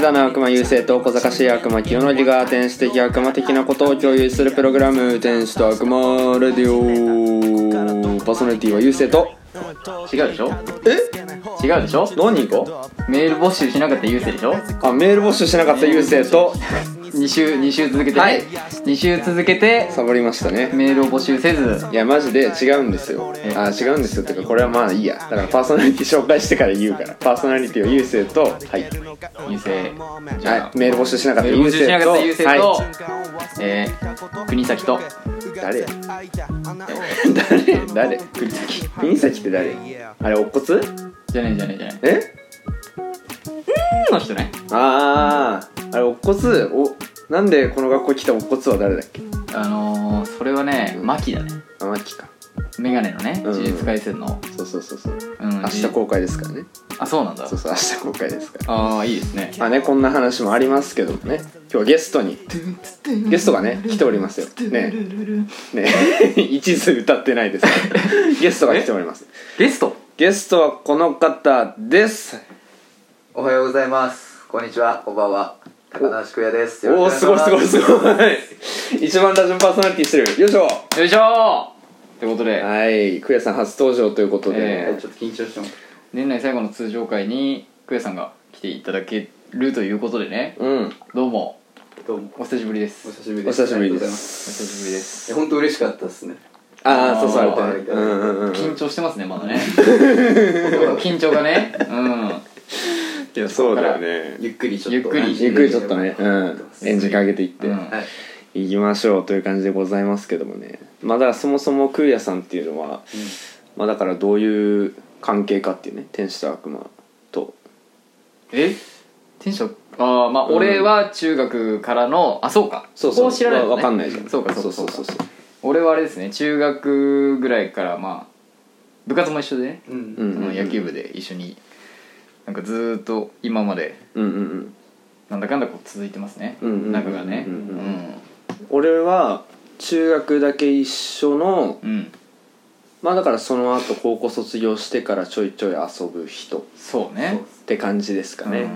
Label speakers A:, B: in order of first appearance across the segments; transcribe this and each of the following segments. A: 座の悪魔優勢と小坂市悪魔清則が天使的悪魔的なことを共有するプログラム天使と悪魔レディオパーソナリティは優勢と
B: 違うでしょ
A: え
B: 違うでしょ
A: 何人か
B: メール募集しなかった優勢でしょ
A: あメール募集しなかった優勢と
B: 2週2週続けて、ね
A: はい
B: 2週続けて
A: サボりましたね
B: メールを募集せず
A: いやマジで違うんですよあ違うんですよってかこれはまあいいやだからパーソナリティ紹介してから言うからパーソナリティは優勢とはい
B: 優勢じゃあ、
A: はい、メール募集しなかった
B: メール募
A: 優
B: 集し
A: 勢
B: なか
A: と
B: った優勢と、
A: は
B: えー国崎と
A: い、誰 誰誰国崎国崎って誰あれお骨
B: じゃねえじゃねえじゃねえ
A: え
B: の人ね
A: あああれお骨おなんでこの学校来たお骨は誰だっけ
B: あのー、それはねマキだね
A: あマキか
B: メガネのね
A: うん
B: 呪術廻戦の、
A: そうそうそうそう
B: うん、
A: 明日公開ですからね
B: あそうなんだ
A: そうそう明日公開ですから
B: ああいいですね
A: まあねこんな話もありますけどもね今日はゲストにゲストがね来ておりますよねね 一途歌ってないですけどゲストが来ております
B: ゲスト
A: ゲストはこの方です
C: おはようございます。こんにちは。こんばんは。高梨久也です。
A: おおーすごいすごい
C: い。
A: すごい一番ラジオパーソナリティしてるよいしょ
B: よいしょーってことで
A: はいクエさん初登場ということ
B: え
A: で、
C: ちょっと緊張してます。
B: 年内最後の通常会にクエさんが来ていただけるということでね
A: うん
B: どうも
C: どうも。
B: お久しぶりです
C: お
B: お
C: 久しぶり
A: お
C: です。
A: 久しぶりで
C: あがとうございます
B: 久しぶりです
C: す。え本当嬉しかったですね。
A: ああそうそう
B: あ
A: あ
B: ー
A: れだねうんうんうん
B: 緊張してますねま だね緊張がねうん
A: いやそうだよね
C: ゆっくりちょっと。
B: ゆっくり
A: ゆっくりちょっとねうんエンジンかけていって、
B: うん
C: はい。
A: 行きましょうという感じでございますけどもねまあだからそもそも空也さんっていうのは、まあだからどういう関係かっていうね天使と悪魔と
B: えテンションああまあ、俺は中学からのあそうか
A: そうそう
B: こ知らないのね
A: わわかんないじゃん
B: そうかそう
A: そ
B: かそうう
A: そ
B: そうう
A: そう
B: 俺はあれですね中学ぐらいからまあ部活も一緒でね、
C: う
A: うん
C: ん。
B: あの野球部で一緒になんかずーっと今まで
A: うんうんうん
B: なんだかんだこう続いてますね、
A: うんうんうん
B: 仲がね
A: う
B: うん
A: うん
B: ん
A: 俺は中学だけ一緒の
B: うん
A: まあだからその後高校卒業してからちょいちょい遊ぶ人っ
B: そうね
A: て感じですか
B: うん
A: ね、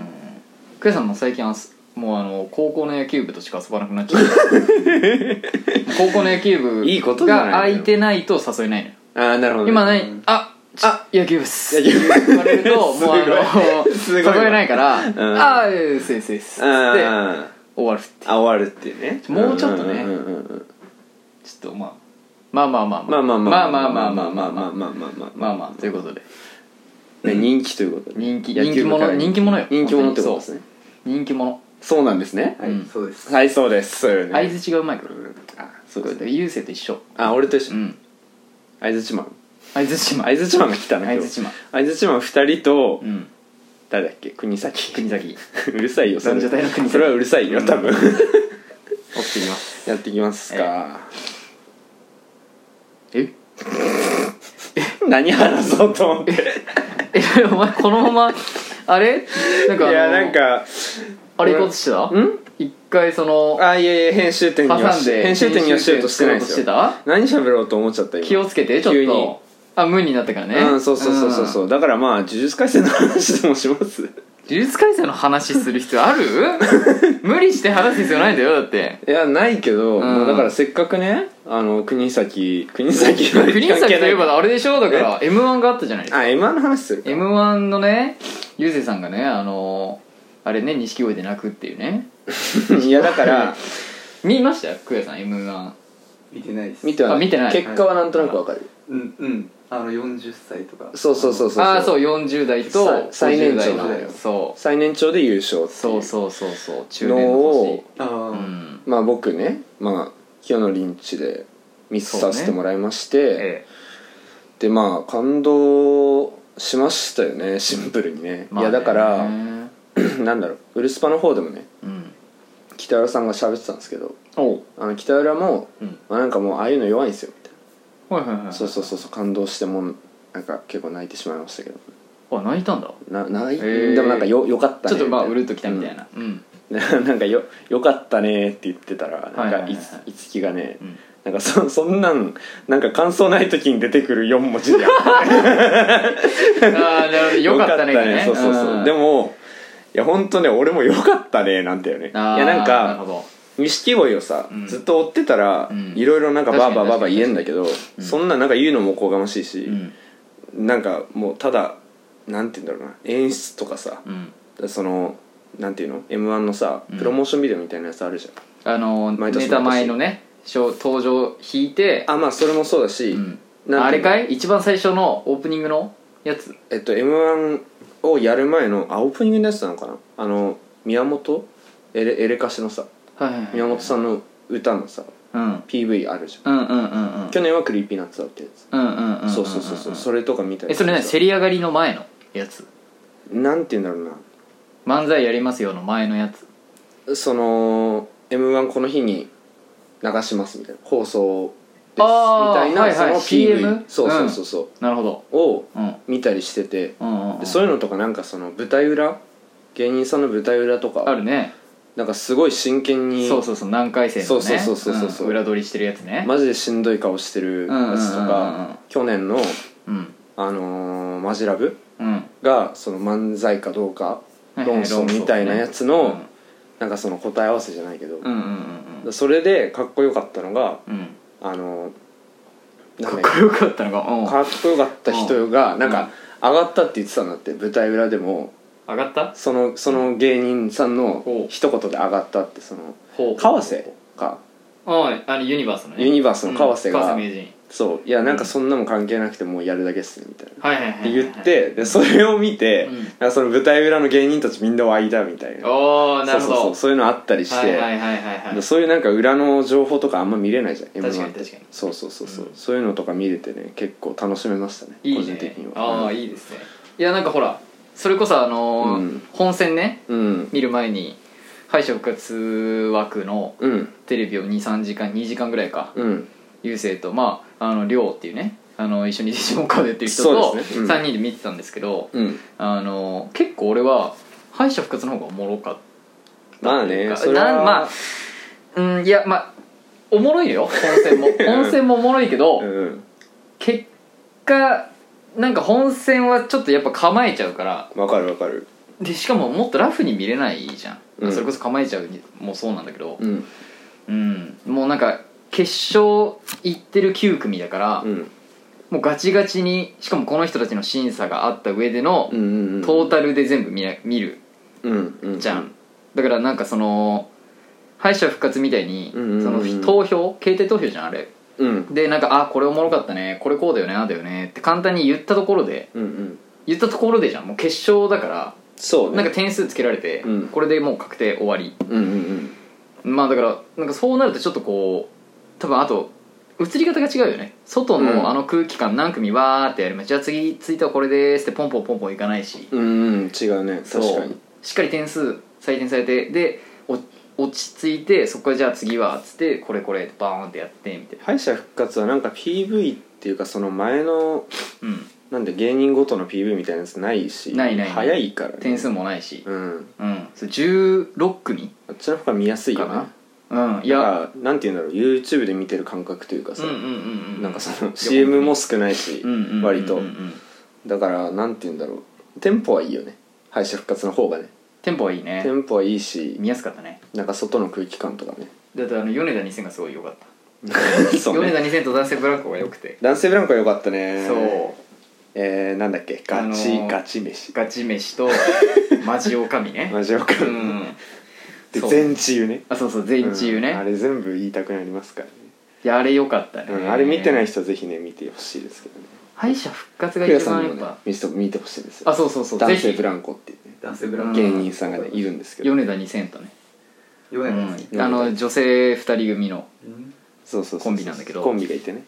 B: クエさんも最近あすもうあの高校の野球部としか遊ばなくなっちゃった 高校の野球部
A: いいことじゃない
B: が空いてないと誘えないのよ
A: ああなるほどね、
B: 今
A: ね
B: ないああ野球部っす
A: 野球部
B: 言われるともうあの
A: す
B: 誘
A: ごいわ
B: えないから「
A: ん
B: ああええせいせいっす」っつって
A: あ
B: 終わるって
A: あ終わるっていうね
B: もうちょっとね
A: うんうんうんうん
B: ちょっとまあまあまあまあ
A: まあまあま
B: ま
A: あ
B: あまあまあまあまあまあまあまあ
A: まあまあまあ
B: まあまあということで
A: ね、人気ということで
B: 人気
A: 野
B: 人気
A: 球部から
B: 者人気者よ
A: 人気者ってことです
B: ね
A: ね
B: 人気者
A: そうなんですね
C: はい。そうです。
A: はいそうですそうよね
B: 相槌がうまいから
A: あそうですね
B: 優勢と一緒
A: あ俺と一
B: う
A: 緒
B: ん
A: 相づちマン
B: 相槌ま
A: 相づちマンが来たね
B: 相
A: 今
B: づ
A: 日
B: ちま
A: 相づちマン2人と
B: うん
A: 誰だっけ国崎
B: 国崎
A: うるさいよそれ
B: 男女大の国崎
A: それはうるさいよ多 分
B: 起きてきます
A: やっていきますか
B: え
A: 何話そうと思って
B: えお前このままあれなん
A: い
B: かあの
A: やなんか
B: あれ行こうとしてた
A: ん
B: 一回その
A: あいやいや編集点に
B: 挟
A: は
B: んで
A: 編集点にはしようとしてないですよ
B: よ
A: 何喋ろうと思っちゃった今
B: 気をつけてちょ
A: 急
B: っ
A: に
B: とあ無になったからね
A: うんそうそうそうそうそううだからまあ呪術廻戦の話でもします
B: ん呪術改正の話する必要あ る無理して話す必要ないんだよだって
A: いやないけど、
B: ん
A: もうだからせっかくねあの国崎 国崎は
B: 国崎といえ
A: 関係ない
B: ばあれでしょだから m 1があったじゃないですか
A: あ m 1の話するか
B: m 1のねゆうせいさんがねあのあれね錦鯉で泣くっていうね
A: いやだから
B: 見ましたクエさん m 1
C: 見てないです。
A: 見ては
B: あ見てない
A: 結果はなんとなくわかる、
C: うんうん。あの四十歳とか。
A: そうそうそうそう
B: ああそう40代
A: さ
B: と
A: 最年長
B: 50代
C: だよ
B: そ
A: 最年長で優勝
B: うそう
A: う
B: そうそうそう中
A: の
B: 年の
A: を
B: 年
C: ああ。
B: うん
A: まあ僕ねまあ清野リンチでミスさせてもらいまして、
B: え
A: でまあ感動しましたよねシンプルにね,、
B: えまあ
A: いやだから、
B: ね
A: なんだろうウルスパの方でもね
B: うん
A: 北浦さんが喋ってたんですけど
B: おう
A: あの北浦も、
B: うん
A: まあ、なんかもうああいうの弱いんですよみたいな
B: はいはいはい
A: そうそうそうそう感動してもうなんか結構泣いてしまいましたけど
B: あ泣いたんだ
A: なない、
B: へー
A: でもなんかよよかった
B: ち
A: ね
B: ょっとまあ
A: み
B: う
A: たい
B: るっときたみたいなうん
A: ななんか よよかったねって言ってたらなん
B: はいはいは
A: か
B: い
A: いついつきがね、
B: うん
A: なんかそそんなんなんか感想ない時に出てくる4文字で
B: ああなるほどよかったねがね
A: そうそうそう、
B: ん
A: でもいや本当ね俺もよかったねなんだよねい
B: あー
A: やなん
B: なる
A: か
B: ほど
A: 錦鯉をさ、
B: うん
A: ずっと追ってたら
B: うん
A: いろいろなんかバーバーバー
B: 確
A: バ
B: か
A: ー
B: に
A: 言えんだけど
B: に
A: そんななんか言うのもおこがましいし、
B: うん
A: なんかもうただなんて言うんだろうな演出とかさ
B: う、ん
A: そのなんていうの m 1のさ
B: うん
A: プロモーションビデオみたいなやつあるじゃん、
B: あの
A: 毎年
B: ネタ前のねショー登場弾いて
A: あまあそれもそうだし、
B: うん
A: なん
B: あ
A: て
B: れ
A: いうの
B: かい一番最初のオープニングのやつ
A: えっと m 1をやる前のあオープニングのやつなのかなあの宮本エレエレカシのさ
B: はいはいはい
A: 宮本さんの歌のさ
B: うん、
A: PV あるじゃん、
B: うんうんうんうん
A: 去年はクリーピーナッツだってやつ、
B: うんうんうんうんうん
A: そうそうそうそうそれとか見たり
B: えそれね
A: さ
B: せり上がりの前のやつ
A: なんていうんだろう
B: 漫才やりますよの前のやつ
A: なその m 1この日に流しますみたいな放送ですみ
B: あー
A: たいな、
B: はいはい
A: その PV
B: CM
A: そうそうそうそう、
B: なるほど
A: を
B: うん
A: 見たりしてて
B: うんうんう
A: で
B: ん
A: そういうのとかなんかその舞台裏芸人さんの舞台裏と
B: あ
A: か
B: るね
A: なんかすごい真剣に
B: そうそうそう何回戦のね
A: そうそうそうそうそうそうん
B: 裏取りしてるやつね
A: マジでしんどい顔してるやつと
B: うんうんうんうんうん
A: か去年の、
B: うん
A: あのーマジラブ
B: うん
A: がその漫才かどうか
B: はいはい
A: 論争みたいなやつ
B: 論争
A: の
B: ね
A: なんかその答え合わせじゃないけど
B: うんうんうんうん
A: それでかっこよかったのが
B: うん
A: あのーなん
B: かっ
A: だっ
B: こよかったのがうん
A: けかっこよかった人がなんか上がったって言ってたんだって舞台裏でも
B: 上がった
A: そのその芸人さんの
B: お
A: 一言で上がったってその
B: ほう
A: 川瀬か
B: うんあのユニバースのね
A: ユニバースの川瀬が
B: うん川瀬名人
A: そういやなんかそんなもん関係なくてもうやるだけっすねみたいな
B: はいはい
A: っ
B: はいは
A: て
B: い
A: 言ってでそれを見て、
B: う
A: な
B: ん
A: んかその舞台裏の芸人たちみんな湧いたみたいな
B: おおなる
A: そう
B: ほど
A: そうそうそういうのあったりして、
B: はいはいはいはいはい
A: でそういうなんか裏の情報とかあんま見れないじゃん M1
B: 確かに
A: って
B: 確かに
A: そうそうそうそう、
B: うん
A: そういうのとか見れてね結構楽しめましたね
B: いいね
A: 個人的には
B: ああいいですねいやなんかほらそれこそあのー
A: うん
B: 本戦ね
A: うん
B: 見る前に敗者復活枠の
A: うん
B: テレビを23時間2時間ぐらいか
A: うん
B: 雄星とまああの亮っていうねあの一緒にデジモンカードやってる人
A: そう
B: と
A: ですねうん
B: 3人で見てたんですけど、
A: うん
B: あの結構俺は敗者復活の方がおもろかった
A: まあ
B: っていう
A: ね
B: か
A: それは
B: なんまあうんいやまあおもろいよ本 戦も本戦もおもろいけど、
A: うん
B: 結果なんか本戦はちょっとやっぱ構えちゃうから
A: わかるわかる
B: でしかももっとラフに見れないじゃん、
A: うん
B: それこそ構えちゃうにもそうなんだけど、
A: うん
B: うんもうなんか決勝行ってる9組だから、
A: うん
B: もうガチガチにしかもこの人たちの審査があった上での、
A: うんうんうん
B: トータルで全部見な見る
A: うんうん
B: じゃん、だからなんかその敗者復活みたいに、
A: うんうんうん
B: その投票携帯投票じゃんあれ
A: うん
B: でなんかあこれおもろかったねこれこうだよねああだよねって簡単に言ったところで
A: うんうん
B: 言ったところでじゃんもう決勝だから
A: そうね
B: なんか点数つけられて、
A: うん
B: これでもう確定終わり
A: うんうんうん
B: まあだからなんかそうなるとちょっとこう多分あと映り方が違うよね外
A: うん
B: のあの空気感何組わーってやります、じゃあ次続いてはこれですってポンポンポンポンいかないし、
A: うんうん違うね
B: そう
A: 確かに
B: しっかり点数採点されてでお落ち着いてそこからじゃあ次はっつってこれこれバーンってやってみたいな
A: 敗者復活はなんか PV っていうかその前の
B: うん
A: なんで芸人ごとの PV みたいなやつないし
B: ないないない
A: 早いから、ね、
B: 点数もないし
A: うん
B: うんそれ16組
A: あっちの方が見やすいよ
B: か
A: ね
B: なうんい
A: いや
B: や
A: なんて言うんだろう YouTube で見てる感覚というか
B: う
A: さ、
B: んうんうんうん
A: なんかその
B: や
A: CM も少ないし、
B: うんうんうんうん
A: 割と
B: うんうん
A: だからなんて言うんだろうテンポはいいよね敗者復活の方がね
B: テンポはいいね
A: テンポはいいし
B: 見やすかったね
A: なんか外の空気感と かね
B: だってあの米田2000がすごい良かった
A: そう
B: 米田
A: ね
B: 2000と男性ブランコが良くて
A: 男性ブランコ良かったね
B: そう
A: えー、なんだっけガチ、
B: あのー
A: ガチ飯
B: ガチ飯 とマジオカミね
A: マジわか
B: う
A: る、
B: ん
A: で
B: そう
A: 全治癒ね
B: あそうそう全治癒
A: うんあ
B: ね
A: れ全部言いたくなりますからね、
B: いやあれ良かった
A: う
B: ね
A: んあれ見てない人はぜひね見てほしいですけどね
B: 敗者復活が
A: クヤ
B: 一
A: さ
B: 番
A: ん
B: や
A: も
B: っ
A: ね
B: ぱ
A: 見て見てほしいですよ
B: あそうそうそう
A: 男
B: ぜ
A: 性
B: ひ
A: ブランコっていうね
C: 男性ブラン
A: 芸人さんがねいるんですけど
B: 米田2000とね、
C: 4
B: う
C: 年なんです
B: ん、あの女性2人組の
A: そうそうそうそう
B: コンビなんだけど
A: コンビがいてね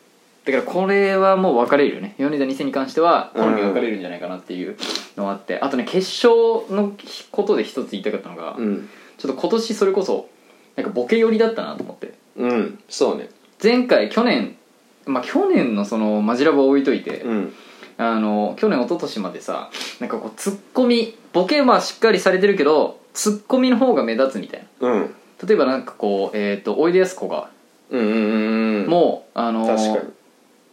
B: だからこれはもう分かれるよね米田2000に関しては好みが分かれるんじゃないかなっていうのがあってあとね決勝のことで一つ言いたかったのが、
A: うん
B: ちょっと今年それこそなんかボケ寄りだったなと思って
A: うんそうね
B: 前回去年まあ去年のそのマジラブは置いといて、
A: うん
B: あの去年一昨年までさなんかこうツッコミボケはしっかりされてるけどツッコミの方が目立つみたいな
A: うん
B: 例えばなんかこう、えー、とおいでやすこが
A: うんうんうんうん
B: もうあの
A: 確かに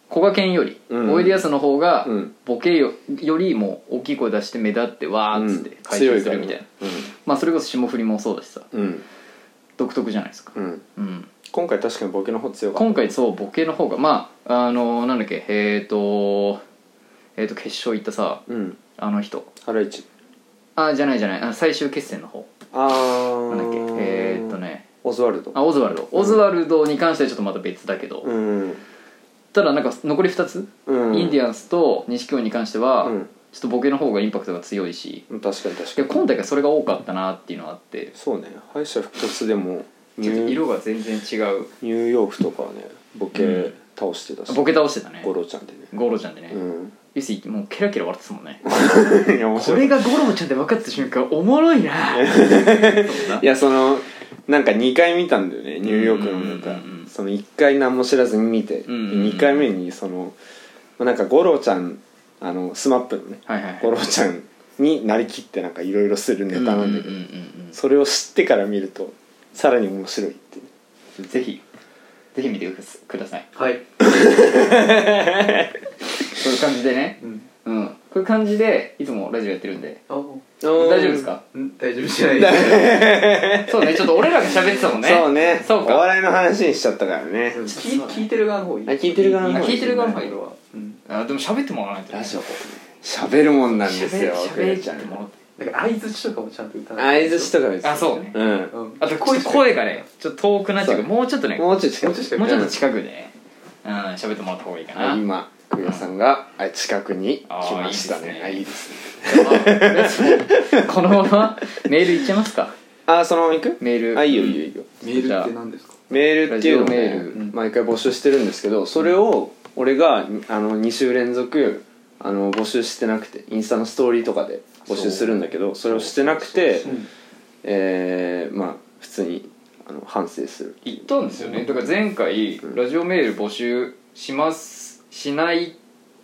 B: こがけんより、
A: うん
B: おいでやすの方が、
A: うん
B: ボケよよりも大きい声出して目立ってわーっつって回
A: 強
B: 収
A: い
B: す
A: から
B: るみたいな、まあそれこそ霜降りもそうだしさ
A: うん
B: 独特じゃないですか、
A: うん、うん、
B: うん、
A: 今回確かにボケの方強かっ
B: 今回そうボケの方がまああのなんだっけえっ、とえっ、と決勝行ったさ
A: たうん
B: あの人
A: ハライチ
B: あじゃないじゃないあ最終決戦の方
A: あ
B: な
A: ー
B: んだっけえっ、とね
A: オズワルド
B: あオズワルド
A: ん
B: オズワルドに関してはちょっとまた別だけど、
A: うん
B: ただなんか残り2つ、
A: うん
B: インデ
A: ア
B: ィアンスと錦鯉に関しては、
A: うん
B: ちょっとボケの方がインパクトが強いし
A: 確かに確
B: い
A: か
B: や
A: に
B: 今大会それが多かったなっていうのはあって
A: そうね敗者復活でもニ
B: ちょっと
A: ュー
B: 色が全然違う
A: ニューヨークとかはねボ
B: う
A: ケ
B: ん
A: 倒してたし、
B: ボケ倒してたね
A: ゴロちゃんでね
B: ゴロちゃんでね、
A: うん
B: ユスイもうケラケラ笑ってたもんね
A: いや面
B: こ
A: 白い
B: れがゴロちゃんで分かった瞬間おもろいな
A: いやそのなんか2回見たんだよねニューヨークのなん
B: う
A: か
B: んうんうんうん
A: その1回何も知らずに見て、
B: うんうんうん
A: 2回目にそのまあなんか五郎ちゃんあのスマップのね
B: はいはいはい
A: 五郎ちゃんになりきってなんかいろいろするネタなんだけど、
B: うんうんうん
A: それを知ってから見るとさらに面白いっていう
B: うんぜひぜひ見てください
C: はい
B: そういう感じでね
C: うん
B: うんこういう感じでいつもラジオやってるんで
C: あうん
B: 大丈夫ですか
C: 大丈夫じゃ ないです
B: そうねちょっと俺らが喋ってたもんね
A: そうね
B: そうか
A: お笑いの話にしちゃったからね
C: 聞聞いてる側の方いい
A: あ聞いてる側の方
B: あ聞いてる側の方がいい
C: はうん
B: あでも喋ってもらわないとね
A: オ喋るもんなんですよ
B: 喋
A: クレ
B: 喋っ
A: ちゃん
B: てもらって
C: だから相槌とかもちゃんと打たない
A: 相槌とか別に
B: あそうね
A: うん
C: うん
B: あとちょっと声がねちょっと遠くなっちゃうからもうちょっとねも
A: も
B: う
A: うちょっと近く
C: もうちょっ
B: ちょっと
C: と近く
B: 近くでねうん喋ってもらった方がいいかな
A: 今久我さんがあ近くに来ましたね
B: あ
A: あ
B: い
A: い
B: い
A: い
B: で
A: ですね
B: このままメールいっちゃいますか
A: あそのまま行く
B: メール
A: あいいよいいよいいよ
C: メールって何ですか
A: メールっていうのを、
B: ラジ
A: ね
B: オメール
A: うん毎回募集してるんですけどそれを俺があの2週連続あの募集してなくてインスタのストーリーとかで募集するんだけどそれをしてなくてえーまあ普通にあの反省する
B: 言ったんですよねだから前回ラジオメール募集しますしない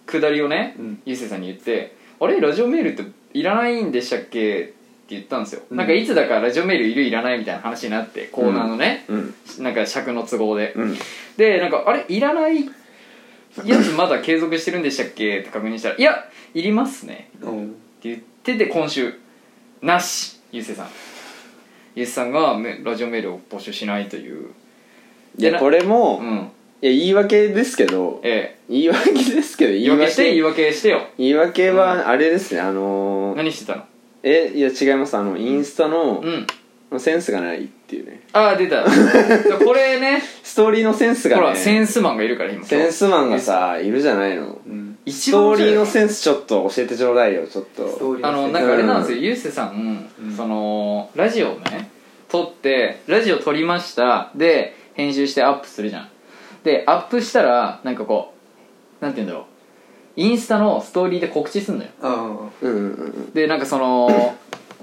B: くだりをね、
C: うん
B: ゆうせいさんに言って「あれラジオメールっていらないんでしたっけ?」って言ったんですよ、
C: うん
B: なんかいつだかラジオメールいるいらないみたいな話になってコーナーのね、
A: うん
B: なんか尺の都合で、
A: うん
B: でなんか「あれいらないやつまだ継続してるんでしたっけ?」って確認したら「いやいりますね」
C: うん
B: って言ってて今週「なし」ゆうせいさんゆうせいさんがめラジオメールを募集しないという
A: い
B: でな
A: やこれも、
B: う
A: いや
B: ん
A: 言い訳ですけど
B: ええ
A: 言い訳ですけど言
B: 言い訳して言い訳してよ
A: 言い訳はあれですね、あのー
B: 何してたの
A: えいや違いますあのインスタの
B: うん
A: センスがないっていうね
B: ああ 出たこれね
A: ストーリーのセンスが
B: ほ
A: ね
B: らセンスマンがいるから今
A: センスマンがさいるじゃないの
C: うん
B: 一
A: ス
B: 番
A: ト
B: 面
A: ーリ
B: 白い
A: ーのセンスちょっと教えてちょうだいよちょっ
C: スト
A: と
C: ーリー
B: あの
C: せい
B: なんかあれなんですよ、
A: う
B: ゆうせいさん、
C: うん
B: そのラジオをね撮ってラジオ撮りましたで編集してアップするじゃんでアップしたらなんかこうなんて言うんだろうインスタのストーリーで告知すんのよ
C: あ
A: うんうんうん
B: でなんか その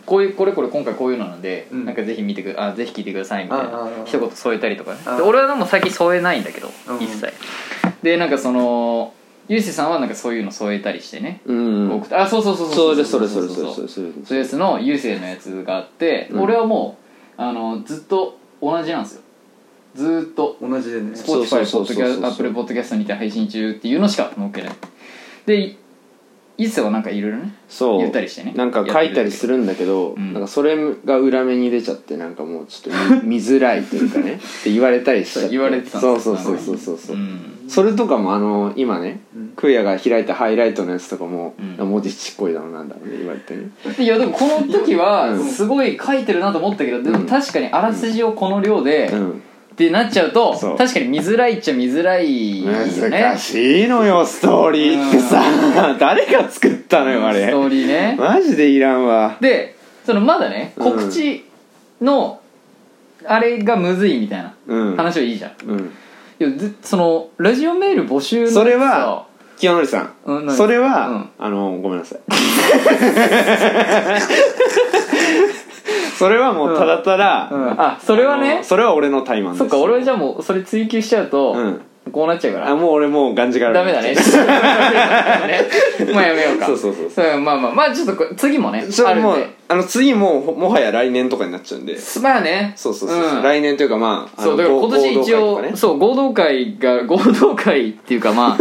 B: こういうこれこれ今回こういうのなんで、
C: うん
B: なんかぜひ見てくあぜひ聞いてくださいみたい
C: あああ
B: な
C: あ
B: 一言添えたりとかね
C: ああ
B: で俺はでも最近添えないんだけど
C: うん
B: 一切でなんかそのゆうせいさんはなんかそういうの添えたりしてね、
A: うんう
B: 送
A: ん
B: ってあそうそうそう
A: そ
B: そう
A: ですそれそれ
B: う
A: それ
B: そ
A: そうれそれ
B: そういうやつの優勢のやつがあって、
A: うん
B: 俺はもうあのずっと同じなんですよずーっと
C: あ同じでね
A: そう
B: Spotify
A: そうそうそうそう
B: Podcast Apple Podcast にて配信中っていうのしか載っけないでゆうせいはなんかいろいろね
A: そう
B: 言ったりしてね
A: なんか書いたりするんだけど、
B: うん
A: なんかそれが裏目に出ちゃってなんかもうちょっと見 見づらいというかねって言われたりしちゃって
B: 言われてたん
A: そ
B: で
A: う
B: す
A: そ
B: よ
A: うそうそうそうそう、
B: ん
A: それとかもあの今ね、
C: うん
A: クエアが開いたハイライトのやつとかも、
B: うん
A: 文字ちっこいだろうなんだろうね言われてね
B: いやでもこの時
A: う
B: は
A: ん
B: すごい書いてるなと思ったけどで
A: う
B: も
A: ん
B: 確かにあらすじをこの量で、
A: う
B: っ
A: ん
B: てなっちゃうと
A: そう
B: 確かに見づらいっちゃ見づらいよね
A: 難しいのよストーリーってさ誰が作ったのよあ
B: ス
A: れ
B: トーリーね
A: マジでいらんわ
B: でそのまだね
A: うん
B: 告知のあれがむずいみたいな
A: うん、
B: 話はいいじゃん、
A: うん、
B: いやずそのラジオメール募集の
A: それは清則さん、
B: うん何
A: それは、
B: うん
A: あのごめんなさい それはもうただただ、
B: さ、うんあそれは
A: あ
B: ね
A: のそれは俺の怠慢です
B: そっか俺はじゃあもうそれ追求しちゃうと、
A: うん
B: こうなっちゃうから
A: あもう俺もうがんじがら
B: ダメだね。 まあやめようか。
A: そうそうそう
B: そう。まあまあ、まあちょっとこれ次もね、
A: そ
B: あ
A: れ
B: るん
A: もう
B: で。
A: あの次もうほもはや来年とかになっちゃうんで
B: まあね。
A: そうそうそう、
B: ん
A: 来年というかまああの
B: そうだから今年一
A: 合同会とかね
B: 応そう合同会が合同会っていうかま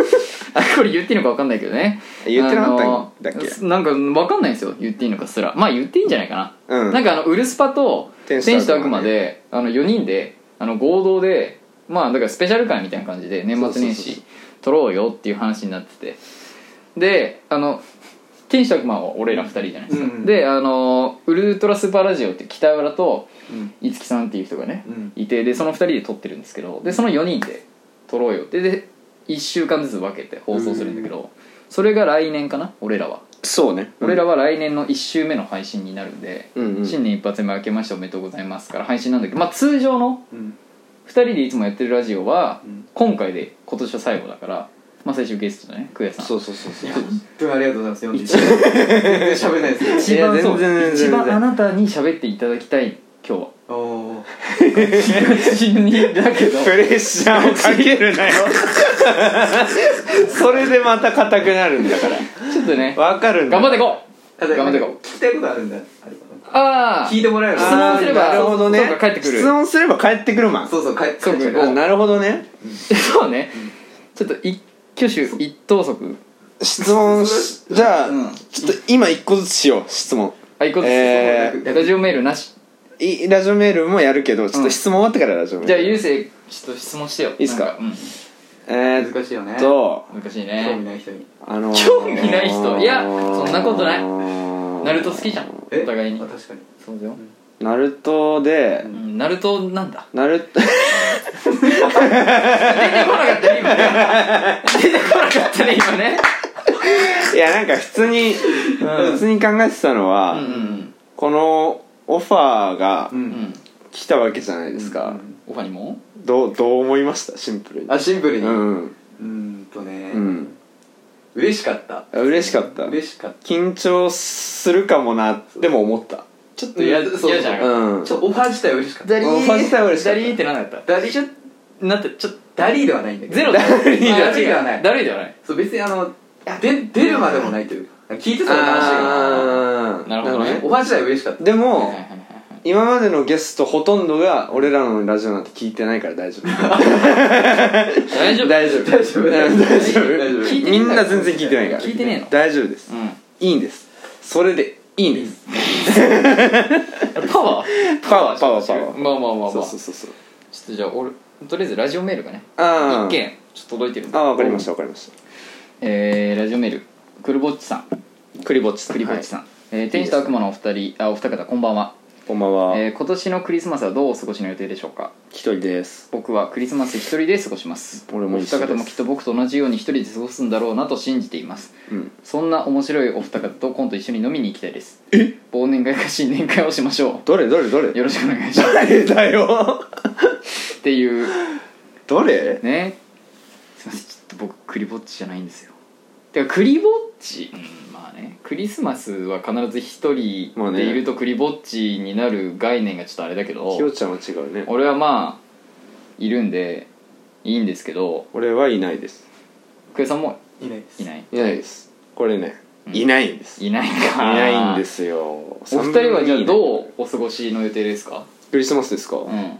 B: あこれ言っていいのか分かんないけどね
D: 言ってなかったんだっけ
B: あのなんか分かんないんですよ言っていいのかすらまあ言っていいんじゃないかな、
D: うん
B: なんかあのウルスパと
D: 天
B: 天
D: 使と
B: 使と
D: 悪
B: 悪
D: 魔
B: 魔であの4人であの合同でまあだからスペシャル会みたいな感じで年末年始撮ろうよっていう話になっててであの天使と悪魔は俺ら2人じゃないですか、
C: うんうん
B: であのウルトラスーパーラジオって北浦と五木さんっていう人がね、
C: うん
B: いてでその2人で撮ってるんですけどでその4人で撮ろうよってで1週間ずつ分けて放送するんだけど、それが来年かな俺らは
A: そうね
B: 俺らは来年の1週目の配信になるんで、
A: うんうん
B: 新年一発目明けましておめでとうございますから配信なんだけど、まあ、通常の
C: うん
B: 2人でいつもやってるラジオは、
C: うん
B: 今回で今年は最後だから、まあ、最終ゲストだねクエさん
A: そうそうそう そう
C: 本当にありがとうございます41全然喋れないですね
B: 一番そ
A: いや全然
B: う
A: 全然
B: 一番あなたに喋っていただきたい 今日は
C: おお
B: 死にだけど
A: プレッシャーをかけるなよ それでまた硬くなるんだから
B: ちょっとね
A: わかるんだ
B: 頑張っていこう頑張っていこう
C: 聞きたいことあるんだあれかな
B: ああ
C: 聞いてもらえる
B: 質問
A: あ
B: す
A: ー
B: れば
A: なるほどね
B: そうか帰ってくる
A: 質問すれば帰ってくるまん
C: そうそう帰って
B: そうか
C: 帰って
A: あなるほどね
B: そうね、ちょっと一挙手一投足
A: 質問しじゃあ、
B: うん
A: ちょっと今一個ずつしよう質問
B: あいこうです、
A: え
B: ラジオメールなし
A: いラジオメールもやるけどちょっと質問終わってからラジオメール、
B: じゃあゆうせいちょっと質問してよい
A: いっすかえー、
C: 難しいよね
A: っと
B: うん、難しい
C: 興
B: ね
C: 味ない人に
A: あのー、
B: 興味ない人いやそんなことない
A: な
B: ナルト好きじゃんお
C: え
B: 互いに
C: あ確かに
B: そうだよ、
A: ナルトで、
B: うん、ナルトなんだ
A: ナルト
B: 出てこなかったね今ね 出てこなかったね今ね
A: いやなんか普通に、普通に考えてたのは、
B: うんうん
A: このオファーが
C: うん
B: うんうん
A: 来たわけじゃないですか、
B: オファーにも
A: どうどう思いましたシンプルに
C: あシンプルに
A: う
C: うんーんとね
A: うん
C: 嬉しかった
A: 嬉しかった
C: 嬉しかった
A: 緊張するかもなでも思った
B: ちょっと嫌
C: うんそう
B: 嫌じゃな
A: う
B: かっ
A: ん
C: ちょっとオファー自体は嬉しかった
B: たダリ
A: オファー自体は嬉しか
B: ダ
A: った
B: リーってならなかっ
C: ダリ
B: たなってちょっと
C: ダリーではないんだけど
B: ゼロだダリ
C: ーだ
B: ではないダリーではない
C: そう別にあので出るまでもないというか聞いてたら楽しいか
A: あー
B: なるほどね
C: らオファー自体は嬉しかった
A: で
B: はい
A: も
B: はいはいはい
A: 今までのゲストほとんどが俺らのラジオなんて聞いてないから大 丈夫
B: 大丈夫
A: 大丈夫
C: 大丈夫
A: 大丈
C: 大丈夫
A: 夫
B: 聞いてね
A: み
B: えん
A: ん
B: だ
A: な全然聞いてないから
B: 聞いてねえの
A: 大丈夫です
B: う
A: いいんですそれでいいんですパワーパワ
B: んパワー
A: ーパワー
B: まあまあまあまあ
A: そうそうそうそう
B: ちょっとじゃあ俺とりあえずラジオメールがね
A: あ
B: 一
A: ー
B: 件ちょっと届いてるんで
A: あーわかりましたわかりまし
B: えーラジオメールくるぼっちさん
A: たクリボッチさん
B: くりぼっちさん、えー天使と悪魔のお二人あお二方こんばんは、
A: はいこんばんは
B: えー今年のクリスマスはどうお過ごしの予定でしょうか
A: 一人です
B: 僕はクリスマス一人で過ごします
A: 俺も
B: お
A: 一
B: 二
A: 緒です
B: 方もきっと僕と同じように一人で過ごすんだろうなと信じています
A: うん
B: そんな面白いお二方と今度一緒に飲みに行きたいですえ忘年会か新年会をしましょ
A: どれどれどれ
B: うよろしくお願いします
A: 誰だよ
B: っていう
A: どれ
B: ねすいませんちょっと僕クリぼっちじゃないんですよてかクリぼっちうんまあねクリスマスは必ず一
A: まあ
B: 人
A: ね
B: でいるとクリぼっちになる概念がちょっとあれだけど
A: ひよちゃんは違うね
B: 俺はまあいるんでいいんですけど
A: 俺はいないです
B: クエさんも
C: いないです
B: いない
A: いないですこれね、
B: うん
A: いないんですい
B: いないか
A: ないんですよお
B: お二人はじゃあどうお過ごしの予定ですか
A: クリスマスですか、
B: うん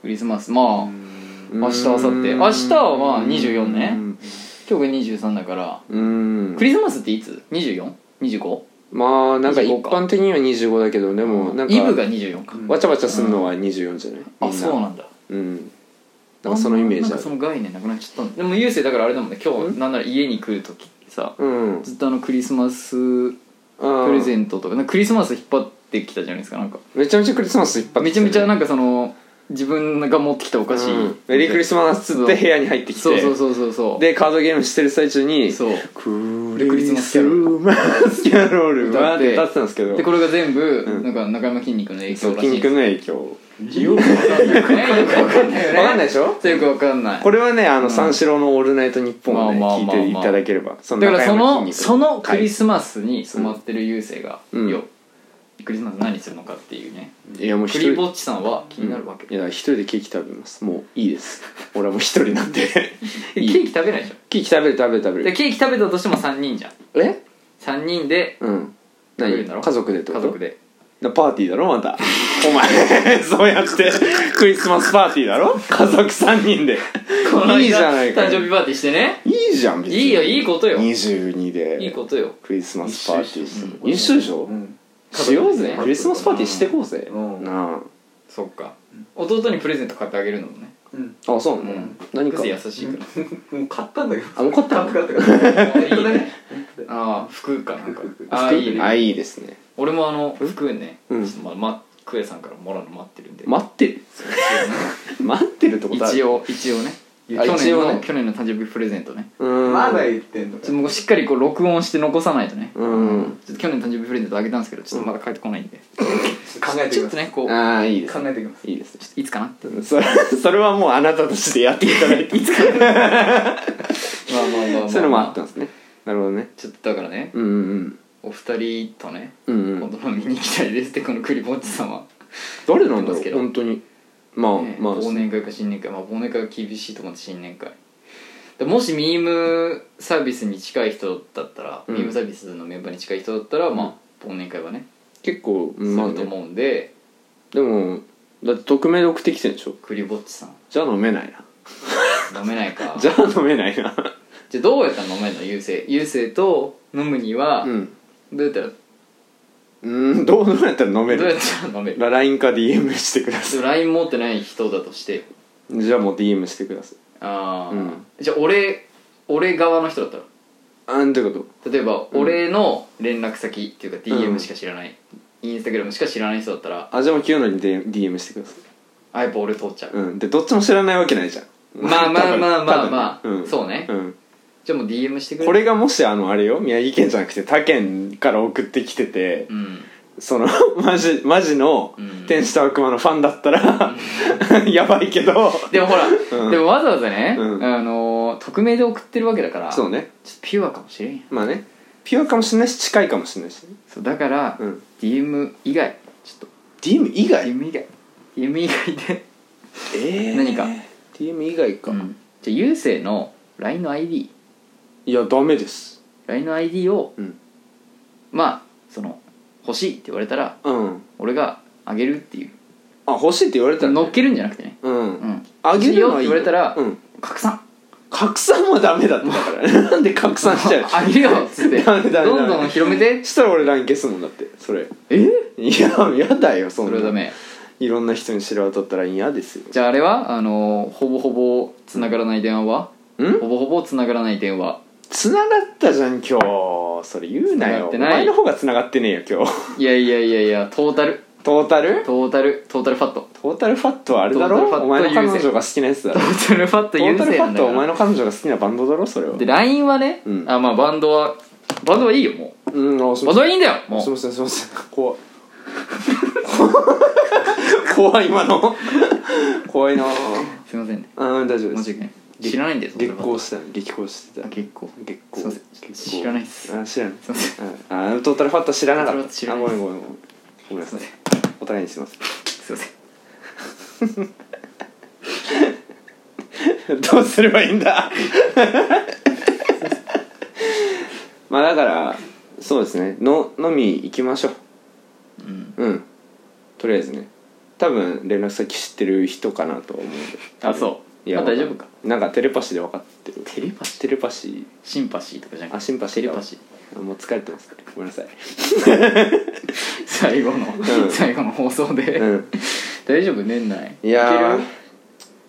B: クリスマスまあ明日明後日
A: うーん
B: 明日はまあ24ね
A: うん
B: 今日が23だから
A: うーん
B: クリスマスっていつ ?24?25?
A: まあなんか一
B: 25か
A: 般的には25だけどでもなんか
B: イブが24か、
A: わちゃわちゃするのは24じゃない、
B: あそう
A: な
B: なんだ
A: うんなんかそのイメー
B: なん
A: ジあ
B: かそ
A: る
B: の概念なくなっちゃったんでも優勢だからあれだもんね今日なんなら家に来る時さ
A: うん
B: ずっとあのクリスマスプ
A: プ
B: レゼントとかなんかクリスマス引っ張ってきたじゃないですかなんか
A: めちゃめちゃクリスマスいっぱい
B: めちゃめちゃ
A: な
B: なんかその自分が持ってきたお菓子、
A: メリークリスマスっつって部屋に入ってきて
B: そうそうそうそうそう
A: でカードゲームしてる最中に
B: そう
A: ク
B: でクリ
A: リ
B: ス
A: ス
B: マ
A: マ
B: ス
A: ス
B: キ
A: キ
B: ャ
A: ャ
B: ロ
A: ロ
B: ル
A: ル歌
B: 歌っ
A: ってて歌ってたんですけど
B: でこれが全部
A: うん
B: なんか中山筋肉の影
A: そ
B: 響
A: う
B: らしい
A: 筋肉
B: んです
A: の影響
B: よくわかんないよくわかんない
A: 分
B: よね
A: かんないでしょ
B: よくわかんない
A: これはねあ
B: ん
A: の三四郎の「オールナイトニッポン」をね
B: まあまあまあまあ
A: 聞いていただければそ
B: だから
A: 中
B: そ
A: 山
B: の
A: 筋肉
B: そのクリ
A: は
B: スマスに染まってる優勢が、
A: うん
B: よクリスマス何するのかっていうね、
A: いいやもう一
B: クリ
A: 人
B: ぼっちさんは気になるわけ、
A: いや一人でケーキ食べますもういいです俺はもう一人なんで
B: で
A: いい
B: ケーキ食べないでしょ
A: ケーキ食べる食べる食べ
B: で
A: る
B: ケーキ食べたとしても3人じゃん
A: え
B: 3人で
A: うん
B: 食べるんだろ
A: 何家族でってこ
B: 家
A: と
B: 族で
A: なパーティーだろまたお前 そうやってクリスマスパーティーだろ家族3人で
B: この間
A: いいじゃないか
B: 誕生日パーティーしてね
A: いいいじゃん別
B: いいよいいことよ
A: 22で
B: いいことよ
A: クリスマスパーティー
C: 一緒
A: 一緒
C: 一緒
A: でしょ、
C: うん
A: しようぜ
B: 家族でね
A: クリスマスパーティーしてこうぜ、
C: うん
A: な
B: そっか弟にプレゼント買ってあげるのもね
C: うん
A: ああそうなの、
B: うん
A: 何か
B: クズ優しいから
C: もう買ったんだけど
A: あもう買ったの
C: 買った買った 買った
B: いいね
C: うん
B: ああ服かなんか
C: 服
B: ああいい
A: あ
B: ね
A: いいですね
B: 俺もあの服ねち
A: う
B: ょ
A: ん
B: っとままクエさんからもらうの待ってるんで
A: 待ってる待ってるってことある
B: 一応一応ね去
A: あ一
B: 年
A: 応
B: の
A: ね
B: 去年の誕生日プレゼントね
A: うん
C: まだ言ってんの
B: ちょっともうしっかりこう録音して残さないとね
A: うん
B: ちょっと去年の誕生日プレゼントあげたんですけどちょっとまだ帰ってこないんで
C: 考えて
B: ちょ
C: き
B: っ
C: ます
B: とねこう
A: ああいいです
C: 考えてきます
A: いいですね
B: いつかなって
A: それ それはもうあなたとしてやっていただ いてそう
B: まあまあまあまあ
A: いうのもあったんですねなるほどね
B: ちょっとだからね
A: うんうん
B: お二人とね
A: うんうんう
B: 今
A: ん
B: 度の見に行きたいですってこのクリぼっちさんは
A: 誰なんだ
B: 言ってますけ
A: ろう
B: ど
A: 本当にまあ
B: ね
A: まあ
B: 忘年会か新年会まあ忘年会は厳しいと思って新年会でもしミームサービスに近い人だったら、
A: うん
B: ミームサービスのメンバーに近い人だったら、まあ忘年会はね
A: 結構
B: する
A: まあ
B: と
A: ね
B: 思うんで、
A: でもだって匿名で送ってきてるでしょ
B: クリぼっちさん
A: じゃあ飲めないな
B: 飲めないか
A: じゃあ飲めないな
B: じゃあどうやったら飲めるの優勢優勢と飲むには、
A: うん
B: どうやったらど
A: うんどうどうやったら飲め
B: うや
A: る
B: ったら飲める
A: ラ LINE か DM してくださ
B: でも LINE 持ってない人だとして
A: いじゃあもう DM してください
B: あ
A: う
B: あ、
A: ん
B: じゃあ俺俺側の人だったら
A: あんどういうこ
B: 例えば
A: ん
B: 俺の連絡先っていうか
A: う
B: DM
A: ん
B: しか知らない、インスタグラムしか知らない人だったら
A: とあじゃあもう清野に DM DM してください
B: あやっぱ俺通っちゃう、
A: うんでどっちも知らないわけないじゃん
B: まあまあまあまあまあ
A: 多分ねん
B: そうね
A: ん
B: じゃあもう DM してくれ
A: これがもしあのあれよ宮城県じゃなくて他県から送ってきてて、
B: うん
A: その マジマジの
B: うん
A: 天使と悪魔のファンだったら、 やばいけど
B: でもほら、
A: うん
B: でもわざわざね、
A: うん
B: あのー匿名で送ってるわけだから
A: そうね
B: ちょっとピュアかもしれんやん
A: まあねピュアかもしれないし近いかもしれないし、
B: そうだから、
A: うん、
B: DM 以外ちょっ
A: DM 以
B: と
A: 外
B: DM 以外 DM 以外で、
A: えー
B: 何か
A: DM 以外か、
B: うんじゃあ優勢の LINE の IDLINE
A: いやダメです
B: の ID を
A: うん
B: まあその欲しいって言われたら
A: うん
B: 俺があげるっていう
A: あ欲しいって言われたら、
B: 乗っけるんじゃなくてね
A: うん、
B: うん
A: あげるの
B: 欲
A: は
B: し
A: いい
B: いよって言われたら
A: うん、
B: 拡散
A: 拡散もダメだってだから なんで拡散しちゃう
B: あげるよっつって
A: ダメダメダメ
B: どんどん広めて
A: したら俺 LINE 消すもんだってそれ
B: え
A: いややだよそん
B: そ
A: な
B: れはダメ
A: いろんな人に知れ渡ったら嫌ですよ
B: じゃああれはあのーほぼほぼつながらない電話は
A: ん
B: ほぼほぼつながらない電話
A: 繋がったじゃん今日それ言うな
B: 繋が
A: よ
B: って
A: お
B: ない
A: 前の方が繋がってねえよ今日
B: いやいやいやいやトータル
A: トータル
B: トータルトータルファット
A: トータルファットはあれだ
B: トータルファッ
A: ろ
B: ト
A: お前の彼
B: 優先
A: 女が好きなやつだ
B: ト
A: ろ
B: ータルファット
A: トー
B: 優
A: タル
B: 勢
A: ファ
B: なん
A: ット
B: だか
A: はお前
B: ら
A: の彼女が好きなバンドだろそれは
B: で LINE はね
A: うん
B: あまあバンドはバンドはいいよも
A: うんあす
B: う
A: いま
B: バンドはいいんだよも
A: せんすいうませんすいません怖い 怖い今の怖いなあ
B: すいませんね
A: ー大丈夫で
B: 申し
A: す
B: 訳ない知らないんだよ
A: 激
B: トー
A: 高してた激高して
B: タ
A: た
B: ルファットあ結構
A: 結
B: す
A: 構
B: いません知らないっす
A: あ知らない
B: すいません
A: ああトータルファット知らなか
B: トータルファ
A: っ
B: ット知
A: た
B: ら
A: あ
B: な
A: ご
B: い
A: めんごめんごめんごめんなさい
B: すい
A: お互いにすいませ
B: すいません
A: ん どうすればいいんだ まあだからそうですねの飲み行きましょう
B: うん
A: うんとりあえずね多分連絡先知ってる人かなと思うんで
B: あそう
A: いや
B: まあ大丈夫か
A: なんかテレパシーで分かってる
B: テレパシー
A: テレパシー
B: シンパシーとかじゃなくて
A: あシンパシー
B: テ
A: だ
B: レパシー
A: あもう疲れてますごめんなさい
B: 最後の、
A: ん
B: 最後の放送で、
A: うん
B: 大丈夫年内
A: いや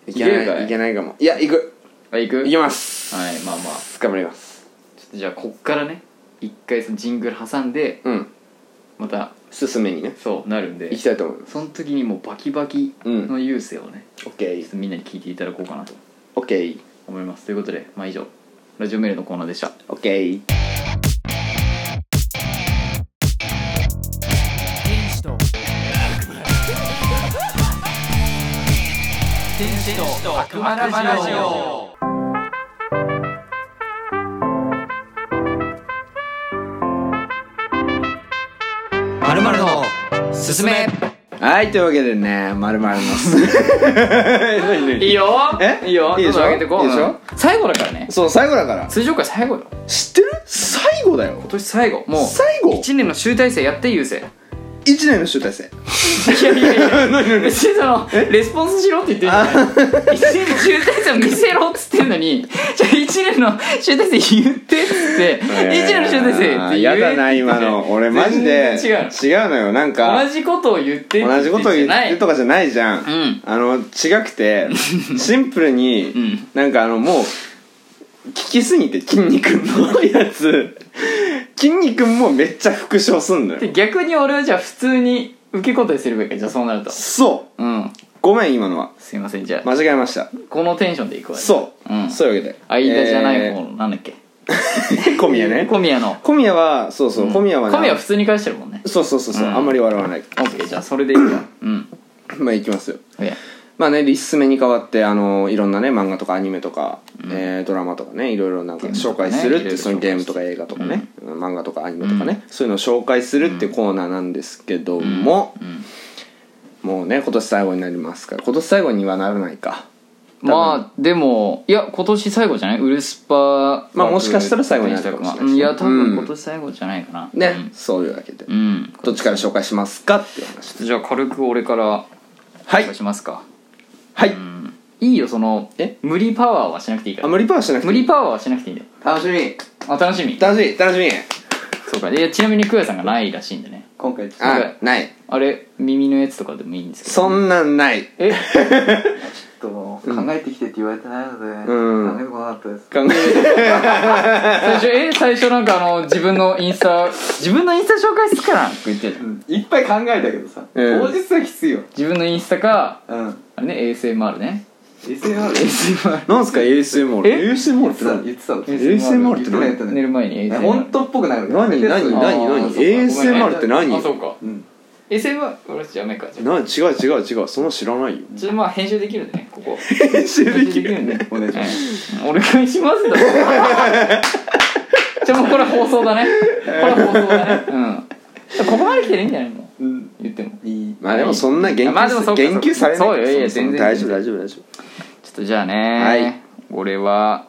A: ー
B: い
A: い
B: け
A: け
B: る
A: ないい
B: いけるかい
A: けないかもいや行く
B: けるあ行く
A: 行きます
B: はいまあまあ
A: 頑張ります
B: ちょっとじゃあこっからね一回そのジングル挟んで
A: うん
B: また
A: 進めにね
B: そうなるんで
A: 行きたいと思います
B: その時にもうバキバキの優勢をね、
A: オッケ
B: ちょっとみんなに聞いていただこうかなと
A: オッケー
B: 思いますということでまあ以上ラジオメールのコーナーでした
A: オッケー
B: まるまるのすすめ
A: はいというわけでねまるまるの何何
B: いいよ
A: え
B: いいよ
A: いいでしょ
B: どんどん上げてこう
A: いいでしょ
B: うん最後だからね
A: そう最後だから
B: 通常回最後よ
A: 知ってる最後だよ
B: 今年最後もう
A: 最後
B: 1年の集大成やって優勢
A: え1年の集大成
B: いやいやいや
A: 何何
B: 別にそのレスポンスしろって言ってるじゃない一年の集大成を見せろっつってんのにじゃあ一年の集大成言ってっつって一年の集大成って言えって
A: やだな今の俺マジで
B: 全然違
A: 違
B: う
A: うのよなんか
B: 同じことを言ってって
A: 同じことを言
B: じゃな
A: っ
B: い
A: てとかじゃないじゃん、
B: うん
A: あの違くて シンプルに、
B: ん
A: なんかあのもう効きすぎて筋肉のやつ筋肉もめっちゃ復唱すんのよ
B: で逆に俺はじゃあ普通に受け答えすればいいからじゃあそうなると
A: そう
B: うん
A: ごめん今のは
B: すいませんじゃあ
A: 間違えました
B: このテンションでいくわ
A: そう、
B: うん
A: そういうわけで
B: 間じゃない方
A: え
B: のなんだっけ
A: ー小宮ね
B: 小宮の
A: 小宮はそうそう、小宮はね
B: 小宮は普通に返してるもんね
A: そうそうそうそう、
B: うん
A: あんまり笑わない
B: OK じゃあそれでいいわうん
A: まあいきますよ
B: OK
A: まあね、リスメに代わってあのいろんなね漫画とかアニメとか、えードラマとかねいろいろなんか
B: ゲームと
A: 紹
B: かね
A: 介するっ
B: いろい
A: て
B: ろ
A: そのゲームとか映画とかね、漫画とかアニメとかね、そういうのを紹介するってコーナーなんですけども、
B: うん
A: もうね今年最後になりますから今年最後にはならないか
B: まあでもいや今年最後じゃないウルスパ
A: まあもしかしたら最後になるかもしれないですね
B: いや多
A: うん
B: 分今年最後じゃないかな
A: ね、そういうわけで、
B: うん、うん
A: どっちから紹介しますかっていう話
B: じゃあ軽く俺から
A: はい
B: 紹介しますか、
A: はい、
B: うん、いいよその
A: え
B: 無理パワーはしなくていいか
A: あ
B: ら
A: 無理パワーしなくて
B: 無理パワーはしなくていいんだよ
C: 楽しみ
B: あ楽しみ
A: 楽しみ楽しみ
B: そうかいやちなみにクヤさんがないらしいんでね
C: 今回ちょっと
A: あない
B: あれ耳のやつとかでもいいんですけど
A: そんなんない
B: え
C: ちょっともう考えてきてって言われてないので、
A: うん
C: 考えてこなかったです
A: 考え
B: 最初え最初なんかあの自分のインスタ自分のインスタ紹介するからって言ってた
C: うんいっぱい考えたけどさ、
A: うん
C: 当日はきついよ
B: 自分のインスタか
C: うん
B: あれね ASMR ね
C: SNR
A: なんすか ASMR
B: え
A: ASMR って何
C: 言ってたの
A: ASMR って何
B: 寝る前に
C: え
B: ASMR
C: 本当っぽくない
A: 何何何
B: あ
A: 何
B: ーそうかごめん
A: ASMR って何
B: あそうか
C: うん
B: ASMR 俺じゃメかじゃ
A: な違う違う違うそんな知らないよ
B: あちょっとまあ編集できるんでねここ
A: 編集できる
B: んでね
C: お願いします
B: うんお願いしますだ じゃあもうこれ放送だねこれ放送だねうんここまで来てるいいんじゃないの
C: うん
B: 言っても
C: いい
A: まあでもそんな言及,、
B: まあでもそうか
A: 言及されない
B: そうよいやいや
A: そんな
B: 全然
A: 大丈夫大丈夫大丈夫
B: ちょっとじゃあね、
A: はい
B: 俺は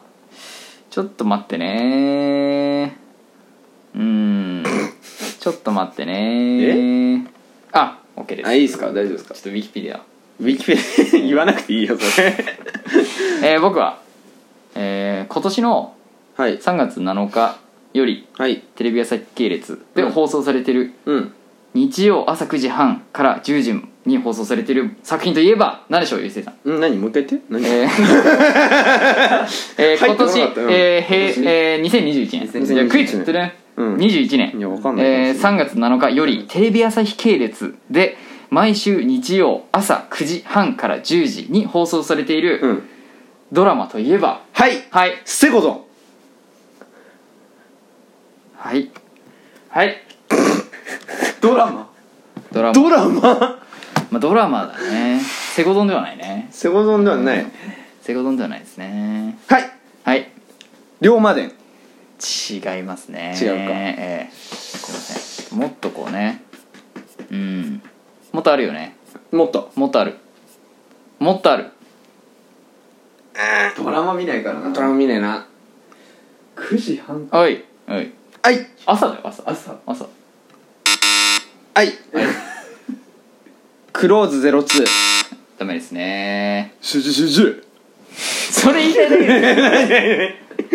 B: ちょっと待ってねう ーんちょっと待ってねあオッケーです
A: あいいですか大丈夫ですか
B: ちょっとウィキペディア、
A: ウィキペディア言わなくていいよそれ
B: えー僕は、えー今年の
A: はい
B: 3月7日より
A: はい
B: テレビ朝日系列で
A: うん
B: 放送されてる
A: うん
B: 日曜朝9時半から10時に放送されてる作品といえば何でしょうゆうせいさん
A: ん何もう一回言って何、
B: えーえー
A: 入
B: 今
A: ってこ
B: 年、
A: なかったよ
B: えーへいえー、2021年じゃあクイズってね、
A: うん
B: 21年
A: いやわかんない
B: えー3月7日よりテレビ朝日系列で毎週日曜朝9時半から10時に放送されている、
A: うん
B: ドラマといえば
A: はい
B: はい
A: ステゴゾ
B: はいはい
C: ドラマ
B: ドラ
A: ン
B: マ
A: ドラマ
B: まあ、ドラマだねセゴドンではないね
A: ステゴゾンではない、
B: セゴドンではないですね
A: はい
B: はい
A: 龍馬伝
B: 違いますね
A: 違うか
B: ええごめんなさいもっとこうねうんもっとあるよね
A: もっと
B: もっとあるもっとある
C: ドラマ見ないからな
A: ドラマ見ねえな
C: 9時半
B: おいおい
A: はい
B: 朝だよ朝
C: 朝
B: 朝
A: はいクローズ02
B: ダメですね
A: シュジュシュジュ
B: それ言いたいだけだよ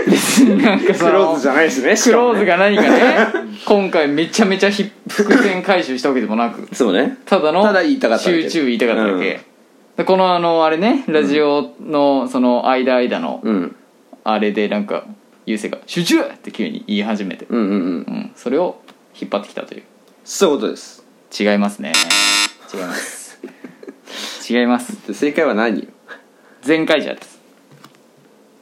B: 別に なんか
A: ク
B: その
A: ローズじゃないですね
B: クローズ
A: が
B: が何かね今回めちゃめちゃひ伏線回収したわけでもなく
A: そうね
B: ただの
A: ただ言いたかっただけ
B: 集中言いたかっただけ、でこのあのあれねラジオのその間間の
A: うん
B: あれでなんか優勢が「集中!」って急に言い始めて、
A: うんうんうん
B: うん、それを引っ張ってきたという
A: そういうことです
B: 違いますね違います違います
A: で正解は何よ
B: 前回じゃです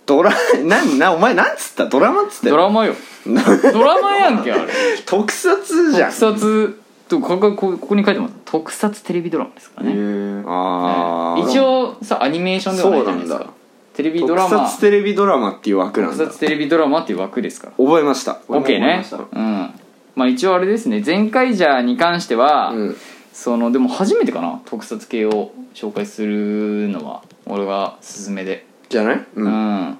A: ドラなんなお前なんつったドラマっつって
B: ドラマよドラマやんけあれ
A: 特撮じゃん
B: 特撮とこここここに書いてます特撮テレビドラマですからね、
A: ああ
B: 一応さアニメーションではないじゃないです
A: そうなん
B: かテレビド
A: 特
B: ラマ
A: 撮テレビドラマっていう枠なん
B: 特
A: だ
B: 撮テレビドラマっていう枠ですから
A: 覚えました
C: 俺も
B: OK
C: 思い
B: ね
C: ました
B: うんまあ一応あれですね前回じゃに関しては、
A: うん
B: そのでも初めてかな特撮系を紹介するのは俺が勧めで
A: じゃない
B: うん、
A: うん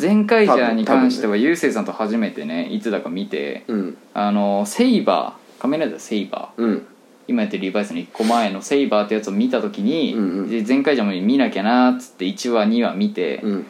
B: 前回
A: 多
B: じゃ
A: 分
B: に関してはゆうせいさんと初めてねいつだか見て
A: うん
B: あのセイバー仮面ライダーセイバ
A: うん
B: ー今やってるリバイスの1個前の「セイバー」ってやつを見た時に、
A: うんうん
B: で前回じゃもう見なきゃなーっつって1話2話見て、
A: うん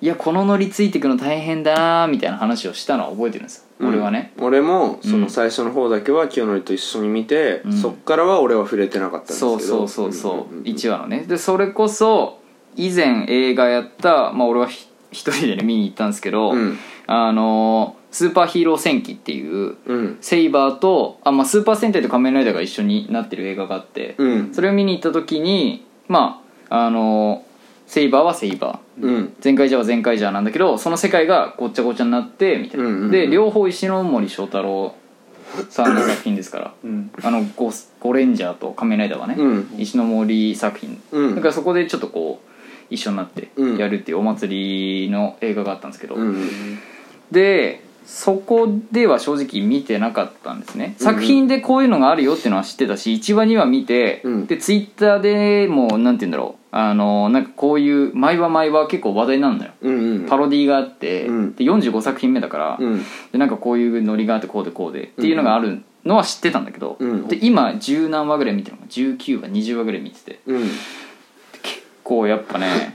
B: いやこのノリついてくの大変だなーみたいな話をしたのは覚えてるんですよ、俺はね
A: 俺もそうの
B: ん
A: 最初の方だけは清則と一緒に見て、
B: うん
A: そっからは俺は触れてなかったんですけ
B: そ
A: ど
B: うそうそうそ
A: んん
B: うん1話のねでそれこそ以前映画やった、まあ、俺はひ一人でね見に行ったんですけど、
A: うん
B: あのースーパーヒーロー戦記っていう
A: うん
B: セイバーとあ、まあ、スーパー戦隊と仮面ライダーが一緒になってる映画があって、
A: うん
B: それを見に行った時にまああのーセイバーはセイバー
A: うん
B: 全開じゃは全開じゃなんだけどその世界がごっちゃごちゃになってみたいな、
A: うんうんうん
B: で両方石ノ森章太郎さんの作品ですから
C: うん
B: あのゴスゴレンジャーと仮面ライダーはね、
A: うん
B: 石ノ森作品
A: うん
B: だからそこでちょっとこう一緒になって
A: うん
B: やるっていうお祭りの映画があったんですけど、
A: うん
B: でそこでは正直見てなかったんですね
A: うんうん
B: 作品でこういうのがあるよっていうのは知ってたし1話2話見て、
A: うん
B: でツイッターでもなんて言うんだろうあのなんかこういう毎話毎話結構話題なんだよ
A: うんうん
B: パロディーがあって、
A: うん
B: で45作品目だから、
A: うん
B: でなんかこういうノリがあってこうでこうでっていうのがあるのは知ってたんだけど、
A: うん
B: で今十何話ぐらい見てるのか19話20話ぐらい見てて
A: うん
B: こうやっぱ ね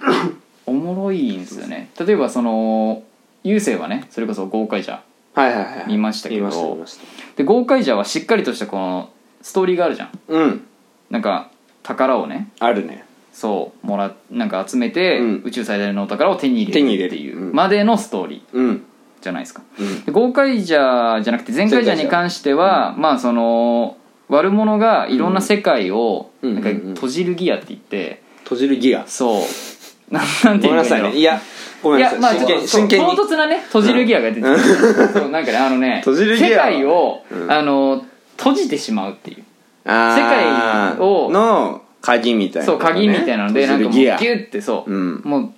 B: おもろいんですよね例えばその優勢はねそれこそ豪快じゃ
A: はいはいはい
B: 見ましたけ
A: 見
B: ど
A: ました見ました
B: で豪快じゃはしっかりとしたこのストーリーがあるじゃん
A: うん
B: なんか宝をね
A: あるね
B: そうもらなんか集めて、
A: うん
B: 宇宙最大のお宝を手に入れるって
A: 手に
B: い
A: 入れるう
B: うんまでのストーリー
A: うん
B: じゃないですか
A: うん
B: で豪快じゃじゃなくて全開じゃに関しては、まあその悪者がいろんな世界を
A: うん
B: なんか
A: うんうんうん
B: 閉じるギアって言って
A: 閉じるギア
B: そう ななんて
A: ご
B: 言
A: め
B: う
A: な
B: んだろ
A: さ
B: う
A: いねいやごめんなさい
B: まあ
A: 真剣に
B: そう
A: 真剣に
B: 唐突なね閉じるギアが出てくる、 そうなんかねあのね
A: 閉じるギア
B: 世界を、
A: うん
B: あの閉じてしまうっていう
A: あー
B: 世界を
A: の鍵みたいな
B: そう
A: のね
B: 鍵みたいなので、なん
A: 閉
B: かもう
A: じ
B: ギ
A: る
B: ュ
A: ギア
B: ッてそう、
A: うん
B: もう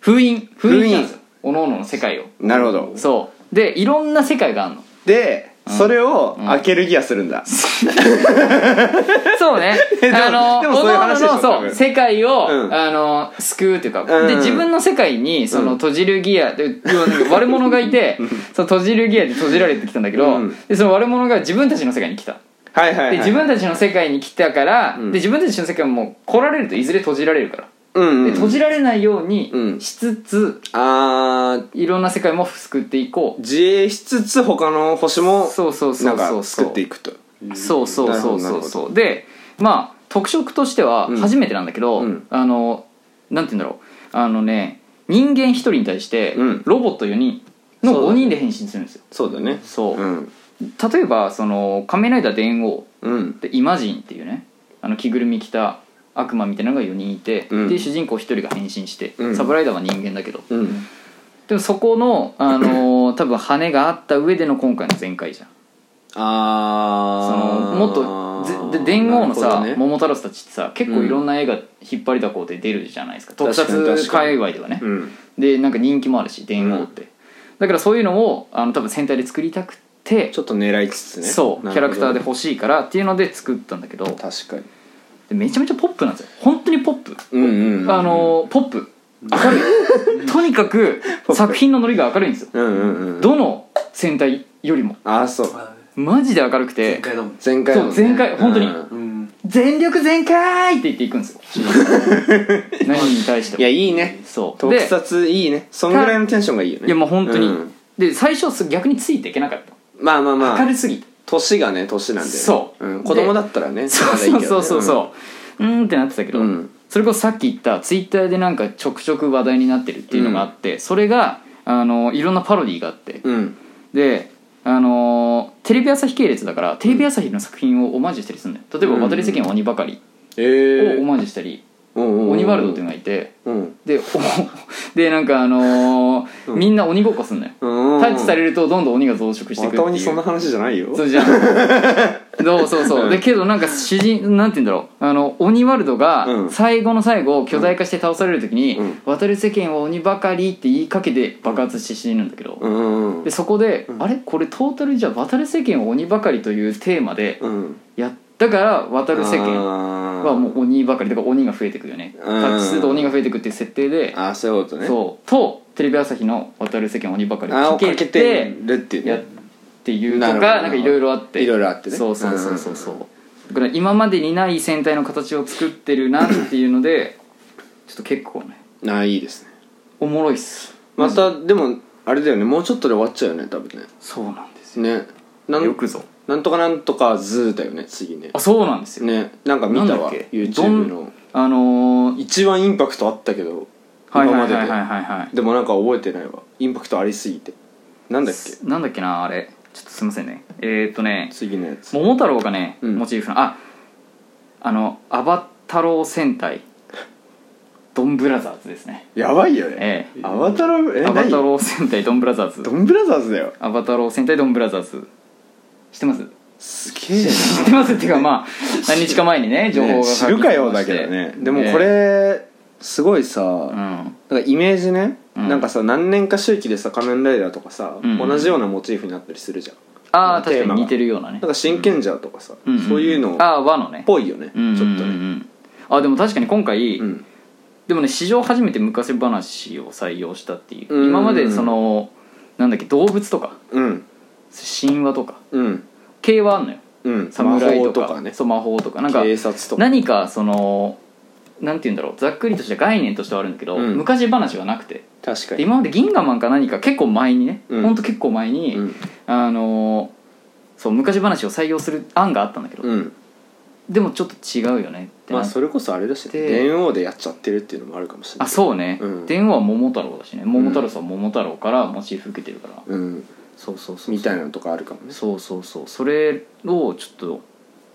B: 封印封印したんですよおのおのの世界を
A: なるほど
B: そうでいろんな世界があるの
A: で
B: うん
A: それを開けるギアするんだ
B: そう ね
A: でも
B: あの
A: でもそういう話でしょ
B: おの
A: 多
B: おののそう
A: 分
B: 世界を、
A: うん
B: あの救うというか、
A: うん
B: で自分の世界にそうの
A: ん
B: 閉じるギアで要はなんか悪者がいてその閉じるギアで閉じられてきたんだけど、
A: うん
B: でその悪者が自分たちの世界に来た
A: はいはいはい
B: で自分たちの世界に来たから、
A: うん
B: で自分たちの世界ももう来られるといずれ閉じられるから、
A: うんう
B: で
A: ん
B: 閉じられないよう
A: う
B: に
A: ん
B: しつつ、
A: あー
B: いろんな世界も救っていこ
A: 自衛しつつ他の星も
B: うそうそうそ
A: な
B: うんそ
A: か
B: う
A: 作っていくと
B: そうそうそう
A: なる
B: そ
A: ほどなる
B: う
A: ほ
B: そうでまあ特色としては
A: うん
B: 初めてなんだけど、
A: うん
B: あのなんて言うんだろうあのね人間1人に対して
A: うん
B: ロボット4人の5人で変身するんですよ
A: そうだね
B: そう、
A: うん
B: 例えばその仮面ライダー電王
A: うん
B: でイマジンっていうねあの着ぐるみ着た悪魔みたいなのが4人いて、
A: うん
B: で主人公1人が変身して、
A: うん
B: サブライダーは人間だけど
A: うん
B: でもそこの、あのー多分羽があった上での今回の全開じゃんそ
A: あ
B: の
A: ー
B: もっとぜで電王のさ、
A: なるほどね
B: 桃太郎たちってさ結構いろんな映画引っ張りだこうで出るじゃないですか、特
A: 確かに
B: 撮
A: 確か
B: 界
A: に
B: 隈ではね、
A: うん
B: でなんか人気もあるし電王って、だからそういうのをあの多分戦隊で作りたくて
A: ちょっと狙いつつね
B: そう
A: な
B: キャ
A: る
B: ラ
A: ほど
B: クターで欲しいからっていうので作ったんだけど
A: 確かに
B: でめちゃめちゃポップなんですよ本当にポップ、
A: うんうんうん
B: あのーポップ明るいとにかく
A: ポップ
B: 作品のノリが明るいんですよ
A: うんうんうん
B: どの戦隊よりも
A: ああそう
B: マジで明るくて
C: 前回だもん
A: 前回もね
B: そう前回本当に
A: うん
C: うん
B: 全力全開って言っていくんですよ何に対しても
A: いやいいね
B: そう
A: 特
B: で
A: 撮いいねそんぐらいのテンションがいいよね
B: いやもう本当に、
A: ん
B: で最初す逆についていけなかっ
A: まあまあ
B: た
A: ま
B: 明
A: あ
B: るすぎて、
A: 年がね年なんでね
B: そう
A: うん子供だったらね
B: そう
A: まだいい
B: そう
A: けど
B: そう
A: ね
B: そうそううーんってなってたけど、
A: うん
B: それこそさっき言ったツイッターでなんかちょくちょく話題になってるっていうのがあって、それがあのいろんなパロディーがあって、
A: うん
B: であのテレビ朝日系列だからテレビ朝日の作品をオマージュしたりするんだよ例えば
A: う
B: 「
A: ん
B: 渡り世間は鬼ばかり」
A: え
B: をオ
A: ー
B: マージュしたり
A: うん
B: 「
A: うんうん
B: 鬼ワールド」っていうのがいて、
A: うん
B: でお でなんかあのー
A: うん
B: みんな鬼ごっこすんのよ、
A: うん
B: タッチされるとどんどん鬼が増殖してくって
A: ま
B: いう
A: た鬼そんな話じゃないよ
B: そうじゃんそうそうそうでけどなんか主人なんて言うんだろうあの鬼ワルド
A: う
B: が
A: ん
B: 最後の最後巨大化して倒される時に「
A: うん
B: 渡る世間は鬼ばかり」って言いかけて爆発して死ぬんだけど、
A: うんうん
B: でそこで、
A: うん
B: あれこれトータルじゃ渡る世間は鬼ばかりというテーマで
A: うん
B: やったから渡る世間
A: 間
B: はもう鬼ばかりだから鬼が増えてくよねタ
A: うん
B: ッチすると鬼が増えてくっていう設定で
A: ああそういうことね
B: そうとテレビ朝日の「渡る世間鬼ばかり」
A: ああ追
B: を
A: っ
B: か
A: か
B: け
A: け
B: て
A: てるっていう
B: やっ
A: ね
B: ていうと
A: な
B: か
A: るほど
B: なんかいろいろあって
A: いろいろあってね
B: そうそうそうそうそうだから今までにない戦隊の形を作ってるなっていうのでちょっと結構ね
A: あいいですね
B: おもろいっす
A: また、でもあれだよねもうちょっとで終わっちゃうよね多分ね
B: そうなんです
A: ねなん
B: よくぞ
A: なんとかなんとかズーだよね次ね
B: あそうなんですよ、
A: ねなんか見
B: な
A: た
B: んだっ
A: わ
B: け
A: YouTube の
B: あのー、
A: 一番インパクトあったけど
B: はいはい
A: 今まで
B: はい
A: で
B: はいはいはい
A: でもなんか覚えてないわインパクトありすぎてなんだっけ
B: なんだっけなあれちょっとすいませんねえー、っとね
A: 次のやつ
B: 桃太郎がね、
A: うん
B: モチーフのああのアバ太郎戦隊ドンブラザーズですね
A: やばいよね
B: ええ
A: アバタロえ
B: アバ太
A: 何
B: 郎戦隊ドンブラザーズ
A: ドンブラザーズだよ
B: アバ太郎戦隊ドンブラザーズ知ってます
A: すげえ
B: 知ってますっていうかまあ何日か前にね情報が
A: ね知るかよ
B: 入
A: だ
B: って
A: け
B: き
A: ど
B: まし
A: ね
B: て
A: でもこ
B: え
A: れすごい
B: え
A: さ
B: う
A: なん
B: ん
A: かイメージね
B: うん
A: なんかさ何年か周期でさ仮面ライダーとかさ
B: うん
A: 同じようなモチーフになったりするじゃん
B: あ
A: ま
B: あ
A: あ
B: 確
A: テー
B: か
A: マ
B: に
A: が
B: 似てるようなね
A: なんか真剣じゃとかさ
B: うんん
A: そういうのっ
B: ああ和のね
A: ぽいよねちょ
B: うん
A: っと
B: うんうんう
A: ね
B: んあでも確かに今回、
A: うん
B: でもね史上初めて昔話を採用したっていう
A: うん
B: 今までそのなんだっけ動物とか
A: うん
B: 神話とか
A: うん
B: 系はあんのよ
A: うん
B: 侍と
A: 魔法
B: か
A: とかね
B: そう魔法とかなんか
A: 警察とか
B: 何かそのなんて言うんだろうざっくりとした概念としてはあるんだけど、
A: うん
B: 昔話がなくて
A: 確か
B: で
A: に
B: 今まで銀河マンか何か結構前にね、
A: うん
B: ほんと結構前に、
A: うん
B: あのーそう昔話を採用する案があったんだけど、
A: うん
B: でもちょっと違うよねって
A: まあ
B: なって
A: それこそあれだしね
B: で
A: 電王でやっちゃってるっていうのもあるかもしれない
B: あそうね、
A: うん
B: 電話は桃太郎だしね桃太郎さんは桃太郎からモチーフ受けてるから、
A: うん
B: そうそうそう
A: みたいなのとかあるかもね
B: そうそうそうそれをちょっと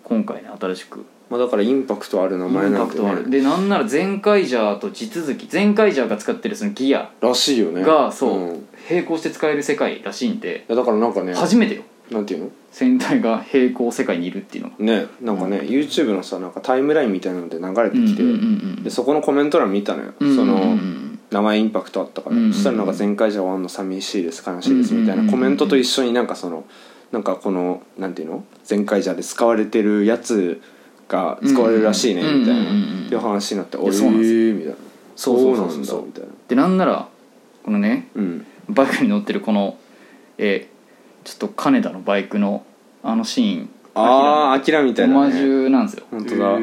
B: 今回ね新しく
A: まあだからインパクトある名前
B: イン
A: な
B: パ
A: ん
B: ク
A: で
B: トある
A: ね
B: でなんなら全カイジャーと地続き全カイジャーが使ってるそのギア
A: らしいよね
B: がそう、
A: んい
B: 並行して使える世界らしいんで
A: やだからなんかね
B: 初めてよ
A: なんていうの
B: 戦隊が並行世界にいるっていうのが
A: ねなんかね YouTube のさなんかタイムラインみたいなので流れてきて
B: うんうんうん
A: でそこのコメント欄見たのよそ
B: うんうんうんう
A: の
B: ん
A: 名前インパクトあったから
B: うんうんうん
A: そしたらなんか前回じゃ終わんの寂しいです悲しいですみたい
B: うんう
A: なん
B: んうんう
A: コメントと一緒になんかそのなんかこのなんていうの前回じゃで使われてるやつが使われるらしいね
B: うんうん
A: みたいな
B: うんうんうん
A: っていう話になって「
B: いや
A: おえ
B: そうなんです
A: ー」みたいな「
B: そうそうそうそう
A: そうなんだ」みたいな
B: でなんならこのね
A: うん
B: バイクに乗ってるこのえーちょっと金田のバイクのあのシーン
A: ああーアキラみた
B: オ
A: い
B: マ
A: な
B: ージ
A: ね
B: ュなんですよ
A: 本当だ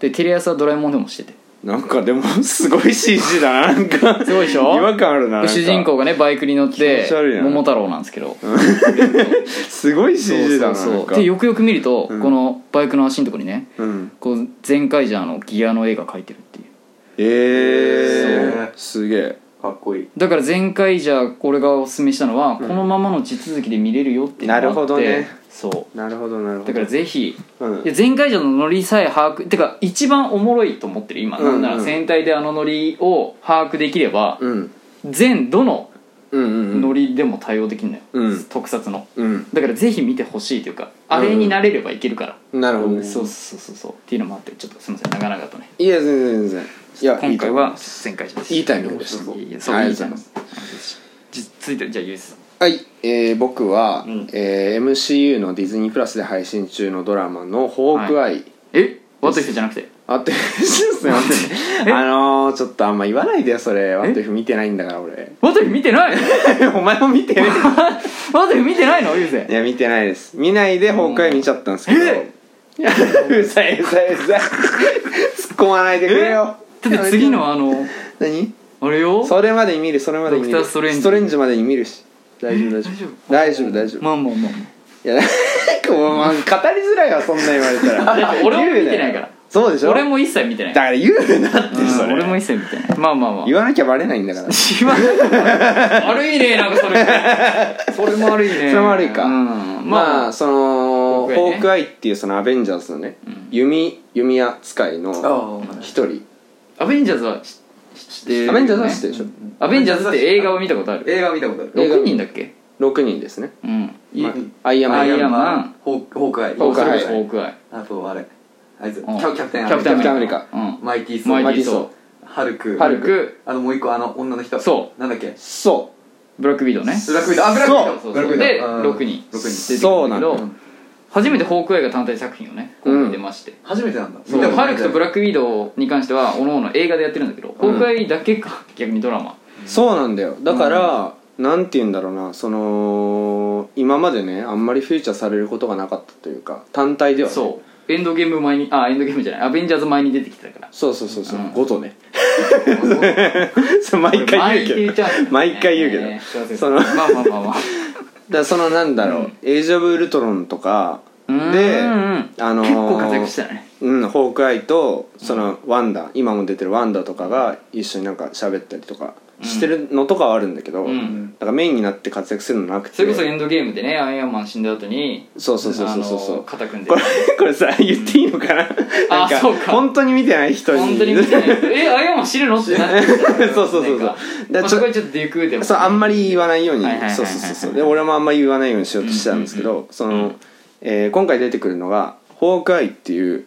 B: でテレ朝はドラえもんでもしてて
A: なんかでもすごい CG だななんか
B: すごいでし ょ
A: 違和感あるななんか
B: 主人公がねバイクに乗っ
A: 気
B: て
A: 持ち悪いな
B: 桃太郎なんですけど
A: すごい CG だな
B: そうそう
A: なん
B: そう
A: か
B: でよくよく見ると、
A: うん
B: このバイクの足のとこにね
A: うん
B: こう全カイジャーのギアの絵が描いてるっていう
A: え
C: そう
A: ーすげえ
C: かっこいい
B: だから全カイジャー俺がおすすめしたのは、このままの地続きで見れるよっていうの
A: な
B: があって
A: るほどね
B: そ
A: なるほどなる
B: う
A: ほ
B: だからぜひ
A: うん
B: いや全カイジャーのノリさえ把握てか一番おもろいと思ってる今、
A: うんうん
B: なんなら全体であのノリを把握できれば、
A: うん
B: 全どの
A: うんうん
B: ノリでも対応できるのよ、
A: うん
B: 特撮の
A: うん
B: だからぜひ見てほしいというかあれになれればいけるから、
A: うんなるほどね
B: そうそうそうそうっていうのもあってちょっとすみません長々とね
A: いや全然全然いやい
B: 今
A: いと
B: 回
A: 思い
B: は
A: ます
B: 前回じゃ
A: いいタイミングでした
B: そういい
A: あり
B: タ
A: がと
B: イ
A: う
B: ミン
A: ご
B: グ
A: ざ
B: じ続いてじゃあゆうす
A: はい、えー僕は、
B: うん
A: えー MCU のディズニープラスで配信中のドラマの「ホークアイ」
B: えワトイフじゃなくて
A: あって すいま せんあのー、ちょっとあんま言わないでよそれワットイフ見てないんだから 俺
B: ワトイフ見てない
A: お前も見てね
B: ワトイフ見てないのゆうせ
A: いや見てないです見ないで崩壊見ちゃったんですけど、いやうざいうざいう ざい突っ込まないでくれよ
B: だって次のあの
A: 何
B: あれよ
A: それまでに見るそれまでに見る
B: ドクターストレンジ
A: までに見るし大丈夫大丈夫大丈夫大丈夫
B: まあまあまあ
A: いやなんかもうまあ語りづらいわそんな言われたら
B: だって俺も見てな
A: 言う
B: いから
A: なよそうでしょ
B: 俺も一切見てない
A: だから言うなってそ
B: うん
A: れ
B: 俺も一切見てないまあまあまあ
A: 言わなきゃバレないん だから
B: 言わない悪いねなんかそ れそれも悪いね
A: それも悪いか
B: うん
A: まあその
B: ホークアイ
A: ホ
B: ね
A: ークアイっていうそのアベンジャーズのね弓弓矢使いの一人
B: アベンジャーズはし知ってるよね
A: アベンジャーズは知ってるでしょ
B: アベンジャーズって映画を見たことある
C: 映画見たことある
A: 映画
B: 6人だっけ
A: 6人ですね
B: うん
C: まあ
A: アイアンマ
B: ア
A: ン
B: イアンマン
C: ホークホークアイ
A: ホークアイ
B: それこそホークアイ
C: あとあれあいつキ
B: うん
C: ャキャプテン
B: キャプテン
A: アメリカ
B: うん
C: マイティーソ
B: マ
C: ー
B: イティー
A: マイティー
B: ソ
A: ソ
C: ハルク
B: ーハル
A: ハル
B: ク
C: あのもう一個あの女の人
B: そう
C: なんだっけ
A: そ
B: ブラックウィドウね
C: ブラックウィドウあブラックウィドウ
B: そう
C: ブ
B: そ
C: ラ
B: う
C: ッ
B: そう
C: クウィ
B: で
C: ドウうん
B: 6人出てくる
C: 六人
B: んだけ
A: そう
B: ど
A: な
B: 初めてホークアイが単体作品をね今回出まして
C: 初めてなんだ
B: そうハルクとブラ
C: ッ
B: ックウィドウに関してはおのおの映画でやってるんだけど、ホークアイだけか逆にドラマ
A: うそうなんだよだから、なんて言うんだろうなその今までねあんまりフィーチャーされることがなかったというか単体ではね
B: そエンドゲーム前にあエンドゲームじゃないアベンジャーズ前に出てきてたから
A: そうそうそうそう、
B: うん
A: ごと ねそう毎回言うけど
B: 毎
A: 毎回言うけど、その
B: まあまあまあまあ
A: だからそのなんだろう、エイジ・オブ・ウルトロンとかで、
B: うんうん
A: あのー
B: 結構活躍してたね
A: うん、ホークアイとそのワンダ今も出てるワンダとかが一緒になんか喋ったりとかしてるのとかはあるんだけど、
B: うん
A: だからメインになって活躍するのなくて
B: それこそエンドゲームでねアイアンマン死んだ後に
A: そうそうそうそうそうそう
B: あの肩組んで
A: これこれさ言っていいのかな,、なんか
B: そうか
A: 本当に見てない人に
B: 本当に見てないえアイアンマン死ぬのってなってる
A: そうそうそうそう
B: なんか
A: だから
B: まあ
A: ちょ
B: そこはちょっとデュクでも
A: そうあんまり言わないように
B: はいはいはいはい
A: そうそうそうそうで俺もあんまり言わないようにしようとしてたんですけど、その、えー今回出てくるのがホークアイっていう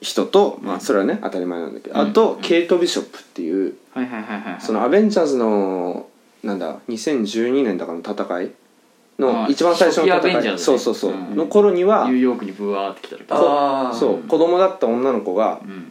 A: 人と、まあ、それはね当たり前なんだけど、あとケイト・ビショップっていう
B: はいはいはいはい
A: そのアベンジャーズのなんだ2012年だからの戦い
B: あ
A: の
B: ー
A: 一番最初の
B: 初期アベ
A: 戦
B: ンジ
A: い、
B: ャーズ
A: そ
B: ね
A: うそうそう、
B: うん
A: の頃には
B: ニューヨークにブワーって来た時
C: ああ
A: そう子供だった女の子が
B: うん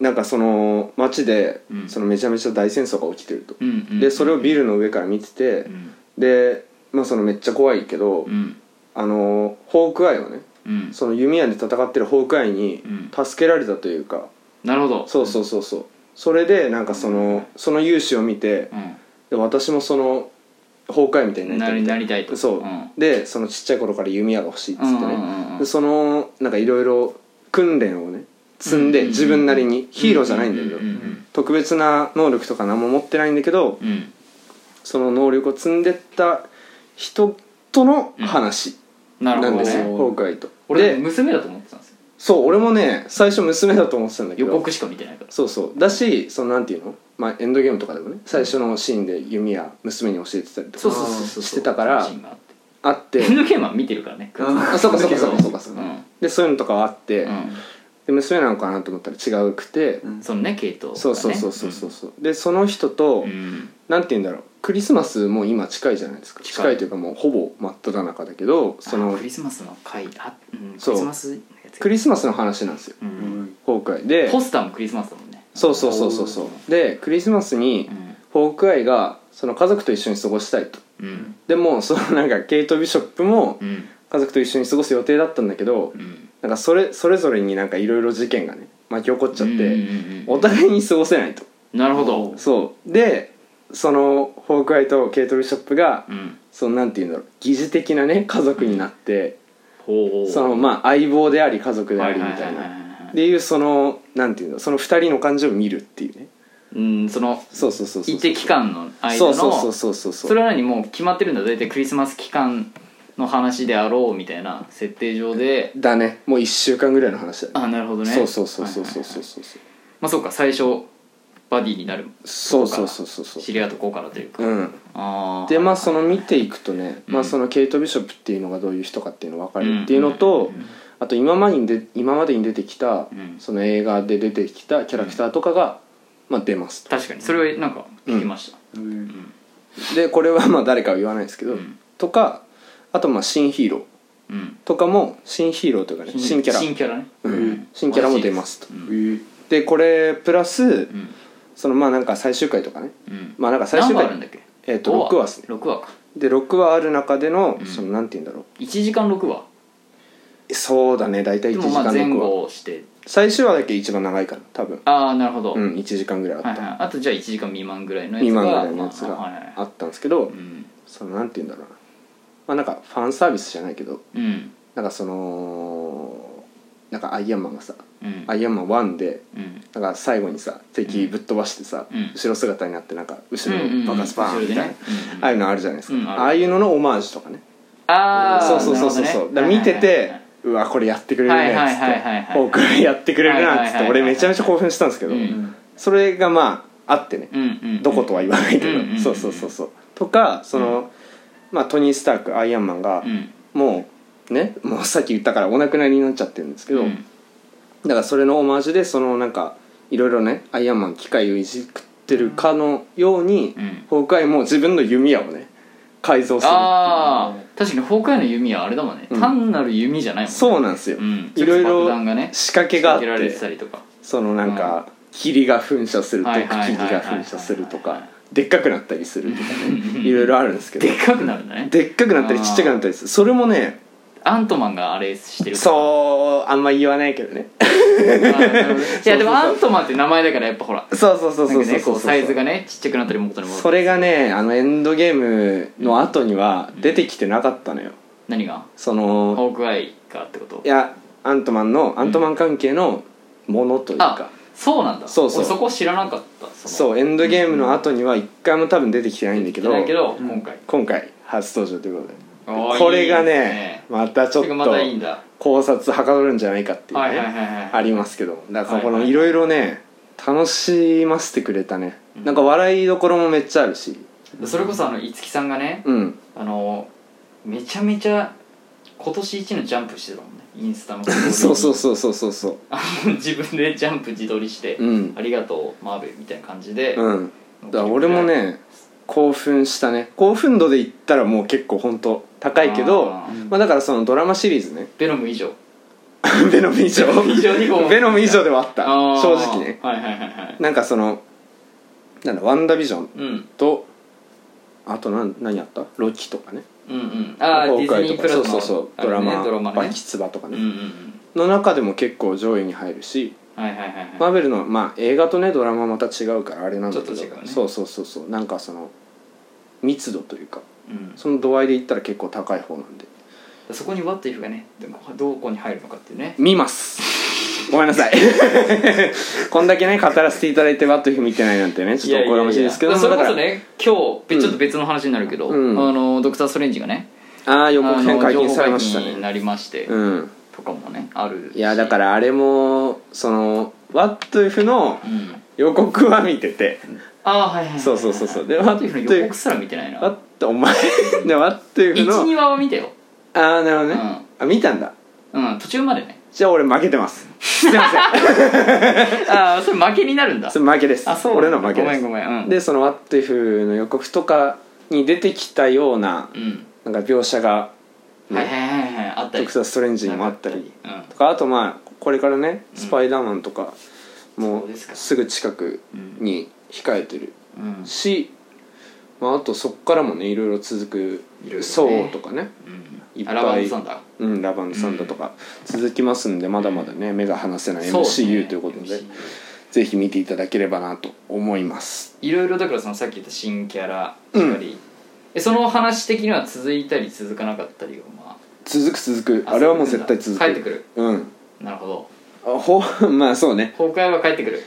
A: なんかその街で
B: うん
A: そのめちゃめちゃ大戦争が起きてると、
B: うんうん
A: でそれをビルの上から見てて、
B: うん
A: で、まあ、そのめっちゃ怖いけど、
B: うん
A: あのホークアイをね
B: うん
A: その弓矢で戦ってるホークアイに
B: うん
A: 助けられたというか、
B: なるほど
A: そうそうそうそうそれでなんかそのその勇姿を見て
B: う
A: で私もそのホークアイみたいに
B: ん
A: な
B: な
A: りたい
B: り
A: みたな
B: ないりたいと
A: そう、
B: ん
A: でそのちっちゃい頃から弓矢が欲しいっつってね、
B: うんうんうん
A: でそのなんかいろいろ訓練をね積ん
B: うん
A: で
B: うんうん
A: 自分なりにヒーローじゃないんだけど
B: うんうん
A: 特別な能力とか何も持ってないんだけど
B: うんうん
A: その能力を積んでった人との話
B: なる
A: な
B: ほ
A: ん
B: ど
A: ですよ、
B: ね
A: ホークアイと
B: 俺
A: で
B: 娘だと思ってたんですよ
A: そう俺もね最初娘だと思ってたんだけ
B: 予
A: ど
B: 告しか見てないから
A: そうそうだしそのなんていうの、まあ、エンドゲームとかでもね最初のシーンで弓矢娘に教えてたりと
B: そう
A: か
B: そうそうそう
A: してたから
B: シーンがあっ
A: あ
B: て
A: って
B: エンドゲームは見てるからね
C: うん
A: あそうかそうかそうかそうかそううんか、でそういうのとかあって、で娘なのかなと思ったら違うくて、
C: うん
B: そのね系統がね
A: そうそうそうそうそうそうでその人と、
B: うん
A: なんて言うんだろうクリスマスも今近いじゃないですか
B: 近い
A: 近いというかもうほぼ真っ只中だけどそ
B: あ
A: の
B: クリスマスの回あうんク
A: そう
B: リスマスのやつ
A: クリスマスの話なんですよ
B: うん
A: ホークアイで
B: ポスターもクリスマスだもんね
A: そうそうそうそうそうでクリスマスにホークアイがその家族と一緒に過ごしたいと
B: うんうん
A: でもそのなんかケイト・ビショップも
B: うん
A: 家族と一緒に過ごす予定だったんだけど
B: うん
A: なんかそれそれぞれになんかいろいろ事件がね巻き起こっちゃっ
B: うんうん
A: て
B: うん
A: お互いに過ごせないと
B: なるほど
A: そうでそのホークアイとケイト・ビショップが
B: うん
A: そのなんていうんだろう疑似的なね家族になって
B: ほう
A: そのまあ相棒であり家族でありみたい
B: はは
A: な
B: ははは
A: っていうそのなんていうんだろうその二人の感情を見るっていうね
B: うんその
A: そうそうそうそう
B: 一定期間の間
A: そ
B: の
A: うそうそうそうそう
B: それは何もう決まってるんだ大体クリスマス期間の話であろうみたいな設定上で
A: だねもう1週間ぐらいの話だね
B: あなるほどね
A: そうそうそうそうそうそう
B: はいはいはい
A: そうそう
B: まあそうか最初バディになる
A: そうそうそうそうそう
B: 知り合うとこからというか、
A: うん
B: あー
A: でまあその見ていくとね、
B: うん
A: まあ、そのケイト・ビショップっていうのがどういう人かっていうの分かるっていうのと、あと今までにで今までに出てきた、
B: うん
A: その映画で出てきたキャラクターとかが、まあ、出ますと
B: 確かにそれはなんか聞きました、
C: うん
A: でこれはまあ誰かは言わないですけど、
B: うん
A: とかあとまあ新ヒーロー
B: うん
A: とかも新ヒーローというかね新キャラ
B: 新キャラね、
A: うん新キャラも出ますと、
B: う
C: え
B: ん
C: ー
A: でこれプラス、
B: うん
A: そのまあなんか最終回とかね
B: うん
A: まあなんか最
B: 何
A: 終
B: 話
A: 回
B: あるんだっけ
A: えっと
B: 五
A: 6話ですね
B: 6話か
A: で6話ある中での
B: うん
A: そのなんて言うんだろ
B: 1時間6話
A: うそうだね大体
B: で
A: 1
B: も
A: 時
B: ま
A: 間
B: あ前
A: 6話
B: 後して
A: 最終話だけ一番長いかな多分
B: ああなるほど、
A: うん1時間ぐらいあ
B: は
A: っ
B: い
A: た
B: はい、あとじゃあ1時間未満ぐらいのやつ
A: 2
B: が
A: 万ぐらいのやつ
B: まあはい
A: があ
B: はい
A: ったんですけど
B: うん
A: そのなんて言うんだろうなまあなんかファンサービスじゃないけど
B: うん
A: なんかそのなんかアイアンマンがさ
B: うん
A: アイアンマン1で
B: うん
A: なんか最後にさ敵ぶっ飛ばしてさ
B: うん
A: 後ろ姿になってなんか後ろ
B: うんうんうん
A: バカスパーンみたいな
B: 後ろでねうん
A: ああいうのあるじゃないです
B: うんあ
A: か
B: る
A: ああいうののオマージュとかね
B: ああ
A: そうそうそうそうそう、だから見てて、うわこれやってくれるねっつ
B: はいはいはいはい
A: っ
B: は
A: て
B: い
A: ホークアイやってくれるなっつ
B: はいはいはい
A: って
B: はい
A: 俺めちゃめちゃ興奮したんですけど、
B: うん
A: それがまああってね、どことは言わないけど、
B: うんうんうん
A: そうそうそうそうとかその、まあ、トニー・スタークアイアンマンが、
B: うん
A: もうねもうさっき言ったからお亡くなりになっちゃってるんですけど、
B: うん
A: だからそれのオマージュでそのなんかいろいろねアイアンマン機械をいじくってるかのように、
B: うん
A: ホークアイも自分の弓矢をね改造する
B: ああ確かに崩壊の弓はあれだもんね、
A: うん
B: 単なる弓じゃないもんね
A: そうなんですよ、
B: うん
A: いろいろ
B: 爆弾がね
A: 仕掛けがあっ
B: 仕掛けられてた
A: て
B: りとか
A: そのなんか霧が噴射する毒
B: はい
A: 霧
B: はいはいはい
A: が噴射すると
B: はいは
A: か
B: いは
A: でっかくなったり するとかねいろいろあるんですけど
B: でっかくなるんだね
A: でっかくなったりちっちゃくなったりするそれもね
B: アントマンがあれしてるから
A: そうあんま言わないけどね
B: いやでもアントマンって名前だからやっぱほら
A: そうそうそう
B: な
A: そうそ
B: んか
A: う
B: ね
A: そ
B: こ
A: う
B: うサイズがねちっちゃくなったり元に戻
A: そ
B: る
A: れがねあのエンドゲームの後には出てきてなかったのよ
B: 何が
A: その
B: ホークアイがってこと
A: いやアントマンのアントマン関係のものという
B: あ
A: か、
B: そうなんだ
A: そうそう
B: 俺そこ知らなかった
A: そううエンドゲームの後には一回も多分出てきてないんだけど
B: だけど
C: うん
B: 今回
A: 今回初登場ということで
B: おー
A: これが
B: いいです
A: ねまたちょ
B: そ
A: っ
B: れがまたいいん
A: と
B: だ
A: 考察はかどるんじゃないかっていう
B: はいはいはい
A: ね
B: は
A: あ
B: い
A: りますけどだからこ
B: はい
A: の
B: はい
A: いろいろね楽しませてくれたね
B: うん
A: なんか笑いどころもめっちゃあるし
B: それこそあの五木さんがね
A: うん
B: あのめちゃめちゃ今年一のジャンプしてたもんねインスタ の
A: そうそうそうそうそうそ
B: あの 自分でジャンプ自撮りして
A: ううん
B: ありがとうマーベルみたいな感じで
A: うんだから俺もね興奮したね興奮度で言ったらもう結構ほんと高いけど
B: あー
A: まあだからそのドラマシリーズね
B: ベノム以上
A: ベノム以上
B: 以上にこう
A: ベノム以上ではあった
B: あー
A: 正直ね
B: はいはいはいはい
A: なんかそのなんだワンダービジョン
B: うん
A: とあとなん何やったロキとかね
B: うんうんああデ
A: ホ
B: ィ
A: カ
B: ズ
A: イ
B: ニ
A: とか
B: ープラスの
A: そうそうそう
B: あれ
A: ドラ
B: ね
A: マ
B: ドラマ
A: バ
B: ね
A: キツバとか
B: うん
A: ね、
B: うんうん
A: の中でも結構上位に入るし、
B: はいはいはい
A: マ
B: は
A: ーベルの、まあ、映画とねドラマはまた違うからあれなんだけど
B: ちょっと違うね
A: そうそうそうそうなんかその密度というか
B: いうん
A: その度合いで言ったら結構高い方なんで
B: そこにワットイフがねでもどこに入るのかっていうね
A: 見ますごめんなさい こんだけね語らせていただいてワットフ見てないなんてねちょっとおこがましいですけども
B: それこ
A: だ
B: そ
A: から
B: ね今日
A: うん
B: べちょっと別の話になるけど、
A: うん
B: あのドクター・ストレンジがね
A: ああ予告編
B: あの
A: 解禁されました
B: 情報解禁に
A: ね
B: なりまして、
A: うん
B: とかもねあるし
A: いやだからあれもそのワットイフの
B: うん
A: 予告は見てて
B: ああはいはいはいはい
A: そうそうそうそうで
B: ワットイフ
A: ワ
B: の
A: ットイフ
B: 予告すら見てないな
A: ワットお前 でワットイフの
B: 12話は見てよ、
A: ああなるほどね、あ見たんだ
B: うん、途中までね
A: じゃあ俺負けてますすいません
B: ああそれ負けになるんだ
A: それ負けです
B: あそう
A: 俺の負けです
B: ごめんごめんうん
A: でそのワットイフの予告とかに出てきたような
B: うん
A: なんか描写が、
B: はいはいはいはいあった
A: ド
B: り
A: クター・ストレンジにもあったり
B: うん
A: とかあとまあこれからね
B: うん
A: スパイダーマンとかも
B: そう
A: う
B: ですか
A: すぐ近くに控えてる
B: うん
A: し、まあ、あとそっからもねいろいろ続
B: いろいろ
A: く
B: ね
A: ソーとかね
B: う
A: いっ
B: ん
A: ぱ
B: ア
A: い
B: ラバンさんだ
A: うん、ラバンドサンダとか続きますんでまだまだね目が離せない
B: そうね
A: MCU ということで
B: MCU
A: ぜひ見ていただければなと思います
B: いろいろだからそのさっき言った新キャラしかり、えその話的には続いたり続かなかったりがま
A: 続く続く
B: あ
A: あれはもう絶対続く
B: 帰ってくる
A: うん
B: あなるほど
A: あほまあそうね
B: 崩壊は帰ってく る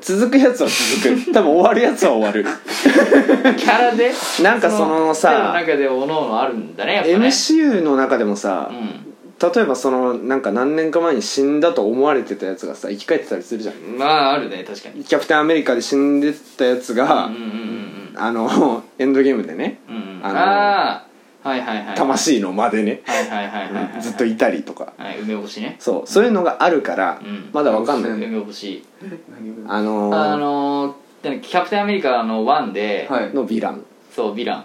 A: 続くやつは続 く多分終わるやつは終わる
B: キャラで
A: なんかそのさ
B: キャラの中でおのおのあるんだねやっぱね
A: MCU の中でもさ、
B: う
A: 例えばそのなんか何年か前に死んだと思われてたやつがさ生き返ってたりするじゃん
B: んまああるね確かに
A: キャプテンアメリカで死んでたやつが、
B: うんうんうん
A: あの エンドゲームでね
B: うんうんうん
A: あの
B: ああはいはいはい
A: 魂の間でね
B: はいはいはいはいはい
A: ずっといたりとか
B: はい梅干しね
A: そうそういうのがあるから、
B: うん
A: まだわかんない、
B: 梅干し
A: あのー
B: あのーキャプテンアメリカの1で、
C: はい
A: のヴィラン
B: そうヴィラン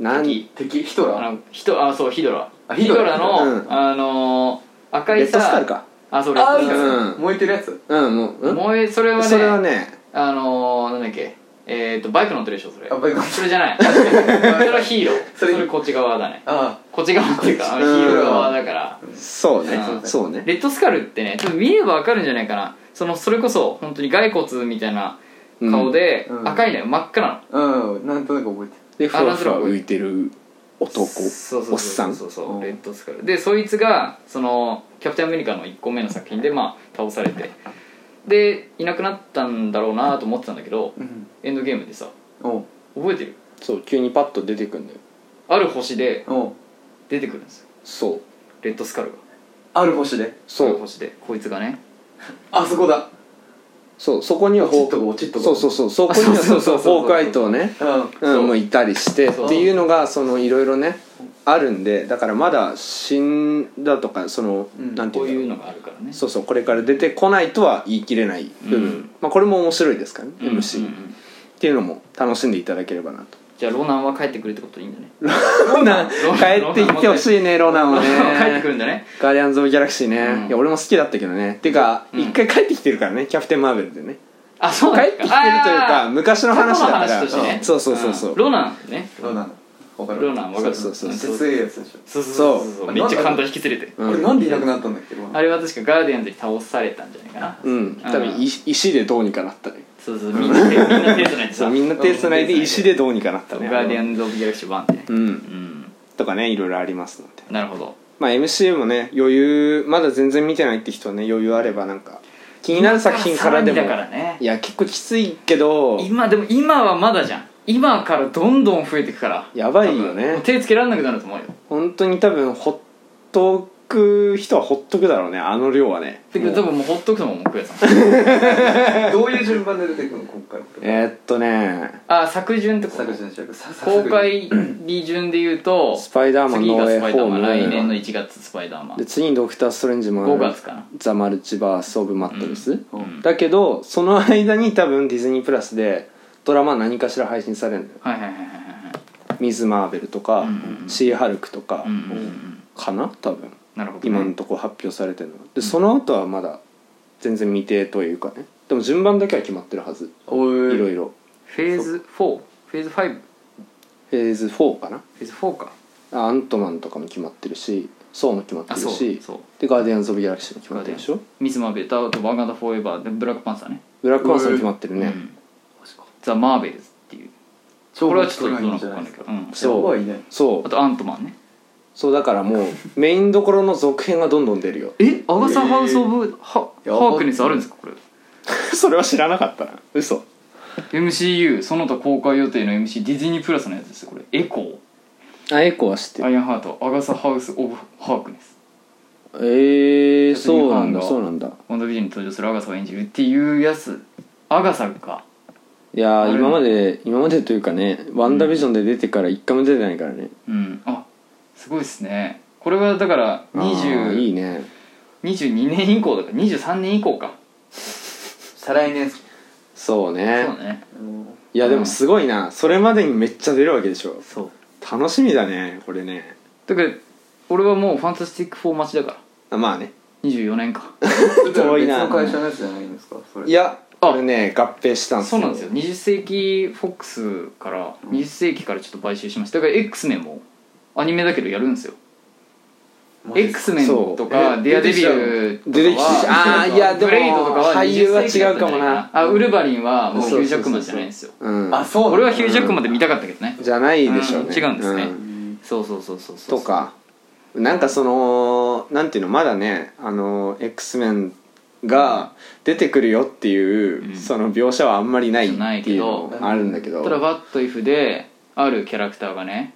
A: 何
B: 敵
C: 敵ヒト
B: あ
C: ラー
B: のヒトあそうヒドラ
C: あヒドラ
B: の、
A: うん
B: あのー赤
A: レ
B: い
A: ッ
B: さ
A: ドスカルか
B: あそうレッ
C: あ
B: ドスカル
A: うん
C: ー燃えてるやつ
A: うんもう、うん、
B: もうそれはね
A: それはね
B: あのー、なんだっけえっ、ー、とバイク乗ってるでしょそれ
C: あバイク乗ってる
B: それじゃないそれはヒーローそ
C: そ
B: れ
C: れ
B: こっち側だね
C: あ
B: こっち側っていうかあのヒ
A: うん
B: ーロー側だから
A: そうね
B: うん
A: そうね
B: レッドスカルってね多分見ればわかるんじゃないかなそのそれこそ本当に骸骨みたいな顔で、
C: うんうん
B: 赤いのよ真っ赤なの
C: あうんなんとなく覚えて
A: でふわふわ
B: あなんとなく
A: 浮いてる男
B: そうそうそう
A: おっさん
B: そうそうそう
C: うん
B: レッドスカルでそいつがそのキャプテンアメリカの1個目の作品でまあ倒されてでいなくなったんだろうなと思ってたんだけど
C: るうん
B: エンドゲームでさ
C: おう
B: 覚えてる
A: そう急にパッと出てくんだよ
B: ある星で
C: おう
B: 出てくるんですよ
A: そう
B: レッドスカルが
C: ある星で
B: あ
A: そ
B: る
A: う
B: 星でこいつがね
C: あそこだ
A: そうそこには
C: 落ちっ
A: ホ
C: とこ
A: ー
C: 落ちっとこ
A: そうそうそうそこには
B: あそうそうそうそう
A: ホークアイとね
C: うん
A: う
B: そうん
A: もういたりしてっ
B: そう
A: ていうのがそのいろいろねあるんでだからまだ死んだとかその、
C: うん
A: なんてい
B: こう
A: うんだろう
B: いうのがあるからね
A: そうそうこれから出てこないとは言い切れない部分、
B: うん
A: まあ、これも面白いですからね、
B: うんうんうん
A: MC っていうのも楽しんでいただければなと
B: じゃあロナンは帰ってくるってことでいいんだね
A: ロナン
B: ロナン
A: 帰ってきてほしいねロナンは
B: 帰ってく
A: ね
B: るんだね
A: ガーディアンズ・オブ・ギャラクシーね、
B: うん
A: いや俺も好きだったけどねっていうか
B: うん
A: 一、回帰ってきてるからねキャプテン・マーベルでね
B: あ そう
A: 帰
B: なん
A: って
B: で
A: きて
B: すか
A: るというか
B: あー
A: 昔の話だから
B: 過去の話としてね
A: うんそうそうそうそう
B: ロナンね
C: そうなのわかる
B: ロナンわかる
A: そうそう
C: めっち
A: そ
C: ゃ強いやつでしょ
D: そうそうそう
A: そう
D: めっちゃ簡単引き連れて
A: うん
C: これなんでいなくなったんだっけロナ
B: あれは確かガーディアンズに倒されたんじゃないかな
A: うん多分い石でどうにかなったね
B: そうそうみんな手みんな手つないで
A: そ
B: さ
A: うみんな手繋いで石でどうにかなった
B: そう
A: ね
B: ガーディアンズ・オブ・ギャラクシー1でね
A: う
B: うんん
A: とかねいろいろありますので
B: なるほど
A: まあ MCU もね余裕まだ全然見てないって人はね余裕あればなんか気になる作品からでも
B: 今更見たからね
A: いや結構きついけど
B: 今でも今はまだじゃん今からどんどん増えていくから
A: やばいよ
B: もう
A: ね
B: 手つけられなくなると思うよ
A: 本当に多分ほっとく人はほっとくだろうねあの量はね
B: だけど多分もうほっとくとももうクエさん
C: ンどういう順番で出てくるの今回これ
A: えーっとね
B: あ作順ってこと
C: 作品の主役さ
B: 公開利順で言うと
A: スパイダーマン
B: 次
A: の
B: が
A: ウ
B: ス
A: ェ
B: パ
A: イ
B: イダ
A: ホ
B: ーマン来
A: ー
B: 年の
A: ム
B: 1月スパイダーマ
A: で
B: ン
A: 次にドクター・ストレンジも
B: 5月かな
A: ザ・マルチバース・オブ・マットネス、
B: うん
A: だけどその間に多分ディズニープラスでドラマ何かしら配信されるんだよ
B: はいはいはいはいはい
A: 「ミズ・マーベル」とか
B: うんうん
A: 「
B: うん
A: シー・ハルク」とか
B: うんうんうん
A: かな多分
B: なるほどね
A: 今のとこ発表されてるのはでその後はまだ全然未定というかねでも順番だけは決まってるはず
B: お
A: いろ
B: ー
A: いろ
B: フェーズ4フェーズ5フ
A: フェーズ4かな
B: ェーズ4か
A: あアントマンとかも決まってるしソーも決まって
B: あ
A: る
B: そう
A: し
B: そう
A: でガーディアンズ・オブ・ギャラクシーも決まってるでしょ
B: ミス・マーベルとあとワンガンダ・フォーエバーでブラックパンサーね
A: ブラックマンさん決まってる
B: う
A: ね、
B: んザ・マーベルズっていうこれはちょっとどうなのか分かんないけど、うん、
A: そう
C: やばいね
A: そう
B: あとアントマンね
A: そうだからもうメインどころの続編がどんどん出る よ
B: えアガサ・ハウス・オブ・ハ
C: やば
B: ハークネスあるんですかこれ
A: それは知らなかったな嘘
B: MCU その他公開予定の MC ディズニープラスのやつですよこれエコ
A: あエコは知って
B: ー
A: る
B: アイアンハートアガサ・ハウス・オブ・ハークネス
A: ええー、そうなんだ
B: ジャスミ
A: そ
B: ンハーンが
A: うなんだ
B: ワンダービジョンに登場するアガサを演じるっていうやつアガサか
A: いや
B: あ
A: ー
B: れ
A: 今まで今までというかね「ワンダービジョン」で出てから一回も出てないからね、
B: うんあすごいっすねこれはだから
A: あーい
B: 20
A: いね
B: 22年以降だから23年以降か
C: 再来年
A: そうね
B: そうね
A: いやでもすごいな、それまでにめっちゃ出るわけでしょ
B: そう
A: 楽しみだねこれね
B: だから俺はもうファンタスティック4待ちだから
A: あまあね
B: 24年か
A: 遠いな
C: 別の会社のやつじゃないんですかそれ
A: いや
B: あ
A: これね合併したんです
B: そうなんですよ20世紀フォックスから20世紀からちょっと買収しましただから X メンもアニメだけどやるんですよ
C: マジっす
B: X
C: か
B: メンとか
C: そう
B: デアデビューとかは
A: 出てきてああいやでも
B: ブレイドとかは
A: 俳優は
B: 20世紀だ
A: 違
B: っ
A: う
B: た
A: か
B: んじ
A: も
B: ゃない
A: な
B: あウルヴァリンはもうヒ
A: そ
B: ュ
A: う
B: ージ
A: そうそうそう
B: ャックマンじゃないんですよ
A: うん
C: あそう
B: 俺はヒュージャックマン
C: で
B: で見たかったけどね
A: じゃないでしょうね、
B: うん違うんですね
C: うん
B: そうそうそうそうそう
A: とかなんかそのなんていうのまだねあの X メンが出てくるよっていう、
B: うん
A: その描写はあんまりない
B: ない
A: って
B: け
A: いう
B: ど
A: のもあるんだけど
B: ただ「バットイフであるキャラクターがね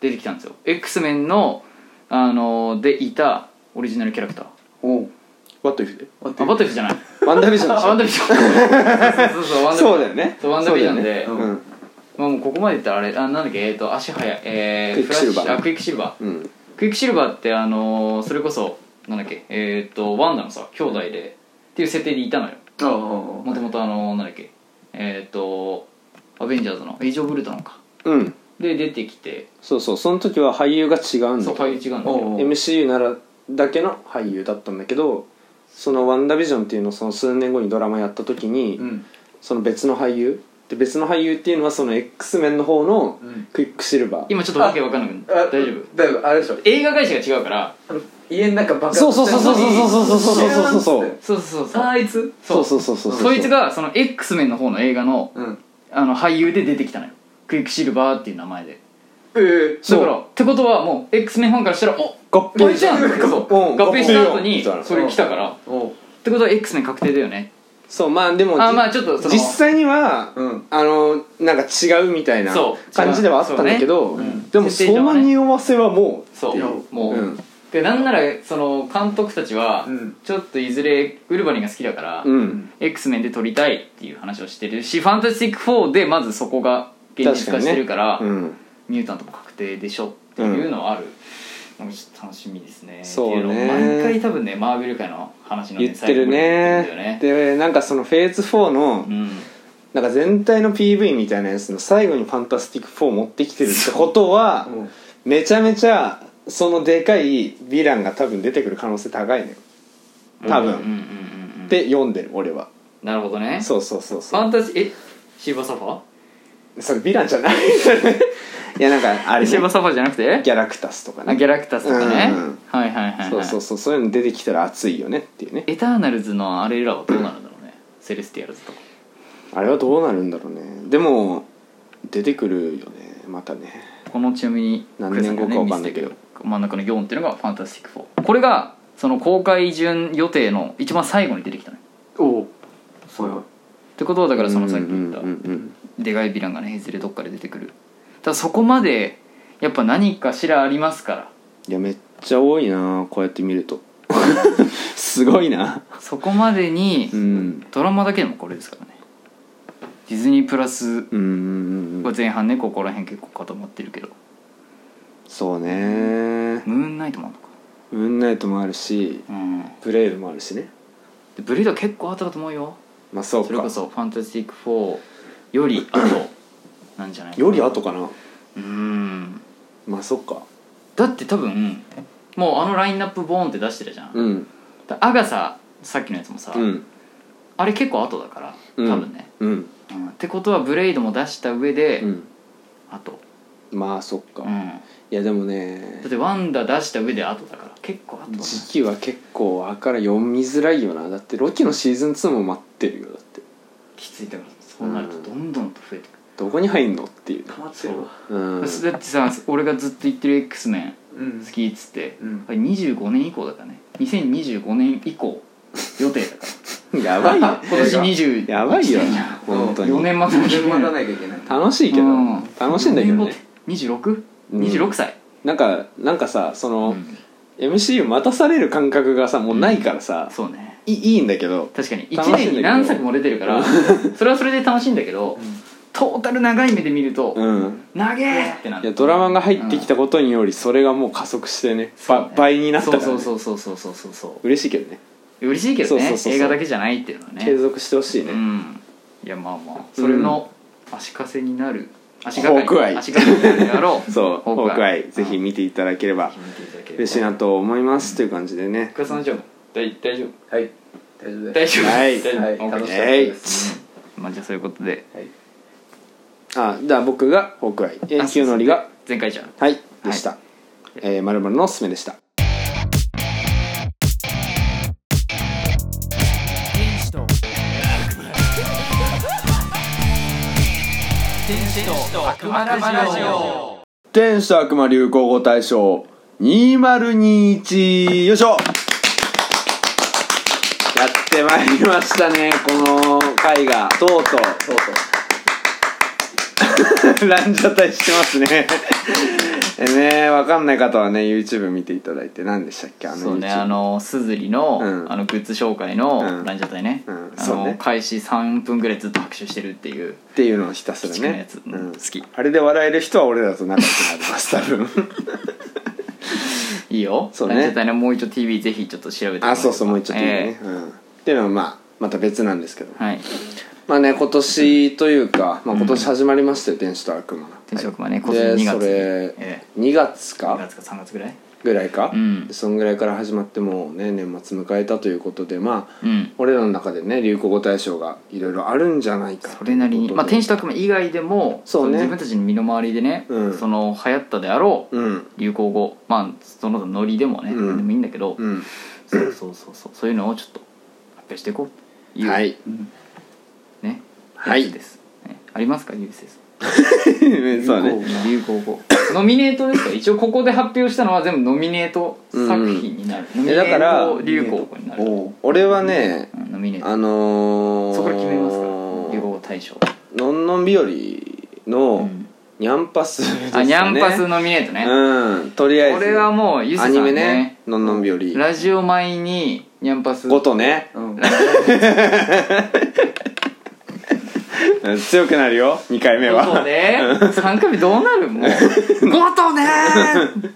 B: 出てきたんですよ X メンのあのでいたオリジナルキャラクター
C: おう
A: ワットイフで
C: 待って
B: あバットイ フじゃない
A: ワンダービジョンでし
B: あ
A: ょ
B: ワンダービジョンそうそうそうワンダービジョン
A: そうだよね
B: そうワンダービジョンで
A: そうだよね
B: まあもうここまでいったらあれあなんだっけえっ、と足早いえ
A: クイックシルバー
B: フラッシュあクイックシルバ
A: うん、うん、
B: ークイックシルバーってあのーそれこそなんだっけえっ、とワンダのさ兄弟でっていう設定でいたのよ
C: あああ
B: もともとあのーなんだっけえっ、とアベンジャーズのエイジ・オブ・ウルトロンか
A: うん、
B: で出てきて
A: そうそうその時は俳優が違うん
B: そ
A: だ
B: う俳優違うんだけ
C: おう
B: ど
C: おう
A: MCU ならだけの俳優だったんだけどその「ワンダービジョン」っていうのをその数年後にドラマやった時に、
C: うん
A: その別の俳優で別の俳優っていうのはその X メンの方の
C: うん
A: クイックシルバー、
B: 今ちょっとわけわかんなく
C: あ
B: な大丈夫
C: だいぶあれでしょ
B: 映画会社が違うから
C: あの家の中爆発
A: そうそうそうそうそうそうそうそうそうそう
B: そうそうそう
C: あいつ
A: そうそうそうそう
B: そうそいつがその X メンの方の映画の
C: うん
B: あの俳優で出てきたのよクイックシルバーっていう名前で
C: ええ
B: だからってことはもう X メンファンからしたら「お
A: 合
B: こ
A: 併
B: れじゃん!」
A: そ
B: そう う
A: うん
B: 合併した後
A: 合併よみ
B: に
A: たいな
B: それ来たからっ
C: おう
B: てことは X メン確定だよね
A: そうまあでも
B: あ
A: じ
B: まあちょっとその
A: 実際には、
C: うん
A: あのなんか違うみたいな
B: そう
A: 感じではあったんだけど、
B: そうねうん
A: でも
B: 設定
A: そ
B: 上
A: の
B: はね
A: 匂わせはもう
B: そ
A: っていう
B: うもう、
A: うん
B: でなんならその監督たちは
C: うん
B: ちょっといずれウルヴァリンが好きだから、
A: うん、
B: X メンで撮りたいっていう話をしてるし「ファンタスティック4」でまずそこが現実化してるから
A: うん、
B: ミュータントも確定でしょっていうのはある、なんかちょっと楽しみですね
A: そうね
B: っていうのを毎回多分ねマーベル界の話の、ね、
A: 言ってる
B: 最後に言
A: ね
B: ってるんだよね
A: でなんかそのフェーズ4の、なんか全体の PV みたいなやつの最後に「ファンタスティック4」持ってきてるってことは
C: おう
A: めちゃめちゃそのでかいヴィランが多分出てくる可能性高いのよ
B: うん
A: 多分、
B: うんうんうんうん
A: で読んでる俺は
B: なるほどね
A: そうそうそう
B: フ
A: そう
B: ァンタジーえシーバーサーファー
A: それヴィランじゃない いやなんかあれ、ね、
B: シェバサファじゃなくて
A: ギャラクタスとか
B: あ
A: ね
B: ギャラクタスとかね
A: うん
B: はいはいはいはい
A: そうそうそうそういうの出てきたら熱いよねっていうね
B: エターナルズのあれらはどうなるんだろうねセレスティアルズとか
A: あれはどうなるんだろうねでも出てくるよねまたね
B: このちなみに
A: 何年後かわかんないけど
B: クレスがね見せてくれる真ん中の4っていうのが「ファンタスティック4」これがその公開順予定の一番最後に出てきたね
C: おお
A: そうよ
B: ってことはだ
A: だ
B: からそのさっき言った
A: うん
B: でかいヴィランがねヘズレどっかで出てくるただそこまでやっぱ何かしらありますか
A: いやめっちゃ多いなこうやって見ると すごいな
B: らそこまでに
A: うん
B: ドラマだけでもこれですからねディズニープラス
A: うんうんう
B: は
A: ん
B: 前半ねここら辺結構固まってるけど
A: そうね
B: ムーンナイトもあるのか
A: ムーンナイトもあるし
B: うん
A: ブレイブもあるしね
B: でブレードは結構後だと思うよ
A: まあそうか
B: それこそ「ファンタスティック4」より後なんじゃない
A: より後かな
B: うん
A: まあそっか
B: だって多分もうあのラインナップボーンって出してるじゃん、
A: うん
B: だアガサさっきのやつもさ、
A: うん
B: あれ結構後だから多
A: うん
B: 分ね、
A: うん
B: うんってことはブレイドも出した上で、
A: うん
B: あと、
A: まあそっか
B: うん、だ
A: いやでもね
B: ってワンダ出した上で後だから結構後だ
A: 時期は結構わからん読みづらいよなだってロキのシーズン2も待ってるよだって
B: きついだからそうなるとどんどんと増えてくる、
A: どこに入んのっていう
C: 溜まってるわ
A: うん
B: だってさ俺がずっと言ってる X メン
C: うん
B: 好きっつって、
C: うん
B: あれ25年以降だからね2025年以降予定だか
A: や ばい
B: ら今年20
A: やばいよ本当
B: 4
A: に
B: 年待たなきゃいけ
C: 順
B: な
C: 番
B: い
C: がないといけない
A: 楽しいけど
B: うん
A: 楽しいんだけどね
B: 26?26
A: うん
B: 歳、
A: なんかなんかさその、
B: うん
A: MCU 待たされる感覚がさもうないからさ、
B: そうね
A: いいいんだけど
B: 確かに
A: 楽しい
B: 1
A: んだけど
B: 年に何作も出てるからそれはそれで楽しいんだけど、トータル長い目で見ると、
A: うん
B: 長えってなる
A: いやドラマが入ってきたことによりそれがもう加速してね,、
B: そう
A: ば
B: ね
A: 倍になったから、ね、
B: そうそうそうそうそうそうそ
A: 嬉しいけどね
B: う嬉しいけどね
A: そうそうそうそう
B: 映画だけじゃないっていうのはね
A: 継続してほしいうね、
B: んいやまあまあそれの足かせになる足が
A: ホーク
B: か
A: ア
B: り
A: イ
B: 足がかりになるで あろう
A: そう
B: ホ
A: ホ
B: ー
A: ー
B: ク
A: ク
B: ア
A: ア
B: イ
A: イぜひ見ていただければ
B: うん見ていただければ
A: 嬉しいなと思いますという感じでね
B: 深津さんじゃあ大大丈夫
C: はい大丈夫で
B: 大丈夫
A: はい
B: 大丈夫
C: はい
B: OK
C: 楽しかった
A: えい
C: です
B: まあじゃあそういうことで
C: はい
A: あじゃあ僕がホークアイ
B: あ
A: 永久のりが
B: 前回じゃん
A: はいでした、えー、まるのおすすめでした
D: Akuma
A: 天使と悪魔流行語大賞2021よいしょやってまいりましたねこの回がとうと
C: そうそう
A: う ランジャタイしてますねえねわかんない方はね YouTube 見ていただいて何でしたっけあの YouTube
B: そうねあのすずりの,、
A: うん
B: あのグッズ紹介の
A: うん
B: ランジャタイね,、
A: うん
B: あ
A: そう
B: の
A: ね
B: 開始3分ぐらいずっと拍手してるっていう
A: っていうのをひたすら
B: 鬼畜の
A: ね
B: やつうん好き
A: あれで笑える人は俺らと仲良くなり ます多分
B: いいよ
A: そうね
B: ランジャタイのもう一度 TV ぜひちょっと調べてもら
A: あ
B: えれば
A: そうそうもう一応 TV ね、
B: え
A: うんっていうのはまあまた別なんですけど
B: えはい
A: まあね今年というか、まあ、今年始まりましたよ「天使と悪魔」
B: 天使と悪魔ね
A: はい
B: 今年
A: で
B: 2月
A: それ、
B: ええ
A: 2月か
B: 2月か3月ぐらい
A: ぐらいか、
B: うん
A: そんぐらいから始まってもうね年末迎えたということでまあ、
B: うん
A: 俺らの中でね流行語大賞がいろいろあるんじゃないか
B: それなりにまあ天使と悪魔以外でも
A: そうね
B: の自分たちの身の回りでね、
A: うん
B: その流行ったであろう、
A: うん
B: 流行語まあその他のノリでもね、
A: うん
B: でもいいんだけど、
A: うん
B: そうそうそうそうそういうのをちょっと発表していこうっていう
A: はい
B: ね
A: はい
B: やつです、ねありますかユースです
A: そうね
B: 流行語ノミネートですか一応ここで発表したのは全部ノミネート作品になる、ノミネ
A: えだから
B: ート流行語になる
C: おう
A: 俺はね、
B: うんノミネート
A: あのー、
B: そこで決めますから流行語大賞
A: のんのんびよりの
B: ん
A: ニャンパスですね
B: あニャンパスノミネートね、
A: うんとりあえず
B: これはもうユース
A: ア
B: さん
A: ニメ
B: ね
A: ね「のんのんびより」
B: ラジオ前にニャンパス
A: ごとね
C: うん
A: うん強くなるよ2回目は
B: ごとね3回目どうなるもうごとね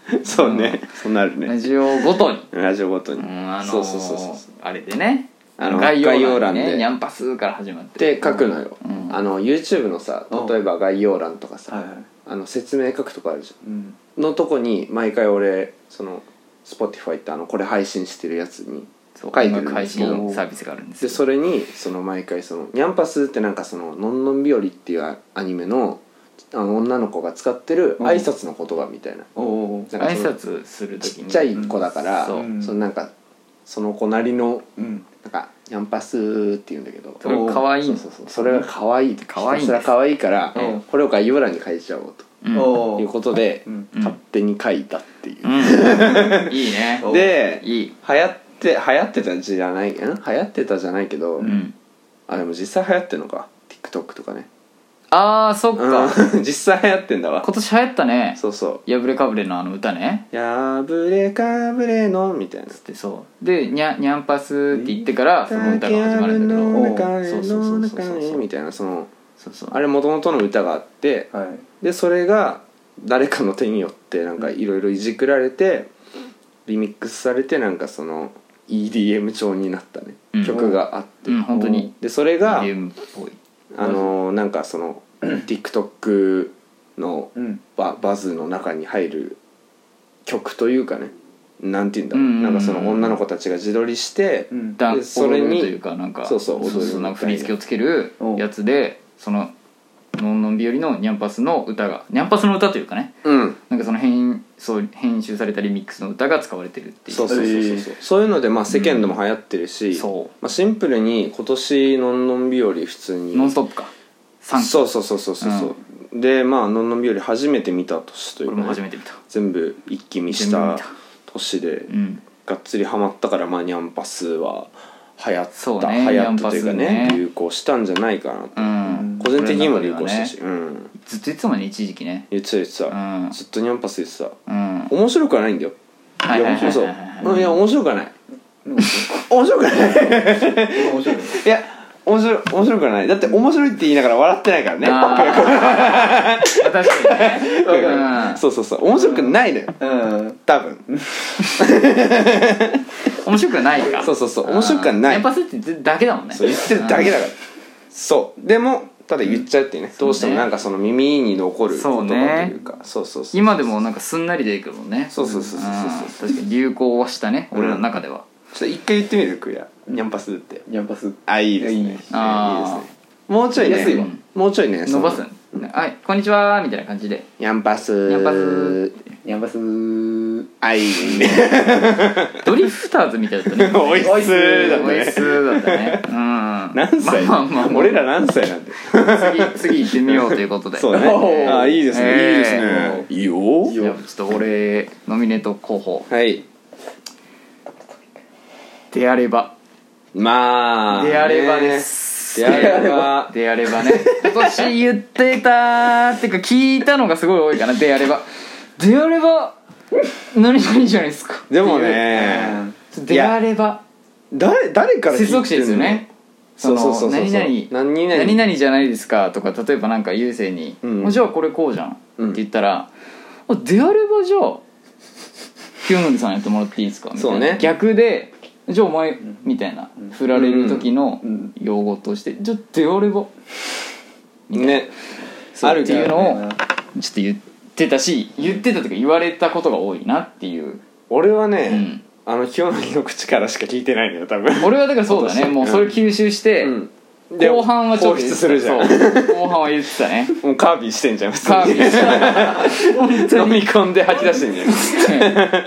A: そうね、そうなる
B: ラ
A: ね
B: ジオごとに
A: ラジオごとに、
B: うんあのー
A: そうそうそうそう
B: あれでね
A: あの
B: 概要欄に
A: 概要欄
B: ね
A: で
B: 「にゃんぱす」から始まって
A: で書くのよ、
B: うん
A: あの YouTube のさ
C: うん
A: 例えば概要欄とかさ、
C: はいはい
A: あの説明書くとかあるじ
C: うん
A: ゃんのとこに毎回俺その Spotify ってあのこれ配信してるやつに
B: そう
A: 書い
B: 音
A: てる
B: 楽
A: んで
B: 配
A: すけど
B: 信サービスがあるんです
A: で
B: よ
A: それにその毎回その「ニャンパス」ってなんかその「のんのんびより」っていうアニメのあの女の子が使ってる挨拶の言葉みたいな,、
E: お
A: なんか
B: 挨
A: その
B: 拶する時
A: ち
B: に
A: っちゃい子だから、
B: そう
E: うん
A: そのなんかその子なりの
E: うん
A: なんか「ヤンパス」って言うんだけど
B: それ可愛い
A: そうそうそうそれが可愛いと
B: 可愛い
A: ひ
B: んです
A: たすら可愛いから、
E: うん
A: これを概要欄に書いちゃおう
B: うん
A: と
E: お
A: いうことで、
E: うん
B: うん
A: 勝手に書いたっていう
B: う、んいいね
E: お
A: で
B: いい
A: 流行って流行ってたじゃないん流行ってたじゃないけど、
B: うん
A: あでも実際流行ってるのか TikTok とかね
B: あーそっか
A: うん 実際流行ってんだわ
B: 今年流行ったね
A: そうそう
B: 「やぶれかぶれ」のあの歌ね
A: 「やぶれかぶれの」みたいな
B: つってそうで「にゃにゃんぱす」って言ってからその歌が始まるんだけど
A: そ
B: そうう
A: そ
B: そうう
A: そ
B: そうう
A: そ
B: そうう
A: そ
B: そうう
A: みたいなその
B: そうそう
A: あれ元々の歌があって
E: はい
A: でそれが誰かの手によってなんかいろいろいじくられてリミックスされてなんかその EDM 調になったね、
B: うん
A: 曲があって、
B: うん本当に
A: でそれが
B: ゲームっぽい
A: あのーなんかその TikTok の
E: うん
A: ババズの中に入る曲というかねなんて言うんだろう,、
B: うんうんうん
A: なんかその女の子たちが自撮りして、
E: うん
B: だ
A: でそれに
B: 踊るというかなんか
A: そうそう
B: そ
A: 踊るみた
B: う
A: いな
B: なんか振り付けをつけるやつでその「のんのんびより」のニャンパスの歌がニャンパスの歌というかね
A: うん
B: なんかその編そう編集されたリミックスの歌が使われてるっていう
A: そうそうそうそう、
E: え
A: そう
E: ー
A: そういうのでまあ世間でも流行ってるし、
B: そ
A: まあ、シンプルに今年「のんのん日和」普通
B: う
A: に
B: ノンストップか3期
A: そうそうそうそうそうそう、でまあ「のんのん日和」初めて見た年という
B: 俺
A: か、
B: も初めて見た
A: 全部一気見し
B: 全部
A: た
B: 見た
A: 年で
B: うん
A: がっつりハマったからまあニャンパスは流行っ
B: そう
A: た、
B: ね
A: 流行ったというか
B: ニャン
A: ね
B: パスね
A: 流行したんじゃないかなと、
B: うん
A: 個人的にも流行したし、
B: 俺
A: うん
B: ずっと言ってたもんね一時期ね
A: 言ってた言ってた、
B: うん
A: ずっとニャンパス言ってた
B: うん
A: 面白くはないんだよ
B: はいい
A: や
B: はい
A: 面
B: は
A: 白
B: い
A: そう
B: はいはい
A: うんいや面白くはない面白くはない
E: 面白い
A: いや面白い面白くはないだって面白いって言いながら笑ってない からね
B: あー 確かにねうん
A: そうそうそう面白くないのよ
E: うん
A: 多分
B: 面白くはないか
A: そうそうそう面白くはない
B: うんニャンパスって言ってるだけだもんね
A: そう言ってるだけだからそうでもただ言っちゃうっていうねどうしてもなんかその耳に残る言
B: そ
A: 葉
B: う
A: と
B: ね
A: いうかそうそうそう
B: 今でもなんかすんなりでいくもんね
A: そうそうそうそうそうそ
B: ん確かに流行はしたね
A: うん
B: 俺らの中では
A: ちょっと一回言ってみるクリアニャンパスって
E: ニャンパス
A: あいいですね
E: いい
A: いいですね
B: あー
A: もうちょいね
E: 安いわ
A: もうちょいね
B: 伸ばす
A: その
B: はいこんにちはみたいな感じで
A: ニャンパス
B: ニャンパス
E: ニャンパスー
A: あいいね
B: ドリフターズみたいだったね
A: おいっすーだ
B: おいっ
A: ね
B: すーだったねうん
A: 何歳
B: まあまあまあ
A: 俺ら何歳なんだよ
B: 次次行ってみようということ で
A: そうね
E: おー
A: あーいいですね
B: えー
A: いいですねいいよ
B: じゃあちょっと俺ノミネート候補
A: はい
B: であれば
A: まあね
B: であればです
A: であれば
B: であればね 今年言ってたってか聞いたのがすごい多いかなであればであれば何々じゃないですか
A: でも
E: う
A: ね
E: ん
B: であれば
A: 誰誰から
B: 接続詞
A: てん
B: ですよねその
A: そうそうそうそう
B: 何々
A: 何々
B: 何々じゃないですかとか例えばなんか優勢に、
A: うん
B: おじゃあこれこうじゃん」
A: うん
B: って言ったら「あであればじゃあヒョンウンさんやってもらっていいですか」みたい
A: そう
B: な、
A: ね
B: 逆で「じゃあお前」みたいな振られる時の
E: うん
B: 用語として「じゃあであれば」
A: ね
B: そう
A: ある
B: っていう
A: から
B: のをちょっと言ってたし言ってたというか言われたことが多いなっていう、
A: 俺はね、
B: うん
A: あの清盛の口からしか聞いてないのよ多分
B: 俺はだからそうだねもうそれ吸収して、
A: うんで
B: 後半はちょっと
A: 放出するじゃん
B: そう後半は言ってたね
A: もうカービィしてんじゃん普通
B: カービィ
A: に飲み込んで吐き出してん じゃん
B: し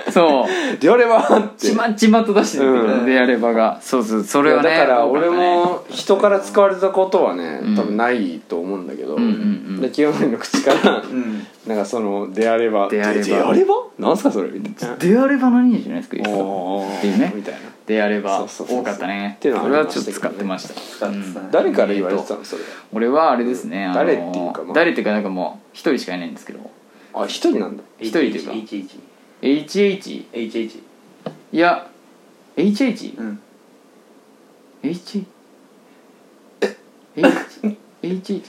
B: てそう
A: で俺はって
B: ちまちまと出してるってこと
A: うん
B: でやればがそうそうそれはね
A: いやだから
B: 多
A: 俺
B: ったね
A: も人から使われたことはね、
B: うん
A: 多分ないと思うんだけど、
B: うんうん
A: で清盛の口から、
E: うん
A: なんかその「であれば」
B: であれば
A: であればなんすかそれ」みたいな
B: であれば何じゃないですか言ってた
A: おー
B: っていうね
A: みたいな
B: であれば
A: そうそうそうそう
B: 多かったね
A: っていうのはあ
B: 俺
A: り
B: は
A: ま
B: ち
A: し
B: ょ
A: たけ
B: っと
A: どね
B: 使ってました
E: 使ってたね
A: 誰から言われてたのそれ
B: 俺はあれですねあの
A: 誰っていうかまあ
B: 誰っていうかなんかもう一人しかいないんですけど
A: あ一人なんだ
B: 一人というか
E: HH
B: HH
E: HH
B: いや HH?
E: うん
B: H H H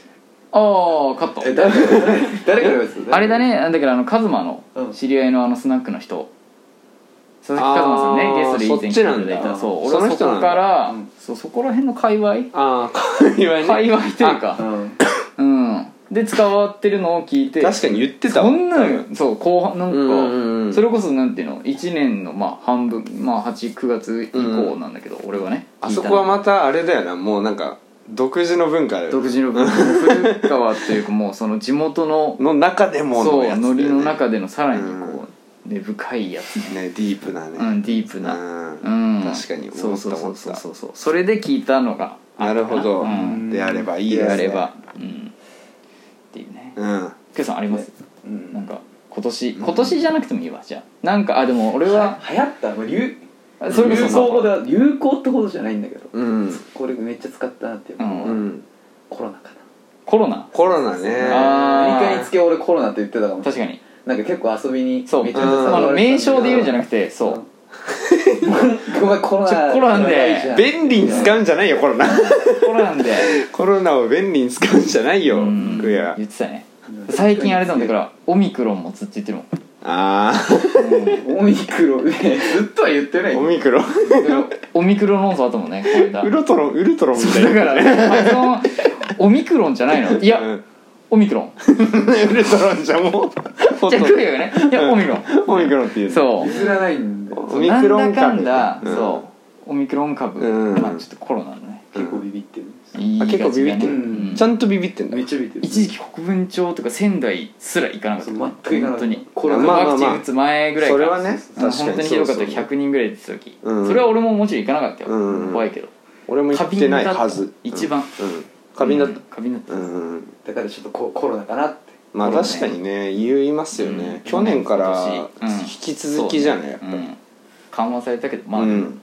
B: ああカット
E: え誰誰誰が言われてた
B: あれだねだからあのカズマの知り合いのあのスナックの人佐々木カズマさん
A: あー
B: ねゲストで以前来ていただい
A: そっちなんだ
B: たそう
A: その
B: 俺は
A: 人
B: そ
A: なん
B: こ
A: だ
B: から
E: うん
B: そうそこら辺の界隈
A: ああ 会話ね
B: 界隈という
E: う
B: か
E: ん
B: うんで使わってるのを聞いて
A: 確かに言ってたわ
B: そんなのそう後半なん
A: うんうんうん
B: かそれこそなんていうの1年のまあ半分まあ89月以降なんだけど俺はね
A: あそこは
B: ま
A: またあれだよなもうなんか独自の文化で
B: 独自の文化古川っていうかもうその地元の
A: の中でも
B: そ
A: の
B: う
A: やつだよ
B: ノ
A: ね
B: リの中でのさらにこう根深いやつね
A: ねディープなね、
B: うんディープなう
A: うん
B: ん
A: 確かに
B: そ
A: 思
B: う
A: った
B: そうそ
A: 思
B: う
A: っ
B: そうそう
A: た
B: そうそれで聞いたのが
A: なるほど、
B: うん
A: であればいいです
B: で
A: ね
B: あればうんっていうね
A: うん
B: ケイさんあります
E: うん
B: なんか今年今年じゃなくてもいいわじゃあなんかあでも俺は
E: 流行ったまあ流
B: あそれこ
E: 流
B: そ
E: 行語だ流行ってほどじゃないんだけど
A: うん、
E: これめっちゃ使ったなっていう
B: うん
A: うん、
E: コロナかな
B: コロナ
A: コロナね
B: あー
E: 一回につけ俺コロナって言ってたかも
B: 確かに
E: なんか結構遊びに
B: そう
E: めちゃめちゃ
A: うん
B: あ
E: 誘
B: の
E: われてたんだけど
B: 名称で言うんじ ゃなくてそう
E: ごめんコロ
B: ちょ
E: ナ
B: コロナで
E: やばいじゃん
A: 便利に使うんじゃないよコロナ
B: コロナで
A: コロナを便利に使うんじゃないよ
B: うん
A: クや
B: 言ってたね最近あれなんだからオミクロンもずっと言ってるもん
A: あ
E: オミクロンねずっとは言ってない
A: ーオミクロン
B: オミクロン論争あったもんねこれだ
A: ウルトロンウルトロンみたい
B: だ
A: な
B: から発音オミクロンじゃないのいや、
A: うん
B: オミクロン
A: ウルトロンじゃもうほ
B: じゃ
A: と
B: あ
A: ん
B: 来る よねいやオミクロン
A: どオミクロンっていうう
B: そう
E: 譲らないんで
A: オミクロン
B: な
A: 株
B: んだかんだ、
A: うん
B: そうオミクロン株、
A: うん
B: まあちょっとコロナのね
E: 結構ビビってるんです
B: 言いがちだね
A: 結構ビビってる
B: うん
A: ちゃんとビビってんだ
E: めっちゃビビってる
B: 一時期国分町とか仙台すら行かなかった
E: そう全く行かなかった
B: 本当に
E: コ
A: ロナ
B: ワクチン打つ前ぐらいか
A: それはね
B: あの
A: 確かに
B: 本当にひどかった
A: そうそう
B: 100人ぐらい出てた時、
A: うん
B: それは俺ももちろん行かなかったよ、
A: うん
B: 怖いけど
A: 俺も行ってないはず
B: 花瓶だった一番
A: うんうん花瓶だっ
B: うん花瓶だった
A: たうんうん
E: だからちょっとココロナかなって
A: まあ
B: コロナ
A: 確かにね言いますよね、
B: うん
A: 去年から
B: 今年うん
A: 引き続きじゃない、やっぱ
B: う
A: り
B: ん、緩和されたけどまあ、
A: うん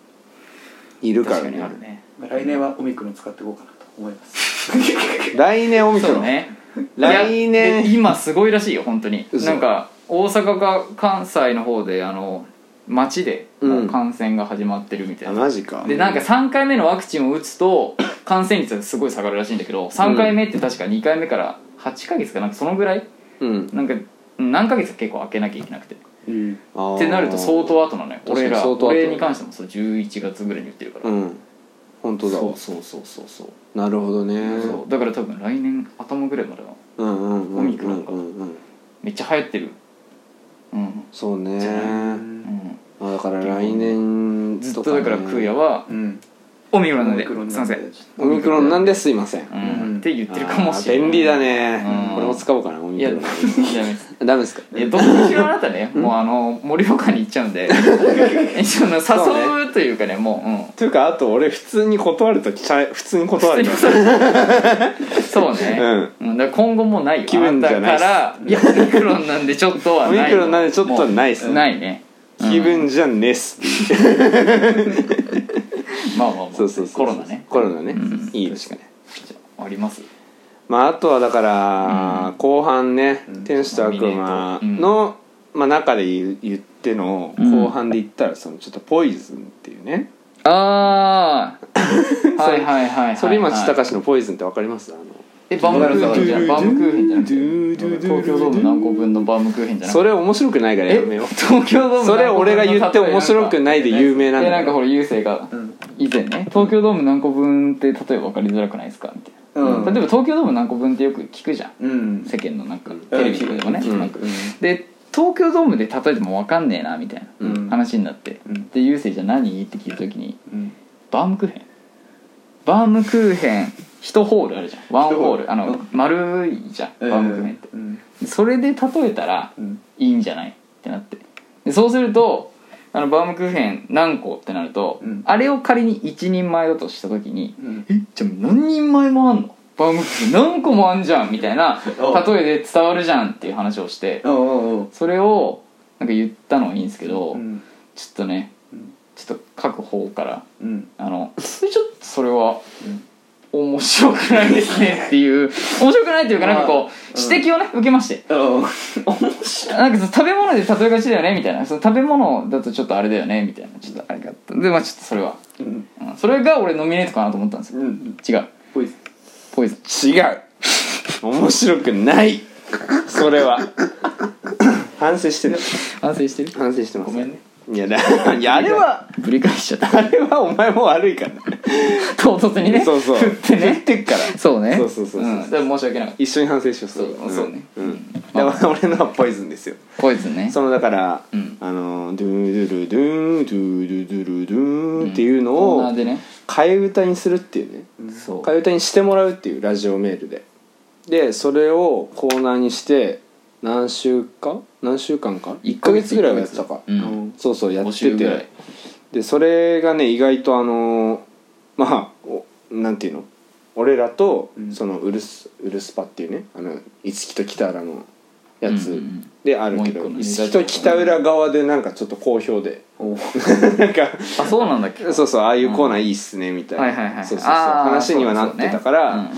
A: いるから
B: 確か
A: ね
B: にあるね
E: まあ来年はオミクロン使っていこうかなと思います
A: 来年オミク
B: そ
A: ロン、
B: うね
A: 来年
B: いやで今すごいらしいよ本当に
A: 嘘
B: なんか大阪か関西の方であの街でもう感染が始まってるみた
A: あ
B: いな、
A: マジか
B: でなんか3回目のワクチンを打つと感染率がすごい下がるらしいんだけど3回目って確か2回目から8ヶ月かなんかそのぐらい
A: うん
B: なんかうん何ヶ月か結構開けなきゃいけなくてっ
E: うん
A: あー
B: てなると相当後なのよ
A: かに
B: 俺ら
A: 相当後
B: 俺に関してもそう11月ぐらいに打ってるから、
A: うん本当だ
B: そうそうそうそうそう
A: なるほどね
B: そうだから多分来年頭ぐらいまでは
A: うんうんうんうん
B: オミクロンが
A: うんうん
B: めっちゃ流行ってるうん
A: そうね
B: じゃ
A: まあだから来年
B: ずっと
A: かね
B: だからクーヤは
E: うん
B: オミクロンなんで
E: オミクロンなんです
B: いません、
A: オミクロンなんですいませんあ
B: うん、って言ってるかもしれ
A: ー
B: な
A: 便
B: い
A: 利だね
B: うん
A: これも使おうかなオ
B: い
A: ミ
B: や
A: ク
B: ダ
A: ロ
B: メで
A: ン
B: す
A: ダメですか
B: いやどっちがあなたねもうあの盛岡に行っちゃう んでその
A: そう
B: 誘うというかねもう、うん
A: というかあと俺普通に断るときちゃ普通に断
B: 普通
A: る
B: に
A: か
B: そうね、うん、だから今後もないよ
A: 気分じゃないっす
B: あなたからいやオミクロンなんでちょっとは
A: ら
B: ない
A: オミクロンなんでちょっとはないっす
B: もうないねうん
A: 気分じゃねっす
B: まあまあまあ
A: そうそうそう
B: コロナね
A: コロナね
B: うん
A: いいですかね
B: じゃああります
A: まああとはだから後半ね
E: うん
A: 天使と悪魔のまあ中で言う言っての
B: うん
A: 後半で言ったらそのちょっとポイズンっていうね
B: あ あはいはいはいはい
A: 反町隆史のポイズンってわかりますあの
B: えバームクーヘンじゃんバームクーヘンじゃなくて東京ドーム何個分のバームクーヘンじゃなく
A: そ
B: て
A: れ面白くないからやめよう
B: 東京ドーム何個分の
A: それ俺が言って面白く
B: い
A: ないで有名なん
B: え
A: だ
B: なんかほら優勢が
E: うん
B: 以前ね東京ドーム何個分って例えば分かりづらくないですかみたいな、
E: うん
B: 例えば東京ドーム何個分ってよく聞くじゃん
E: うん
B: 世間のなんかテレビとかでもね、
A: うん
B: なんかで東京ドームで例えても分かんねえなみたいな
A: うん
B: 話になって、
E: うん
B: で優勢じゃ何って聞いた時に
E: うん
B: バームクーヘンバームクーヘン1ホールあるじゃんワンホールあ
E: う
B: の
E: ん
B: 丸いじゃんバームクーヘンって
E: うん
B: それで例えたら
E: うん
B: いいんじゃないってなってでそうするとあのバームクーヘン何個ってなると、
E: うん
B: あれを仮に1人前だとした時に
E: うん
B: 「えじゃあ何人前もあんのバームクーヘン何個もあんじゃん」みたい な
E: お
B: 例えで伝わるじゃんっていう話をして
E: おうおうおう
B: それをなんか言ったのはいいんですけど、
E: うん
B: ちょっとね
E: うん
B: ちょっと各方から
E: うん
B: あのちょっとそれは面白くないですねっていう面白くないというかなんかこ
E: う
B: う
E: ん
B: 指摘をね受けまして
E: おう
B: なんかその食べ物で例えがちだよねみたいなその食べ物だとちょっとあれだよねみたいなちょっとあれがあったでまあちょっとそれは、
E: うん
B: うんそれが俺ノミネートかなと思ったんですよ
E: うん
B: 違う
E: ポイズン
B: ポイズン
A: 違う面白くないそれは反省してる
B: 反省してる
A: 反省してます
B: ごめんね
A: いやだいやあれは
B: ぶり返しちゃった
A: あれはお前も悪いから
B: 唐突にね
A: そうそう
B: 振ってね
A: 振ってっから
B: そうね
A: そうそうそうそうん
B: だから申し訳なかっ
A: 一緒に反省しよう
B: そうそうね
A: うん、だから俺のはポイズンですよ
B: たポイズンね
A: そのだから、
B: うん
A: あのドゥードゥルドゥーンドゥードゥルドゥーンっていうの
B: コー
A: を
B: ナーでね
A: 替え歌にするっていうね、
B: そう
A: 替え歌にしてもらうっていうラジオメールででそれをコーナーにして何週間何週間か1ヶ月ぐらいはやってたか、
B: うん
A: そうそうやっ
B: 5
A: て
B: 週ぐら
A: て
B: い
A: でそれがね意外とあのーまあおなんていうの俺らと、
E: うん
A: そのウルスウルスパっていうねあの五木と北浦のやつ、
B: うんうんうん
A: であるけど
B: もう一個の
A: 五
B: ね
A: 木と北浦側でなんかちょっと好評で なんか
B: あそうなんだっけ
A: そうそうああいうコーナーいいっすねみたいな、
B: はいはいはい
A: そうそうそう
B: あー
A: 話にはなってたから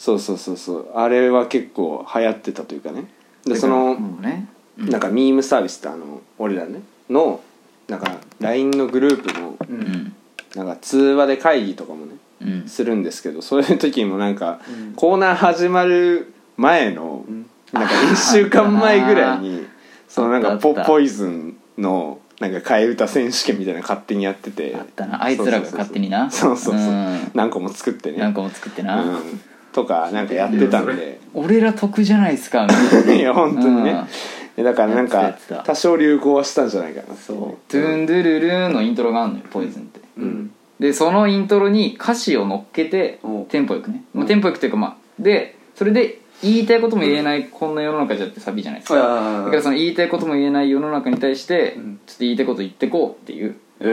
B: そうですよね
A: そうそうそうそうあれは結構流行ってたというかね
B: うんうん
A: でその
B: もうねう
A: なんかミームサービスってあの俺らねのなんか LINE のグループの
E: う
B: うんん
A: なんか通話で会議とかもね
B: うん
A: するんですけどそういう時もなんか
E: うん
A: コーナー始まる前の
E: うん
A: なんか1週間前ぐらいにそのなん
B: あ
A: か
B: ったあ
A: ポ
B: った
A: ポイズンのなんか替え歌選手権みたいなの勝手にやってて
B: あったなあいつらが勝手にな
A: そうそうそう
B: うん
A: 何個も作ってね
B: 何個も作ってな、
A: うん、とかなんかやってたんで。
B: 俺ら得じゃないですかみたいない
A: や 本当に
B: う
A: ね
B: ん
A: えだからなん
B: や
A: か
B: ってたやってた
A: 多少流行はしたんじゃないかな
B: そう「トゥーンドゥルルーン」のイントロがあるのよポイズンって、
A: うん
B: でそのイントロに歌詞を乗っけて
E: お
B: テンポよくね、まあ、テンポよくっていうかまあでそれで言いたいことも言えない、こんな世の中じゃってサビじゃないですか、だからその言いたいことも言えない世の中に対して、
E: うん
B: ちょっと言いたいこと言ってこうっていう
E: え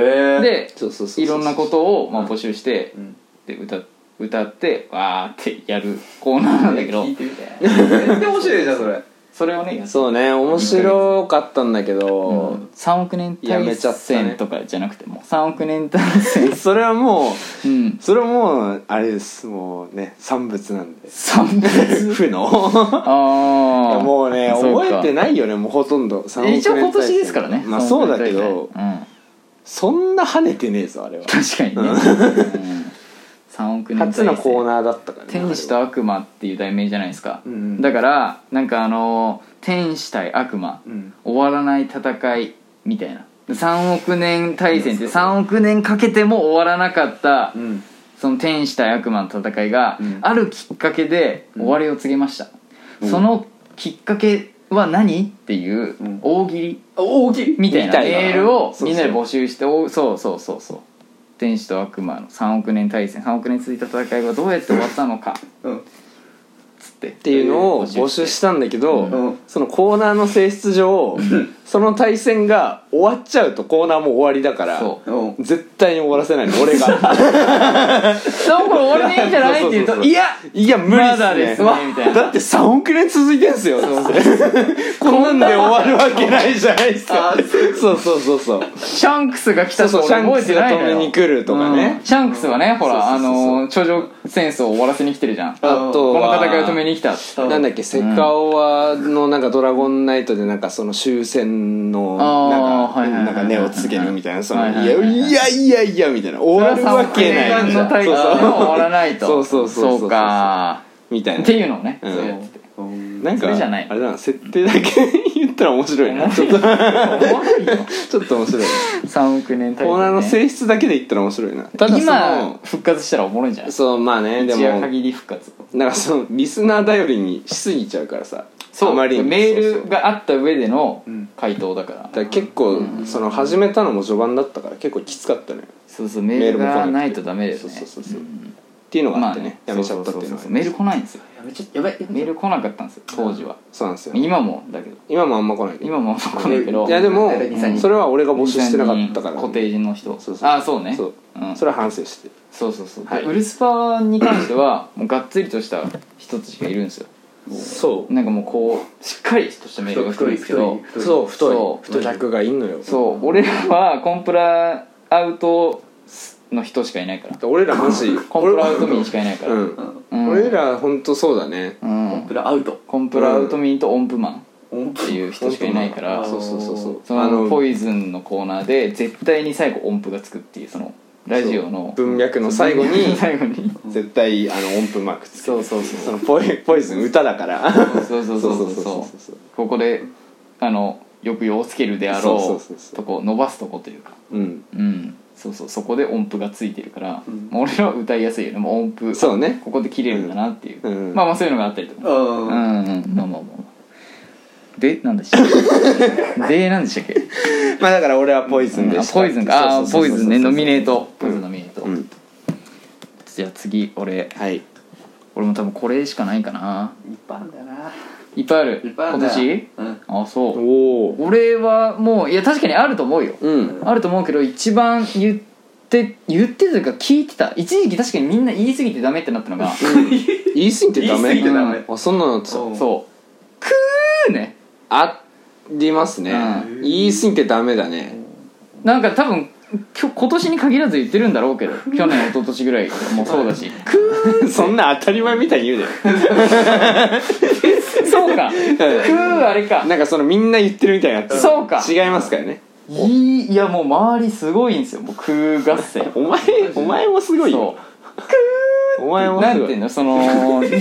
E: ー
B: で
A: そうそうそう
B: いろんなことをまあ募集して、
E: うん
B: で歌歌ってわーってやるコーナーなんだけど
E: 聞いてみたい
C: 全然面白いじゃんそれ
B: それをねやって
A: そうね面白かったんだけど、
B: 3億年
A: やめ
B: 対
A: ちゃったね
B: 戦とかじゃなくてもう3億年対 戦
A: それはもう
B: うん
A: それはもうあれですもうね産物なん で
B: 3 別
A: 負のい
B: あ
A: や
B: あ
A: もうね覚えて
B: な
A: ないよねもうほとんど3億年
B: 一応今年ですからね
A: まあそうだけど
B: うん
A: そんな跳ねてねえぞあれは
B: 確かにね、うん、3億年
A: 初のコー
B: ー
A: ナーだったからね
B: 天使と悪魔っていう題名じゃないですか、
E: うんうん
B: だからなんかあのー天使対悪魔、
E: うん
B: 終わらない戦いみたいな3億年対戦って3億年かけても終わらなかった、
E: うん
B: その天使対悪魔の戦いが、
E: うん
B: あるきっかけで終わりを告げました、そのきっかけは何っていう
E: うん
B: 大喜利
E: 大きい
B: みたい
A: みた
B: ない
A: な
B: メールを
A: そうそう
B: みんなで募集しておそうそうそうそう天使と悪魔の3億年対戦3億年続いた戦いはどうやって終わったのか
E: うん
B: つって
A: っていうのを募集したんだけど、
E: うん
A: そのコーナーの性質上その対戦が終わっちゃうとコーナーも終わりだから
B: そう
E: うん
A: 絶対に終わらせないの俺 が
B: そうこれ終わりでいいんじゃないって言う
A: そうそうそうそ
B: と
A: う
B: いや
A: いや無理っ
B: まだ
A: す
B: で
A: ね
B: すねみたいな
A: だって3億年続いてんすよこんなんで終わるわけないじゃないですかそうそうそうそう
B: シャンクスが来
A: そ
B: た
A: う
B: と
A: そう
B: 俺
A: シャン
B: 覚
A: ク
B: え
A: ス
B: て
A: が
B: ない
A: 止
B: の
A: め
B: よ
A: に来るとか
B: う
A: ね
B: んシャンクスはねほらあ
A: そうそうそうそう
B: の頂上戦争を終わらせに来てるじゃんこ
A: あと
B: の
A: は
B: 戦いを止めに来たって
A: なんだっけセカオワのなんか「ドラゴンナイト」でなんかその終戦の
B: あー
A: な
B: はい
A: ん
B: はいはい
A: か
B: は
A: ないんか根を告げるみたいなその
B: はい
A: い
B: はい
A: や
B: はいはい
A: いやいやいやみたいな終わるわけないみ
B: それは
A: たい
B: 三億年間の大会
A: な
B: は終わらないと
A: そうそうそうそうそう
B: そうか
A: みたい
B: っ
A: な
B: ていうのをね、
A: うん
B: そうやってて
E: うん
A: なんか
B: それじゃない
A: あれだな設定だけ 言ったら面白いなちょっと
B: 面白いよ
A: ちょっと面 白い
B: 3億年
A: コーナーの性質だけで言ったら面白いなただそ
B: 今
A: の
B: 復活したらおもろいんじゃない
A: そうまあねで
B: 一夜
A: も
B: 限り復活
A: なんかそのリスナー頼りにしすぎちゃうからさ
B: そう
A: あまりにも
B: メ
A: そうそう
B: ールがあった上での
E: うん
B: 回答だから、
A: だから結構、その始めたのも序盤だったから結構きつかったね
B: そうそうメール
A: メールも来な
B: が
A: くて
B: ないとダメだよね
A: そうそうそうそう、
B: ん
A: っていうのが
B: ま
A: あ
B: あ
A: ってね,、
B: ね
A: やめちゃったっていうの
B: そ
A: は
B: そそメール来ないんですよ
E: やめちゃやばい
B: メール来なかったんですよ当時は、
A: そうなんですよ
B: 今もだけど
A: 今もあんま来ないけど
B: 今も来ないけど
A: いやでも
E: 大体2 3人
A: それは俺が募集してなかったから、
B: 固定人の人
A: そうそう
B: ああそうね
A: そう、
B: うん、
A: それは反省して
B: そうそうそう、で
A: はい
B: ウルスパに関してはもうがっつりとした人たちがいるんですよ
A: そ
B: なんかもうこうしっかりとしたメールが来るんですけど
A: うそう太い
B: そう
A: 太い客がいんのよ
B: そう俺らはコンプラアウトの人しかいないから
A: 俺らマジ
B: コンプラアウト民しかいないから、
A: う、
E: うんん
B: うん
A: 俺ら本当そうだね
B: うん
E: コンプラアウト
B: コンプラアウト民と音符マンっ
E: 音符
B: ていう人しかいないから
E: あー
A: そうそうそうそう
B: そのポイズンのコーナーで絶対に最後音符がつくっていうそのラジオの
A: 文脈の最後に
B: 最後に
A: 絶対あの音符マークつけ
B: そうそうそう
A: そのポイポイズン歌だから
B: そうそうそうそ
A: そ
B: う
A: うそうそ
B: そ
A: うそう
B: うここであの抑揚をつけるであろう
A: そうそうそうそう
B: とこ伸ばすとこというか
A: うん
B: うんそうそうそこで音符がついてるから、
E: うん
B: もう俺らは歌いやすいよねもう音符
A: そうね
B: ここで切れるんだなっていう、
A: うんうん
B: まあまあそういうのがあったりとかうんう
E: あ
B: んまあまあまあまあでなんでした っけでなんでしたっけ
A: まあだから俺はポイズンで
B: あ
A: した
B: ポイズンかあー
A: そうそう
B: ポイ
A: そう
B: ズ
A: そう
B: ンねノミネートポイズンノミネート、
A: うん
B: じゃあ次俺
A: はい
B: 俺も多分これしかないかない
E: っぱいあるんだよない
B: っぱいある
E: いっぱいあるんだよ
B: 今
E: うん
B: 年あそう
A: おお
B: 俺はもういや確かにあると思うよ
A: うん
B: あると思うけど一番言って言ってというか聞いてた一時期確かにみんな言い過ぎてダメってなったのが
A: 言い過ぎてダメ
E: 言い過ぎて
B: ダメ
A: うんあそんなのってた
E: うん
B: そう「くー」ね
A: ありますね
B: うん
A: 言い過ぎてダメだね
B: なんか多分きょ今年に限らず言ってるんだろう けど去年一昨年ぐらいもそうだし「く
A: そんな当たり前みたいに言う
B: ー」そうか「く
A: だよ
B: ー」あれか
A: なんかそのみんな言ってるみたいになってる
B: そうか
A: 違いますからね
B: いいいやもう周りすごいんですよもう「くー」合戦
A: お前お前もすごいよお前も
B: な
A: す
B: ん
A: ご
B: てい
A: いう
B: の その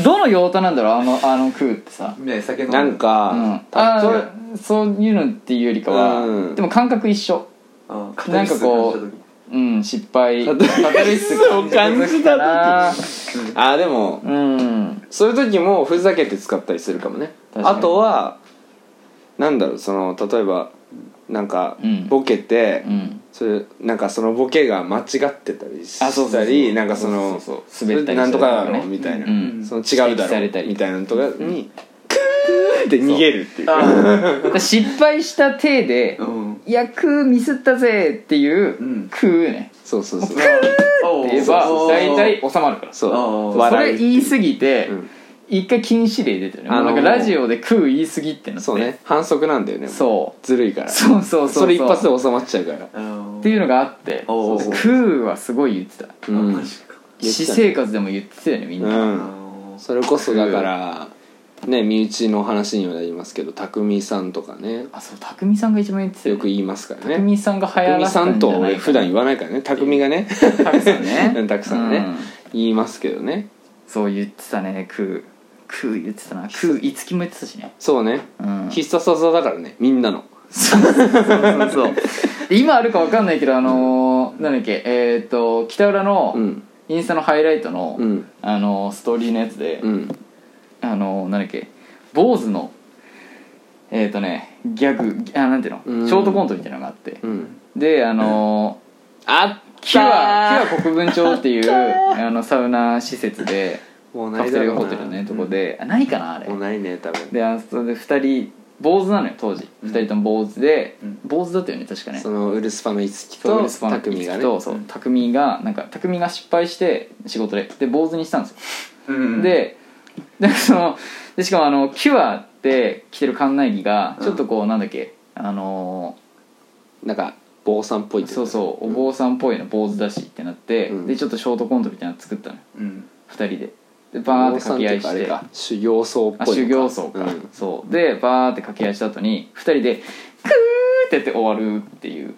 B: どの用途なんだろうあのあの「くー」ってさ
C: みんなで酒飲んで
A: なん
B: う
A: か
B: ん、
A: たとえ
B: あーそういうのっていうよりかは、
A: うん
B: でも感覚一緒
E: うん
B: なんかこう、うん、失敗
A: カタルシスを感じた
B: な
A: あでも
B: うん
A: そういう時もふざけて使ったりするかもね
B: 確か
A: あ
B: に
A: とはなんだろうその例えばなんか
B: うん
A: ボケて、
B: うん
A: それなんかそのボケが間違ってたりし
B: あそうそうそう
A: たりなんかその
B: そうそうそう滑ったり
A: それなんとかだ
B: した
A: ろ
B: りと
A: う
B: かね
A: みたいな、
B: うん
A: その違うだ
B: 指摘された
A: ろう
B: り
A: みたいなのとかにクーって逃げるっていう
B: 失敗した体で
E: うん
B: 「いやくーミスったぜ」っていう
E: うん
B: 「くーね
A: そうそうそう」
E: お
B: って言えば
E: そう
B: 大体収まるから
A: そう
E: あー
B: そ
A: 笑う
B: れ言い過ぎて
A: うん
B: 一回禁止令出てるね
A: あ
B: も
A: の
B: うな
A: ー
B: んかラジオで「くー言い過ぎ」ってなって
A: そうね反則なんだよねもう
B: そう
A: ずるいから
B: そうそうそうう
A: それ一発で収まっちゃうから
E: うん
B: っていうのがあって「く
E: おー
B: ー」はすごい言ってた
A: うん
E: マジか
A: 言って
B: 私
A: たね
B: 生活でも言ってたよねみんな
A: うん
E: あ
A: それこそだからね身内の話にはなりますけど匠さんとかね
B: あそう匠さんが一番言ってたよ
A: よ
B: ね
A: く言いますからね
B: 匠さんが流行
A: 匠
B: らせた
A: さん
B: んじ
A: と
B: ゃな
A: 俺
B: い
A: 普段言わないからね匠がね
B: たくさん ね
A: たくさんね
B: うん
A: 言いますけどね
B: そう言ってたねクークー言ってたなクーいつきも言ってたしね
A: そうね
B: うん
A: 必殺技だからねみんなの
B: そうそうそうそうで今あるかわかんないけどあのー、なんだっけえっ、と北浦
A: う
B: の
A: ん
B: インスタのハイライトの、
A: うん
B: あのーストーリーのやつで、
A: うん
B: あのー、なんだっけ坊主のえっ、とねギャグあなんていうの、
A: うん
B: ショートコントみたいなのがあって
A: うん
B: であのー
A: あっ
B: キュア
A: た
B: キュア国分町って いうあのサウナ施設で
A: もう
B: カ
A: な
B: プ
A: い
B: セ
A: だろ
B: ル
A: う
B: ホ
A: な
B: テルのねとこで、あないかなあれ
A: もうないね多分
B: であそれで2人坊主なのよ当時、二2人とも坊主で、
E: うん
B: 坊主だったよね確かね
A: そのウルスパの五木
B: そう
A: と
B: ウルスパの
A: 匠がね
B: とそう匠がなんか匠が失敗して仕事でで坊主にしたんですよ、
E: うん
B: ででそのでしかもあのキュアって着てる館内着がちょっとこう、なんだっけあのー
A: なんか坊さんっぽいとい
B: そうそうお坊さんっぽいの坊主だしってなって、
A: うん
B: でちょっとショートコントみたいなの作ったのよ
E: うん
B: 2人でで
A: う
B: バーって
A: 坊さ
B: 掛
A: んってい
B: け合いう
A: か
B: し
A: あ
B: て
A: れか修行僧っぽい
B: あ
A: のか
B: 修行僧か、
A: うん
B: そうでバーって掛け合いした後に2人で「クー」ってやって終わるっていう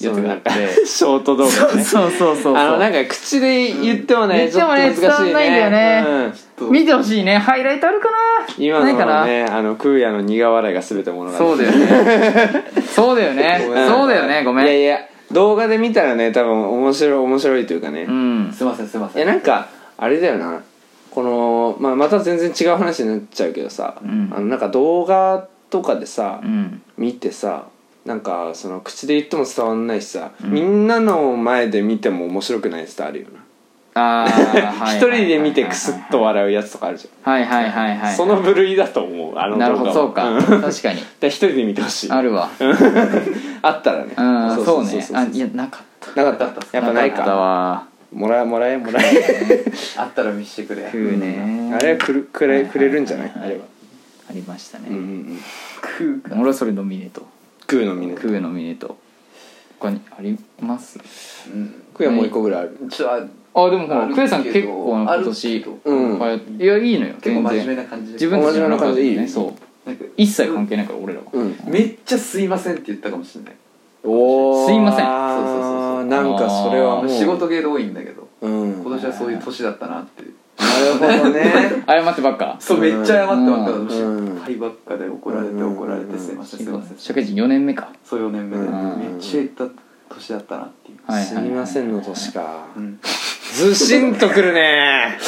B: やつがあって
A: ショート動画ね
B: そうそうそうそう
A: あのなんか口で言ってもね、
B: うん
A: ちょっと難しいね
B: 言ってもね伝わんないんだよね
E: と
B: 見てほしいねハイライトあるかな
A: うん今の
B: ないかな、
A: もねあの空也の苦笑いが全て物語
B: そうだよね そうだよねそうだよねごめん
A: いやいや動画で見たらね多分面白い面白いというかね、
B: うん
E: すいませんすいませ
A: え
E: ん
A: なんかあれだよなこの、まあ、また全然違う話になっちゃうけどさ、
B: ん
A: あのなんか動画とかでさ、
B: うん
A: 見てさなんかその口で言っても伝わんないしさ、みんなの前で見ても面白くないやつってあるよな
B: ああ
A: 一人で見てクスッと笑うやつとかあるじゃん、
B: はいはいはいはい
A: その部類だと思うあの動画
B: なるほど
A: は
B: そうか
A: ん
B: 確かに
A: で一人で見てほしい
B: あるわ
A: あったらね
B: うんそうねあいやなかった
A: なかったやっぱない
B: かった
A: か
B: わ
A: もらえもらえもらえ
E: あったら見してくれ
B: 食うね
A: あれはくるくれくれるんじゃない
B: はいは
A: あ
B: いは
A: れ
B: い
A: は
B: ありました
A: うんうん
B: ね
A: うん
E: 食うか
B: 俺はそれノミネート
A: クーのみね
B: 食うノミネート他にあります
E: うん
A: クーはもう一個ぐらいある
E: ちょあ
B: あでもほ
E: あ
B: ら
E: る
B: クエさん
E: けど
B: 結構
E: あ
B: 今
E: る
B: 年
E: けど
A: うん
B: はいいやいいのよ
E: 結構
B: 全
E: 真面目
B: 然
E: な感じで
B: 自分たち
A: 真面
B: の中で
A: 目な感じで
B: ね
A: いい
B: そう
E: なんか
B: 一切関係ないから俺らは
A: うん
E: めっちゃ「すいません」って言ったかもしれない
A: おー
B: すいませ
E: そ
B: ん
E: うそうそうそう
A: なんかそれはもう
E: 仕事芸で多いんだけど
A: うん
E: 今
A: なる
E: 年はそういう年だったなっていう
A: ほどね
B: 謝ってばっ か
E: そうめっちゃ謝ってばっかだし
A: うん
E: 失敗ばっかで怒られて怒られてすいませんすいません
B: 社会人4年目か
E: そう4年目で
A: うん
E: めっちゃ言った年だったなっていう
B: はい
A: すいませんの年か
E: うん
A: ずしんとくるね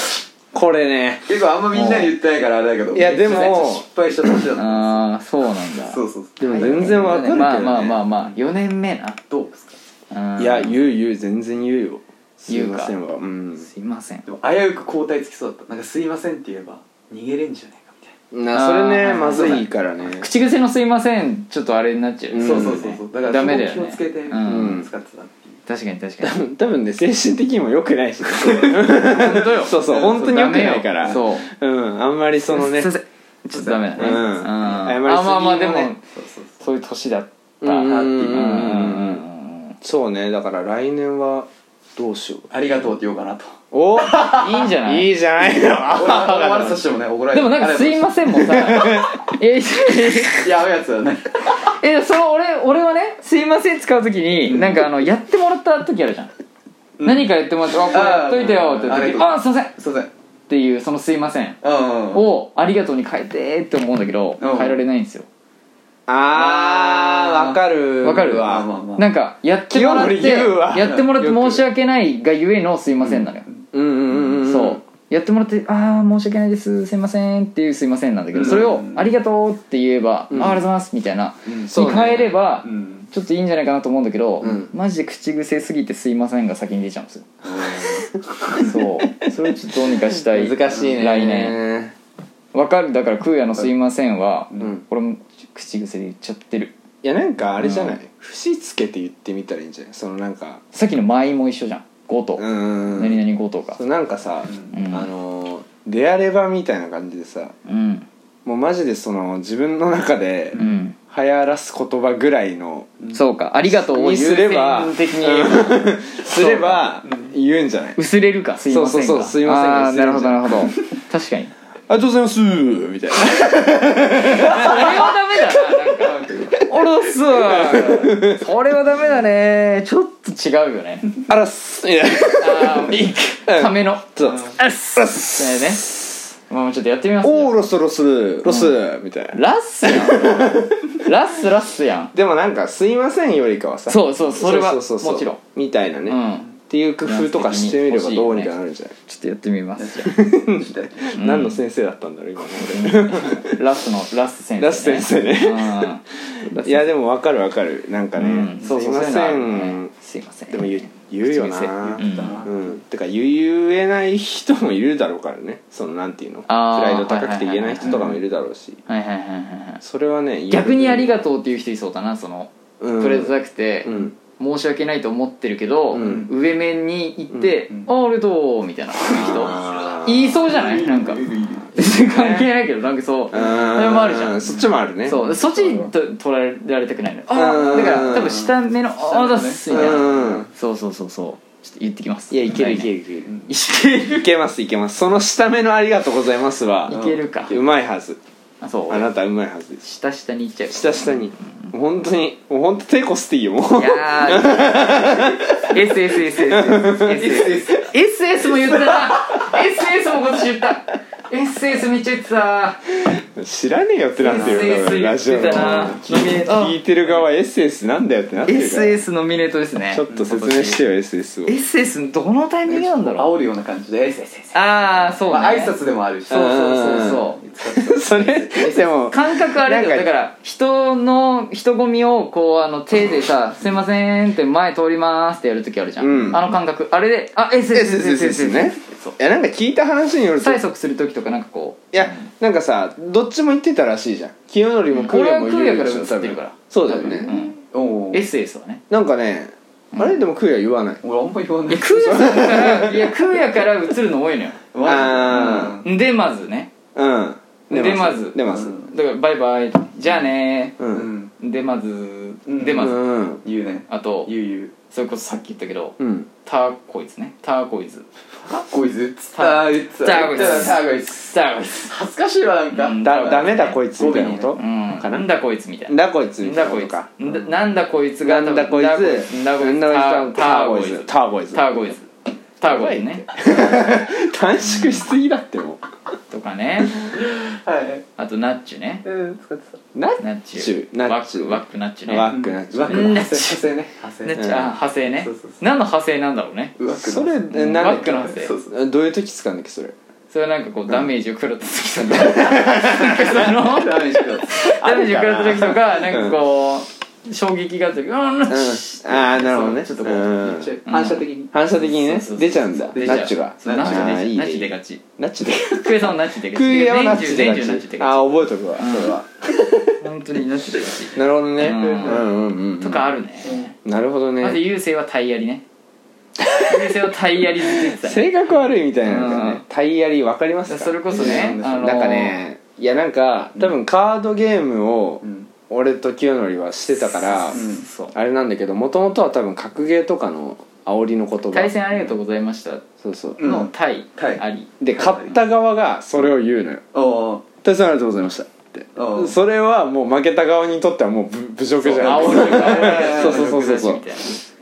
A: これね
E: 結構あんまみんなに言ってないからあれだけど
A: いやでも
E: めっちゃ失敗した年だった
B: ああそうなんだ
E: そうそう
A: でも全然わかるけどね
B: まあまあまあまあ4年目な
E: どうですか
B: うん
A: いや言う言う全然言うよすい
B: 言う
A: ま
B: か
A: せんはうん
B: すいません
E: でも危うく交代つきそうだったなんか「すいません」って言えば逃げれんじゃねえかみたい
A: なそれね
B: あー
A: まずいからね
B: 口癖の「すいません」ちょっとあれになっちゃう、
A: うん
E: な、そうそうそうそうだから
B: ダメだよ
E: そこ
B: ね
E: 気をつけて、
B: うん
E: 使ってたっていう
B: 確かに確かに
A: 多分ね精神的にも良くないしねそうそう本当に良くないから
B: そうダメよ
A: うんあんまりその
B: そう
A: ね
B: すいませんちょっとダメだね
A: うん
B: あ
A: 謝りすぎもね
B: まあまあでも
E: そうそうそう
B: そういう年だった
A: うんうんうんうん
B: うん
A: うん
B: うんうん
A: そうねだから来年はどうしよう
E: ありがとうって言おうかなと
A: お
B: いいんじゃない
A: いいじゃないの
E: 俺は悪としてもね怒られ
B: で
E: る
B: もなんか「すいません」もさえ
E: せんやべえやつだよね
B: えその俺俺はね「すいません」使う時になんかあのやってもらった時あるじゃん、何かやってもらって「あこれやっといてよ」って言った時
E: う
B: 「
E: ん
B: あすいません」っ
E: すいません
B: ていうその「すいません
E: うん」うん
B: を「ありがとう」に変えてって思うんだけど
E: うん
B: 変えられないんですよ
A: あーわかる
B: わかる
E: まあ
A: わ
E: まあまあ
B: なんかやってもらって
A: 清盛言うわ
B: やってもらって申し訳ないがゆえの「すいません」なのよ、
A: うんうんうんん
B: そうやってもらって「ああ申し訳ないですすいません」っていう「すいません」なんだけどそれを
E: う
B: 「
E: ん
B: ありがとう」って言えば「
A: うん
B: あーありがとうございます」みたいな
E: うん
A: そう
B: に
A: ね
B: 変えれば、
E: うん
B: ちょっといいんじゃないかなと思うんだけど、
A: うん
B: マジで口癖すぎて「すいません」が先に出ちゃうんですよ そうそれをちょっとどうにかしたい
A: 難しいね
B: 来年わかるだから空也の「すいませんは」
A: ん
B: 俺も口癖で言っちゃってる
A: いやなんかあれじゃない節つけて言ってみたらいいんじゃないそのなんか
B: さっきの「舞」も一緒じゃん「ごと」
A: うんうんうん
B: 何々ごと」か
A: そうなんかさ
B: うん
A: あのー出あればみたいな感じでさ
B: うん
A: もうマジでその自分の中で
B: うん
A: 流行らす言葉ぐらいの
B: そうか「ありがとう」
A: に
B: を優
A: す
B: 先
A: れば
B: 的に
A: すれば言うんじゃない
B: 薄れるかすいませんが
A: そうそうそうすいませんが
B: あーなるほどなるほど 確かに
A: ありがとうございますみたいな
B: それはダメだななんかおろっすそれはダメだねちょっと違うよね
A: あらっすみたいな
B: あ
A: うん
B: あための
A: そう
B: あっす
A: ラス
B: ねねまあちょっとやってみます
A: おーロスロスロスみたいな
B: ラッスやんラッスラッスやん
A: でもなんか「すいません」よりかはさ
B: そうそうそれは
A: ううう
B: もちろん
A: みたいなね、
B: う
A: っ
B: ん
A: ていう工夫とかしてみればどうにかなるんじゃない、
B: ちょっとやってみますうん
A: 何の先生だったんだろう今の
B: ラスのラス先生ね
A: ラス先生ね
B: う ん
A: いやでも分かる分かるなんかね、
B: うん
A: すいま
B: そうそうそうい
A: せ
B: うのあるよ
A: ん
B: ねすいません
A: でも言う言うよ
B: 口癖
A: な
B: うん
A: うん、てか言えない人もいるだろうからねそのなんていうのプ
B: あー
A: ライド高くて言えない
B: は
A: 人
B: い
A: とか
B: はいはい
A: もいるだろうし
B: はいはいはいはいはい
A: それはね
B: 逆にあり
A: が
B: がとうっていう人いそうだなその、
A: うん
B: プレゼンなくて、
A: うん
B: 申し訳ないと思ってるけど、
A: うん
B: 上面に行って「
E: うん
B: あありがとう」みたいな
A: あ
B: 人
A: ー
B: 言いそうじゃないなんか別に関係ないけどなんかそう
A: うーん
B: それもあるじゃん
A: そっちもあるね
B: そうそっちにと捉えられたくないのよあ
A: う
B: あ
A: ん
B: だから多分下目の「ああだっす」みたいな、
A: うん
B: そうそうそうそうちょっと言ってきます
A: いやいけるいけ
B: る
A: るいける
B: いける
A: いけますいけますその下目の「ありがとうございますは」
B: いけるか
A: うまいはず
B: あそう
A: あなたうまいはずです
B: 下下に行っちゃう
A: 下下に本当にもう本当手こすっていいよもう
B: いやー SSSSSSSS も言ったな SS も今年言った SS めっちゃ言ってた
A: 知らねえよってなってるよ多
B: SS
A: 分
B: 言
A: ラ
B: っ
A: ジオ
B: て
A: の
B: たなノミネート
A: 聞いてる側 SS なんだよってなってるから
B: SS ノミネートですね
A: ちょっと説明してよ SS を
B: SS どのタイミングなんだろう
E: 煽るような感じで「えっせっせっせ
B: ああそうね
E: まあ挨拶でもあるし
B: そうそうそうそ
A: それでも
B: う感覚あれだよ
A: なん
B: だ
A: か
B: から人の人混みをこうあの手でさ「すいません」って前通りますってやるときあるじゃん、
A: うん
B: あの感覚あれで「あ
A: SSSS
B: SSSSS
A: ねいやなんか聞いた話によると
B: 催
A: い
B: 促する時とかなんかこう
A: やなんかさどっちも言ってたらしいじゃん清則も空也も言うでし
B: 俺
A: ょ
B: は空也から
A: 多
B: 移ってる
A: 分
B: から
A: そうだよ
B: う
A: ね
B: ん
E: おお
B: SS はね
A: なんかねあれでも空也言わない
E: 俺あんま言わ
B: い
E: ない
B: や空也さんからいや空也から映るの多いのよ
A: あ
B: でまずね
A: うん
B: でまず
A: 出ます
E: うん
B: だからバイバイじゃあね
A: う
E: うんん
B: でまず
E: うん
B: でまず
A: うん
E: 言うね
B: あと
E: 言う言う
B: それこそさっき言ったけど
A: うん
B: ターコイズねターコイズ
E: こいつ
B: タ
E: あいつ
B: タコイズ
E: タコイズ
B: ターコイズ
E: 恥ずかしいわなんか
B: うん
A: だダメだこいつみたいなこと
B: うん
A: かな
B: なんだこいつみたいな
A: だこいつみ
B: ん
A: たい
B: だ
A: な
B: こ
A: こ
B: い
A: と
B: つ
A: か
B: んだなんだこいつが
A: なんだこいつ
B: なんだこいつ
A: なんだこいつ
B: ターコイズ
A: ターコイズ
B: ターコイズターコイズね
A: 短縮しすぎだっても
B: とかね
E: はい
B: あとナッチュね
E: うん使ってた
A: うな
B: ナッチュ
A: ナ
B: ワ
A: ッチ
B: ッ
A: ュ
B: クワックナッチュね
A: ワックなっちゃ
E: ワ
A: う
E: ックの派生派生ね派
B: ナッ
E: 生
B: チュあ派生ね
E: そうそうそう
B: 何の派生なんだろうね
E: ワックの
A: それえ
B: ワ
A: なんだ
B: ッ
A: っ
B: ク
A: け
B: の派
E: そう
B: 生
E: そう
A: どういう時使うんだっけそれ
B: それはなんかこうダメージを食らった時とかなんかその
E: ダメージ食らった
B: ダメージを食らった時とかなんかこう衝撃があった時うん
A: うん、ああなるほどね
E: ちょっとこう、
A: うん
E: めっちゃ反射的に、
A: 反射的にね
E: そうそうそう
A: 出ちゃうんだ
E: 出ち
A: ナ
E: ゃう
A: ッチが
B: ナッチ
A: あー
B: が
A: い
B: ね
A: い
B: ナッチで勝ち
A: ナッチで
B: クエさんナッチで勝
A: ク
B: ち
A: エアはナッチで
B: 年
A: 勝
B: 中
A: ち
B: ナッチで
A: あ
B: 勝
A: あ覚えとくわそれは
B: ち本当にナッチで勝
A: なるほどねう
B: うん
A: うん
B: ん
A: うんうん
B: ちとかあるね
A: なるほど
B: まず
A: ね
B: 優勢はタイヤリね優勢はタイヤリずつ言ってたね
A: 性格悪いみたいなんだよ
B: うん
A: ねタイヤリわかりますか
B: それこそねあのー
A: なんかねいやなんか多分カードゲームを
E: うん
A: 俺と清則はしてたから
B: そう
A: あれなんだけどもともとは多分格ゲーとかの煽りの言葉
B: 対戦ありがとうございました
A: そうそう
E: うん
B: のタイ
E: タイ
B: あり
A: で勝った側がそれを言うのよ
E: おう
A: 対戦ありがとうございましたって
E: おうおう
A: それはもう負けた側にとってはもうぶ侮辱じゃ
B: あ
A: ん
B: お
A: っ
B: るか
A: そうそうそうそうそう
B: みたいな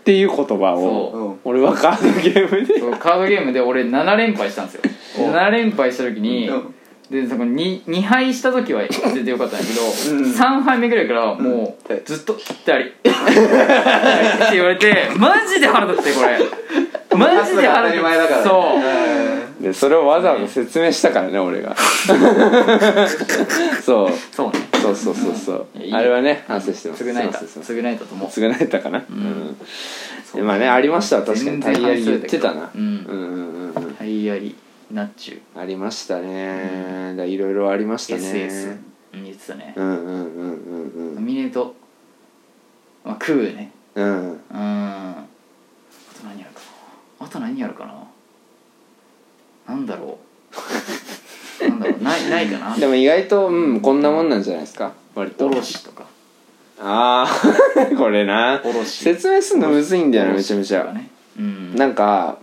A: ていう言葉
B: そう
A: を
E: うん
A: 俺はカードゲームで
B: そうカードゲームで俺7連敗したんですよ7連敗した時に
E: うん
B: でその 2, 2敗した時は全然良かったんだけど、
E: うん
B: 3敗目ぐらいからも
E: うん
B: うずっと「ったり」って言われてマジで腹立ってこれマジで腹立
E: 当たり前だから
B: っ
E: ね
B: てそう
A: でそれをわざわざ説明したからね俺がそう
B: そうね
A: そうそうそうそう
B: うんいや
A: あ
B: いい
A: れはね反省してます
B: 償えた
A: すませんす
B: 償えたと思う
A: ません償えたかなうんでまあねありましたわ確かに
B: 全
A: タ
B: 然
A: イヤリ言ってたな
B: 反省だけどうん
A: うんうんうんうん
B: タイヤリナッチ
A: ありましたねだいろいろありまし
B: ュ
A: た
B: SS
A: ね
B: うん言ってたね
A: うんうんうんうん
B: ノミネートまあクーね
A: うんうん
B: うーんあと何やるかなあと何やるかななんだろうなんだろうないないかな
A: でも意外とうんこんなもんなんじゃないですか割と
B: おろしとか
A: ああ これな
B: おろし
A: 説明するのむずいんだよねめちゃめち
B: とか
A: ゃ
B: ねうん
A: なんか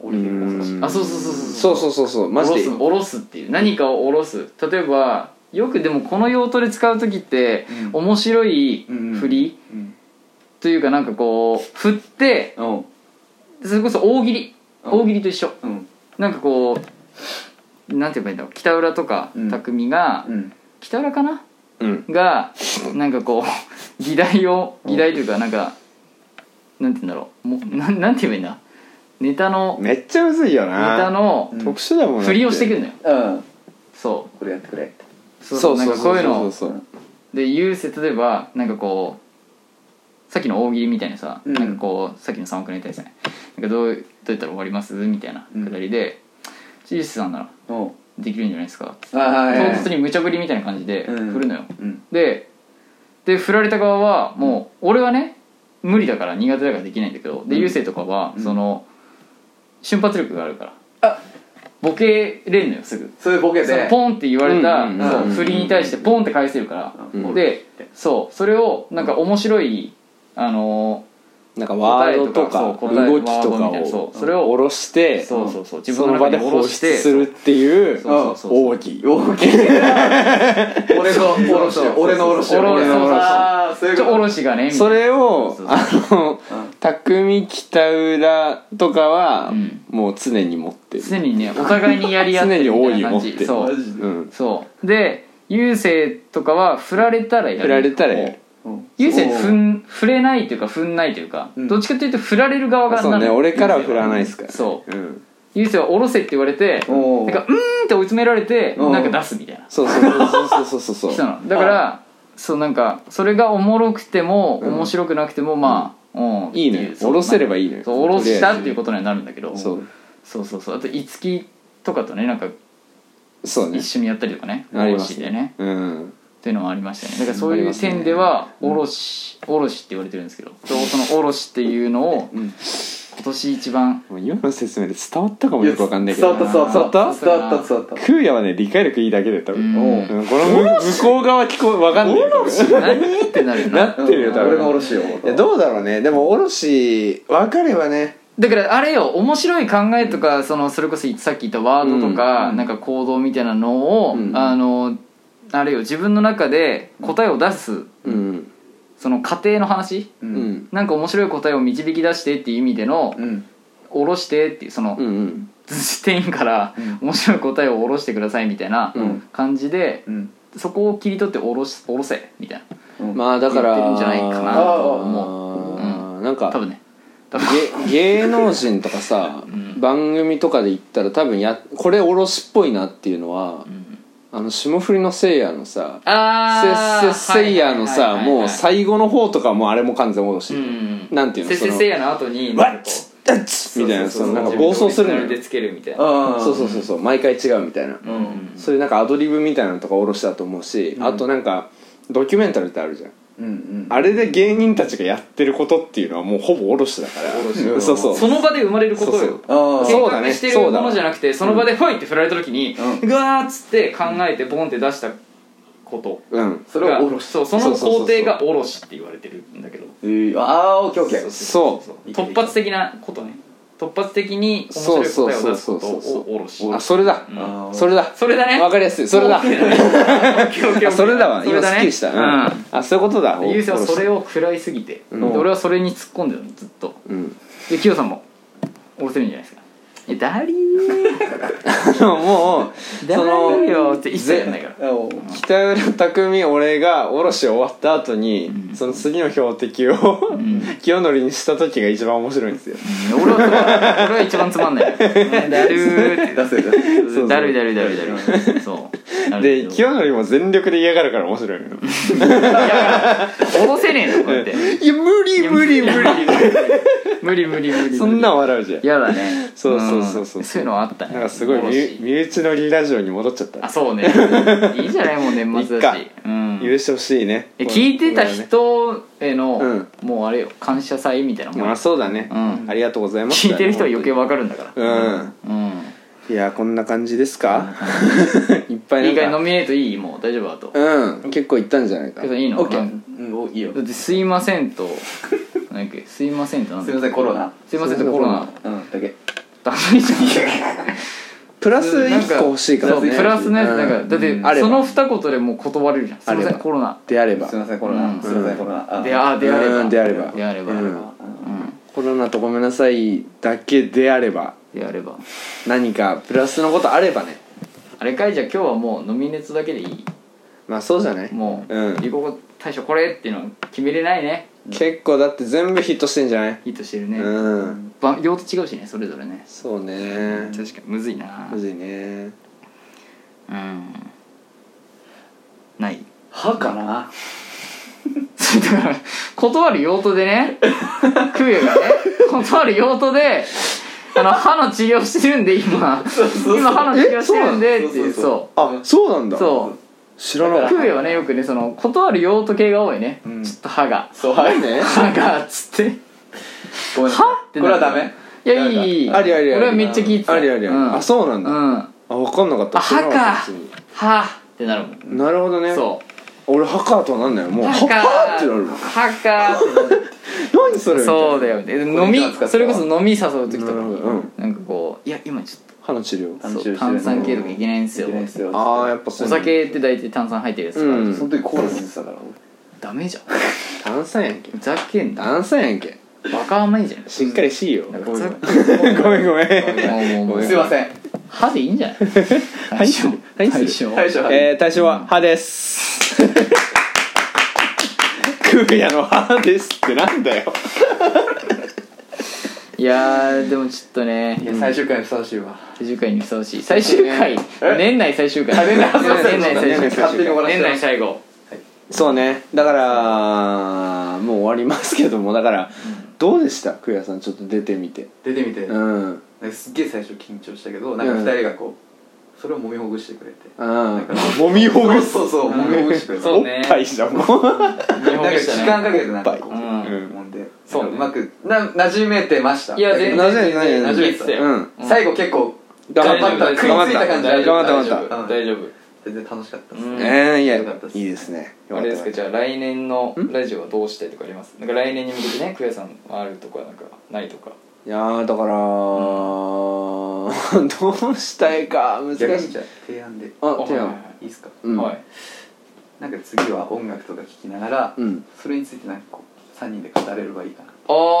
A: う
B: うん
A: ーん
B: あそうそうそう
A: そうそうそうそうマジで
B: おろすおろすっていう何かをおろす例えばよくでもこの用途で使う時って、
E: うん
B: 面白い振り、
E: うん
B: というかなんかこう振って
E: おう
B: それこそ大喜利
E: うん
B: 大喜利と一緒
E: うん
B: なんかこうなんて言えばいいんだろう北浦とか
E: うん
B: 匠が、
E: うん
B: 北浦かな
A: うん
B: がなんかこう議題を議題というかなんかなんて言うんだろうもうなんなんて言えばいいんだネタのネ
A: めっちゃむずいよな
B: タの
E: うん
A: 特殊だもん
B: 振りをしてくるのよ
E: うん
B: そ
E: これやってくれって
B: う
A: そ
B: そうう
A: そ
B: そうう
A: そ
B: なん
A: う
B: かこういう
A: そ
B: の
A: うそう
B: で言うせ例えばなんかこうさっきの大喜利みたいなさ、
E: うん
B: なんかこうさっきの3億年対戦なんかどうどうやったら終わりますみたいな
E: うん
B: くだりで「チーズさんなら
E: おう
B: できるんじゃないですか」
E: ああはい
B: 唐突に無茶ぶりみたいな感じで
E: うん
B: 振るのよ、
E: うん
B: でで振られた側はもう俺はね無理だから苦手だからできないんだけどで
E: うん
B: 優勢とかは
E: うん
B: その瞬発力があるから
E: あ
B: ボケれるのよすぐ
E: そういうボケ
B: その
E: で
B: ポンって言われ
A: う
B: た
A: ん
E: うん
B: そう
E: うん
B: 振りに対してポンって返せるか
E: う
B: ら
A: ん
B: でそうそれをなんか面白いあの
A: なんかワードとか
B: 答えとかそう答え
A: 動きと
B: ワードみたい
A: か
B: なそ
A: を
B: うそれを
A: 下ろして
B: ーそうそうそう自
A: そ
B: 分
A: の
B: の
A: 場
B: 中
A: で
B: に下
A: 放
B: ろ
A: 出
B: して
A: するっていう
B: そうそうそうそう
A: 奥義
E: 大きい俺のおろしよ俺のおろしよ
B: そうそう
E: 俺のおろしよああそういう
B: ち
E: こ
B: ょ
E: と
B: おろしがねみたいな
A: それを
B: そうそう
A: あの匠北浦とかは
B: うん
A: もう常に持ってる
B: 常にねお互いにやり合ってみたいな感
A: 常に大い持っ
B: じ
A: てる
B: そう
E: マジで
A: うん
B: そうで優勢とかは振られたらやる
A: 振られたらやる
E: うん
B: 優勢
E: そう
B: ふん振れないというか振んないというか、
E: うん
B: どっちかというと振られる側が
A: そうね俺からは振らないいですからね
B: そ
A: うん
B: 優勢は下ろせって言われて
E: お
B: なんかうーんって追い詰められて
E: うん
B: なんか出すみたいな
A: そうそうそうそうそうそう
B: 来
A: そ
B: た
A: う
B: のだからそうなんかそれがおもろくても面白くなくてもまあ、うん
A: いいのよ下ろせればいいのよ
B: そう下ろしたっていうことにはなるんだけど
A: そう
B: そうそうそうあと五木とかとねなんか
A: そうね
B: 一緒にやったりとかね
A: あります
B: 卸でね
A: うん
B: っていうのもありましたねだからそういう点では「おろし」おろしって言われてるんですけどそうその「おろし」っていうのを今年一番
A: もう今の説明で伝わったかもよくわかんないけ
E: 伝
A: ど
E: わった伝わった
A: 伝わ
B: っ
E: 伝わ
B: た
E: った伝わった
A: 空也はね理解力いいだけで多分
B: うん
A: うんこの向向こう側聞こえわかんないけど
B: 何ってなるよ
A: な
B: な
A: ってるよ多分
E: 俺のおろしよ
A: いやどうだろうねでもおろし分かればね
B: だからあれよ面白い考えとかそのそれこそさっき言ったワードとか
E: うん
B: なんか行動みたいなのを
A: うん
B: あのあれよ自分の中で答えを出す
A: うん
B: その過程の話
E: う
A: うんん
B: なんか面白い答えを導き出してっていう意味での
E: うん
B: 「おろして」っていうその
A: うんうん
B: 店員から
E: うん
B: 面白い答えを下ろしてくださいみたいな
A: うん
B: 感じで、
E: うん
B: そこを切り取って下ろし下ろせみたいな
E: うん
A: まあだから
B: 言ってるんじゃないかな
E: と
B: 思う
A: あーなん
B: 多
A: か
B: 分ね
A: げ芸能人とかさ
B: ん
A: 番組とかで言ったら多分やこれおろしっぽいなっていうのは
B: うん
A: あの霜降りのせいやのさ
B: あ
A: せっせっせいやのさもう
B: 最
A: 最後の方とかもうあれも完全戻し、なんていうの
B: せっ
A: そ
B: せっ
A: の
B: せいやの後に
A: わ
B: なん
A: っ
B: かこ
A: つっつみたいな
E: そ
A: そう
E: そうそう
A: のなんか
B: う
A: 暴走するの
B: 自分でオリジナル
A: よ
B: でつけるみたいな
E: あ
A: そうそうそうそう毎回違うみたいな、
B: うんうん
A: そういうなんかアドリブみたいなのとかおろしたと思うし、あとなんかドキュメンタリーってあるじゃん
C: うんうん
A: あれで芸人たちがやってることっていうのはもうほぼおろしだからうんそうそう
B: その場で生まれること
A: そう
B: よ
E: ああ
A: そう
B: 計
A: だ
B: 画
A: ね
B: して
A: そ
B: る
A: うだ
B: も
A: わ
B: のじゃなくてその場でファイって振られた時に
E: う
B: うわーっつって考えてボンって出したこと
A: うん
E: それをおろし
B: そうそ
A: そ
B: の
A: うそうそうそ
B: 工
A: う
B: 程がおろしって言われてるんだけど
E: えーああオッケーオッケー
A: そ
B: そう突発的なことね突発的に面白い答えを出すこ
A: そうそうそ
B: と
A: うそうそう
B: をおろし
A: うあそれだ
B: うん
E: あー
A: それだ
B: それだね
A: わかりやすいそれだ あそれだわ今すっきりした
B: うん
A: うんあそういうことだ
B: ゆうせいはそれ
A: を
B: を食らいすぎて、
A: うん
B: で俺はそれに突っ込んでるのずっと
A: うん
B: でキヨさんもおろせるんじゃないですか「えダリー
A: あのもう
B: ダ
A: その
B: リーよ」って一切やんないから
E: あお
A: 北浦匠俺がおろし終わった後に、
B: うん
A: その次の標的を、
B: ん
A: 清則にした時が一番面白いんですよ
B: うん俺はつまんない俺は一番つまんないだるーって
C: 出せ出せ
A: そうそう
B: だるいだるいだるいだるいそうなる
A: で
B: けど
A: 清則も全力で嫌がるから面白いのよ
B: おろせねえのこうやって
A: いや無理無理無理
B: 無理無理無理
A: そんなん笑うじゃん
B: 嫌だね
A: そうそうそうそうん
B: そういうのはあったね
A: なんかすごい
B: おろ
A: 身
B: し
A: 身内乗りラジオに戻っちゃった
B: あそうねいいじゃないもう年末だ
A: い
B: し
A: っ
B: うん
A: 許してほしいね
B: え聞いてた人への
A: ん
B: もうあれよ感謝祭みたいな
A: これはね
B: もん
A: まあそうだね、
B: うん
A: ありがとうございます
B: 聞いてる人は余計わかるんだから
A: うん
B: うん
A: いやこんな感じですか いっぱいなん
B: いい
A: か
B: かいノミネートいいもう大丈夫だと
A: うん結構いったんじゃないか
B: けどいいの
E: オッケ
B: な
E: ーうんおいいよ
B: だって「すいません」と「なんだっけすいません」となんだ
C: す
B: っけ
C: いませんコロナ
B: すいません」とコ ロナ
E: うんだけ
B: ダメじゃん
A: プラス1個欲しいから
B: そう
A: ね
B: プラスねなんか
A: う
B: だって
A: あれば
B: その二言でもう断れるじゃん「すいま
A: あ
B: せ
A: れ
B: ん
A: ば
B: コロナ
A: であれば
E: すいませんコロナ、
B: うん
E: すいませんコロナ、」
B: であーであれば
A: うんであれば
B: であれば
A: うん
B: うん
A: コロナとごめんなさいだけであれば
B: であれば
A: 何かプラスのことあればね
B: あれかいじゃあ今日はもうノミネートだけでいい
A: まあそうじゃない
B: もう、
A: うん
B: 流行語大賞これっていうの決めれないね
A: 結構だって全部ヒットしてんじゃない
B: ヒットしてるね、
A: うん
B: ば用途違うしねそれぞれね
A: そうね
B: 確かにむずいな
A: むずいね
B: うんない
E: 歯かな
B: それだから断る用途でねクヨがね断る用途であの歯の治療してるんで今今歯の治療してるんでっていうそ
A: あそうなん
B: う
A: だ
B: そう
A: 知らなかっ
B: クヨはねよくねその断る用途系が多いね、
E: うん
B: ちょっと歯が
E: そう歯ね
B: 歯がっつって
E: ごめんなさい
B: 歯って
E: こ
B: な
E: れ
B: る
E: はダメ
B: いやいいいいいい
A: たありありあり
B: 俺はめっちゃ聞いてた
A: ありありあり
B: うん、
A: あそうなんだ
B: うん
A: あ分かんなかった
B: あ
A: 知らなった
B: はかはってなるもん
A: 別になるほどね
B: そう
A: 俺ハカーとはなんだよもう
B: は
A: ハ
B: か
A: カーってなるもん
B: はかってなる
A: 何それ
B: そう
A: だ
B: だよね飲みそれこそ飲み誘う時と
A: な
B: か
A: るほどうん
B: なんかこういや今ちょっと
A: 歯の治療
E: あの
B: そう炭酸系とかいけないんですよ
E: いけないんすよ
A: ああやっぱそ
B: お
A: ういうの
B: 酒って大体炭酸入ってるやつから、
A: うん
E: その時コーラ飲んでたから
B: ダメじゃん
A: 炭酸やんけ
B: ふざけんな
A: 炭酸やんけ
B: バカ甘いじゃん
A: しっかりしいよ
B: なんか
A: ご
B: ふざ
A: めんごめん
B: もうもうもう
E: 俺すいません
B: 歯でいいんじゃない大将
A: はい
B: 大将
E: 大将
A: えー、対象は歯です。 クーヤの歯ですってなんだよ。
B: いやーでもちょっとね
E: いや最終回にふさわしいわ
B: 最終回にふさわしい最終回年内最終回年内
E: 年内
B: 最終
A: 年内最終回
B: 回
E: 勝手に終わらせ
B: 年
E: て
B: 内最後
A: そうね。だからもう終わりますけども、だから、どうでしたクーヤさんちょっと出てみて。
E: 出てみて、
A: う
E: なん
A: ん。うん。
E: かすっげえ最初緊張したけどなんか二人がこうそれを揉みほぐしてくれて
A: 揉みほぐす。
E: そうそう揉みほぐしてくれて
B: そ
A: お
B: う
A: っ
B: ね
A: ぱいじゃんもう。
B: 日
E: なん
B: 本
E: か
B: で
E: 時
B: したね
E: 間かけてなんかこう
A: おっ
B: ぱい
A: うん
E: もんで
B: そうね
E: うまくな馴染めてました
B: いや
E: だけど
B: 全然
E: 馴染めてた
B: 全然
A: うん。
B: うん
E: 最後結構
A: 頑張った。
E: 大丈夫
A: 頑張
E: 食
A: っ
E: いついた
A: た。
E: 感じ
A: 頑張っ
E: 大丈
A: た。頑
E: 夫
A: 張っ
E: 夫
B: 大丈夫
E: 全然楽しかったです
B: うん
A: た。えー、いや、い
E: よかったです
A: いですね。
B: あれですかじ
A: ゃ
B: ゃあ来年のラジオはどうしたいとかありますなんか来年に向けてねクエさんあるとかなんかないとか
A: いやー、だから、どうしたいか、難し
E: 逆に
A: い
E: じ。ゃあ提案でい
A: あ、手
B: はい
A: や
B: はいはい
E: いですか
A: うん。
B: はい
E: なんか次は音楽とか聴きながら、
A: うん。
E: それについてなんかこう3人で語れればいいかな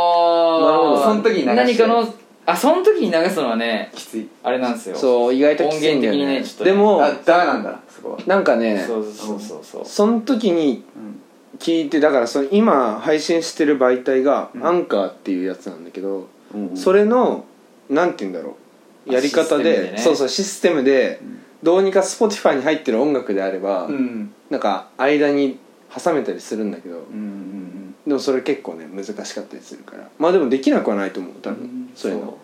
A: なるほ
B: あ
A: ど
B: あ
E: その時に流して
B: 何かのあその時に流すのはね
E: きつい
B: あれなんですよ
A: そう意外ときついんだよ
B: 音源的にね
A: ね
B: ちょっとね
A: でも
E: あダメなんだそこは
A: なんかね
B: そうそうそうそう
A: その時に
E: うん
A: 聞いてだからその今配信してる媒体が
E: うん
A: アンカーっていうやつなんだけど、
E: うん
A: それのなんて言うんだろうやり方
B: システム
A: で
B: でね
A: そうそうシステムで、どうにか Spotify に入ってる音楽であれば、
E: うん
A: なんか間に挟めたりするんだけど、
E: うんうん
A: でもそれ結構ね難しかったりするからまあでもできなくはないと思う多
E: う
A: 分、
E: ん
A: そういうの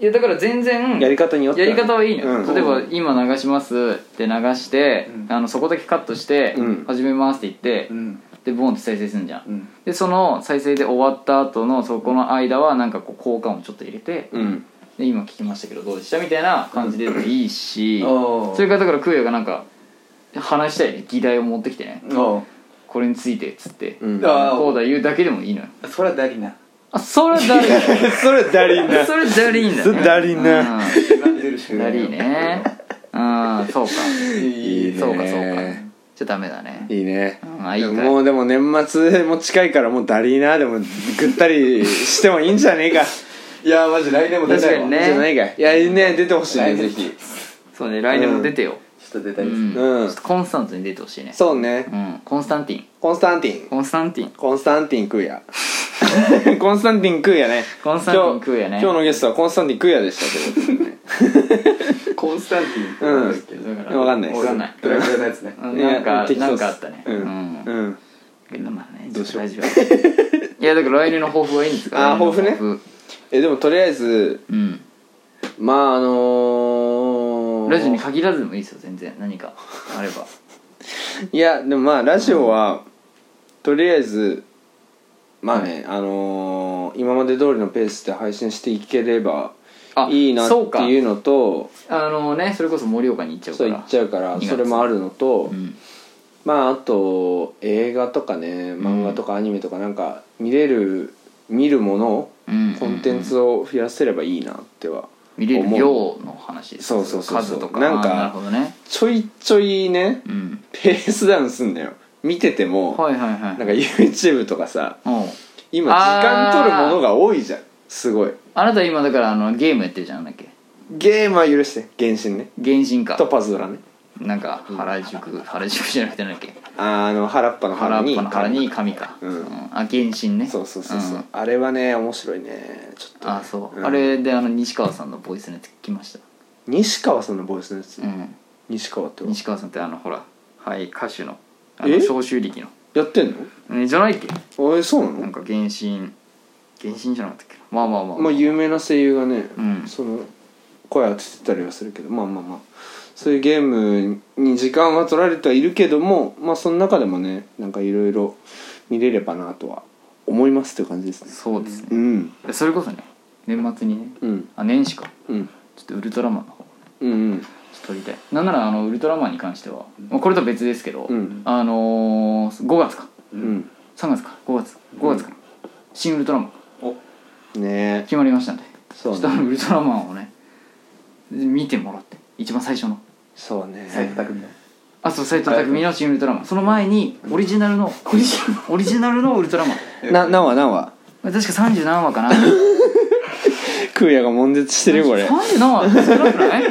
B: いやだから全然
A: やり方によって
B: や
A: はね
B: り方はいいのよ、
A: うん
B: 例えば「今流します」って流して、
E: うん
B: あのそこだけカットして
A: うん
B: 始めます」って言って、
E: うん
B: でボンって再生するんじゃん、
E: うん
B: でその再生で終わった後のそこの間はなんかこう効果音ちょっと入れて、
A: うん
B: で今聞きましたけどどうでしたみたいな感じでもいいし、
E: おー
B: それからだからクーヤがなんか話したいね議題を持ってきてね
E: お
B: これについてっつって、
A: うん
E: あ
B: こうだ言うだけでもいいのよ
E: ーそれはダリな
B: あそれはダリー
A: それダリーな
B: それダリーんだ
A: それダリーな
B: うん
E: 出るしか
B: ダリーねうんそうか
A: いいね
B: そうかそうかじゃダメだね
A: いいね
B: うんあいいかい
A: もうでも年末も近いからもうダリーなでもぐったりしてもいいんじゃねえか
E: いやーマジ来年も出たい
B: 確か
E: わ
B: に ね
A: じゃないかいやいいね出てほしいね
E: 来
A: ぜ
E: 年
A: ひ
B: そうね来年も出てよ、
E: ちょっと出
B: う
E: たい
B: ん
E: ですね
A: うん
B: ちょっとコンスタントに出てほしいね
A: そうね
B: うんコンスタンティン
A: コンスタンティン
B: コンスタンティン
A: コンスタンティンクーヤ コンスタンティンクーヤね
B: コンスタンティンクーヤね
A: 今日今日のゲストはコンスタンティンクーヤでしたけどね
E: コンスタンティンって
A: う
E: な
A: ん
E: んだっけ
B: だ
A: わかんないです
B: わかんない
E: ドラクエのやつね
B: うん
A: いや
B: なんか
A: 適当
B: な
A: っ
B: ん
A: す
B: かあったね
A: うん、うん
B: うんまあね
A: どうしよう
B: 大丈夫 いやだから来年の抱負はいいんですか
A: あー抱負ねえでもとりあえず
B: うん
A: まああのー、
B: ラジオに限らずでもいいですよ全然何か あれば
A: いやでもまあラジオは、とりあえずまあね、あのー今まで通りのペースで配信していければ
B: あ
A: いいな
B: そう
A: っ
B: か
A: ていうのと
B: あのねそれこそ盛岡に行っちゃうか
A: そう
B: ら
A: 言っちゃうから
B: 二月
A: それもあるのと、
B: うん
A: まああと映画とかね漫画とかアニメとかなんか見れる見るもの
B: うん
A: コンテンツを増やせればいいなっては
B: 見れる量の話です
A: そうそうそうそう
B: 数とか
A: なんか
B: あーなるほどね
A: ちょいちょいね
B: うん
A: ペースダウンすんだよ見てても、
B: はいはいはい
A: なんか YouTube とかさ
B: おう
A: 今時間取るものが多いじゃんすごい
B: あなた今だからあのゲームやってるじゃんなんだっけ
A: ゲームは許して原神ね
B: 原神か
A: とパズドラね
B: なんか原宿原宿じゃなくてなんだっけ
A: あの原っぱの
B: 原
A: 原
B: っ
A: に
B: ぱの原に神か、
A: うん
B: あ原神ね
A: そうそうそうそう、
B: ん
A: あれはね面白いねちょっとね
B: あそう、
A: ん
B: あれであの西川さんのボイスのやつ聞きまし
A: 西川さんのボイスのやつ、
B: た、うん、
A: 西川って
B: 西川さんってあのほらはい歌手のあの
A: え
B: 召集力の
A: やってんの
B: えじゃないっけ
A: あれそうな
B: なん
A: の
B: か原神原神じゃなかったっけなまあまあまあ、
A: まあ有名な声優がね、
B: うん
A: その声当ててたりはするけどまあまあまあそういうゲームに時間は取られてはいるけどもまあその中でもねなんかいろいろ見れればなとは思いますという感じですね
B: そうですね
A: う、ん
B: でそれこそね年末にね
A: うん
B: あ年始か
A: うん
B: ちょっとウルトラマンの方
A: うんうん
B: ちょっと撮りたいなんならあのウルトラマンに関しては、まあ、これとは別ですけど、
A: うん
B: あのー、5月か
A: うん
B: 3月か5月5月かな、新ウルトラマン
A: ねえ
B: 決まりましたんで
A: そう
B: ちょっと
A: ね
B: ウルトラマンをね見てもらって一番最初の
A: そうね
E: 斎藤匠の
B: あそう斎藤匠の新ウルトラマンその前にオリジナルの オリジナルのウルトラマン
A: な何話何話
B: 確か30何話かな
A: クーヤが悶絶してるよこれ
B: 30何話少なくないい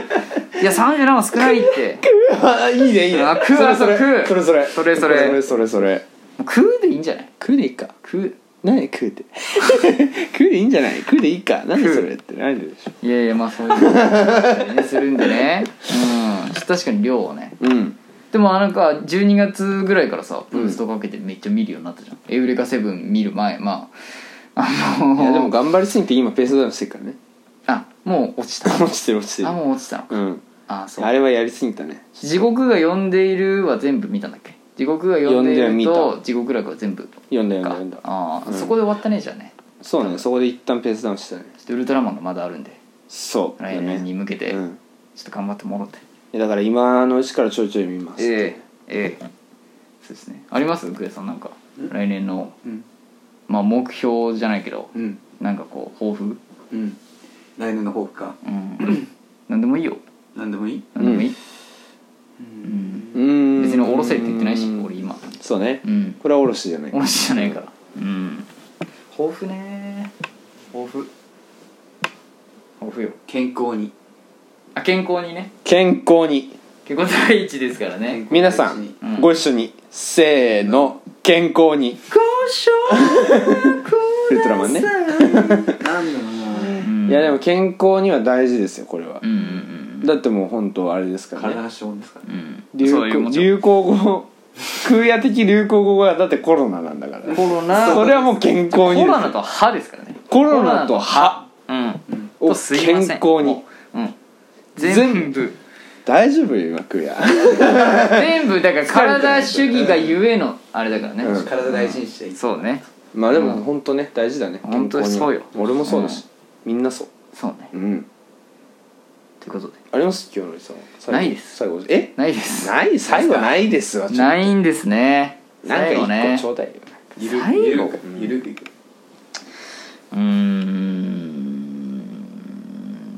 B: や30何話少な いって
A: あいいねいいね
B: あクー
A: それそれ
B: あそうクー
A: それそれそ
B: それそれ
A: れそれそれ
B: もう食うでいいんじゃない
A: クーでいいか
B: 食う
A: 何食うって 食うでいいんじゃない食うでいいか何それって何でしょ
B: いやいやまあそういうことねするんでねうん確かに量をね
A: うん
B: でもなんか12月ぐらいからさブーストかけてめっちゃ見るようになったじゃん、エウレカセブン見る前まああの
A: いやでも頑張りすぎて今ペースダウンしてるからね
B: あもう落ちた
A: 落ちてる落ちてる
B: あもう落ちたの
A: うん
B: あそう
A: あれはやりすぎたね
B: 地獄が呼んでいるは全部見たんだっけ地獄が呼んでい
A: 呼ん
B: る
A: では見
B: と地獄楽は全部か
A: 読んだ読んだ読んだ
B: あー、
A: うん
B: そこで終わったねじゃあね
A: そうねそこで一旦ペースダウンしたね
B: ちょっとウルトラマンがまだあるんで
A: そうだ
B: 来年に
A: ね
B: 向けてち
A: う
B: ょっ
A: ん
B: と頑張ってもろって、
A: だから今のうちからちょいちょい見ます
B: ええそうですねありますグエさんなんか来年の
E: うん
B: まあ目標じゃないけど
E: うん
B: なんかこう抱負
E: うん来年の抱負か
B: うんなんでもいいよ
E: 何でもいい
B: なんでもいい、
E: うん
A: うーん
B: 別に下ろせって言ってないし俺今
A: そうね
B: うん
A: これはおろしじゃない
B: 同じじゃないからうん抱負ね
E: 抱負
B: 抱負よ
E: 健康に
B: あ健康にね
A: 健康に
B: 健康第一ですからね
A: 皆さん
B: うん
A: ご一緒にせーの健康に
B: 交渉
A: ウルトラマンね
E: なんだろうな
B: うん
A: いやでも健康には大事ですよこれは
B: うんうんうん
A: だってもう本当あれですから
E: 体
A: ね
E: が資本ですからね
B: うん
A: 流
B: そういう
A: 行
B: もちろん
A: 流行語空也的流行語がだってコロナなんだから
B: コロナ
A: それはもう健康
B: コ
A: に
B: ロナと歯ですからね
A: コロナと歯
B: うん
A: を
B: とすい
A: 健
B: ません
A: 康に
B: うん全部
A: 大丈夫よ空也
B: 全部だから体主義がゆえのあれだからね、
A: うん
C: 体大事にしていい
B: そうね
A: まあでも本当ね大事だね
B: 本当に
A: 健康に
B: そうよ
A: 俺もそうだしみんなそう
B: そうね
A: うん
B: ということで
A: あります清則さんは最後
B: ないです
A: 最後え
B: ないです
A: ない最後ないですわちょっと
B: ないんですね
A: なん
B: 最後
A: か
B: ね
A: 一個ちょうだいよ
E: ゆる
B: 最後
E: ゆるくゆるくいく
B: うーん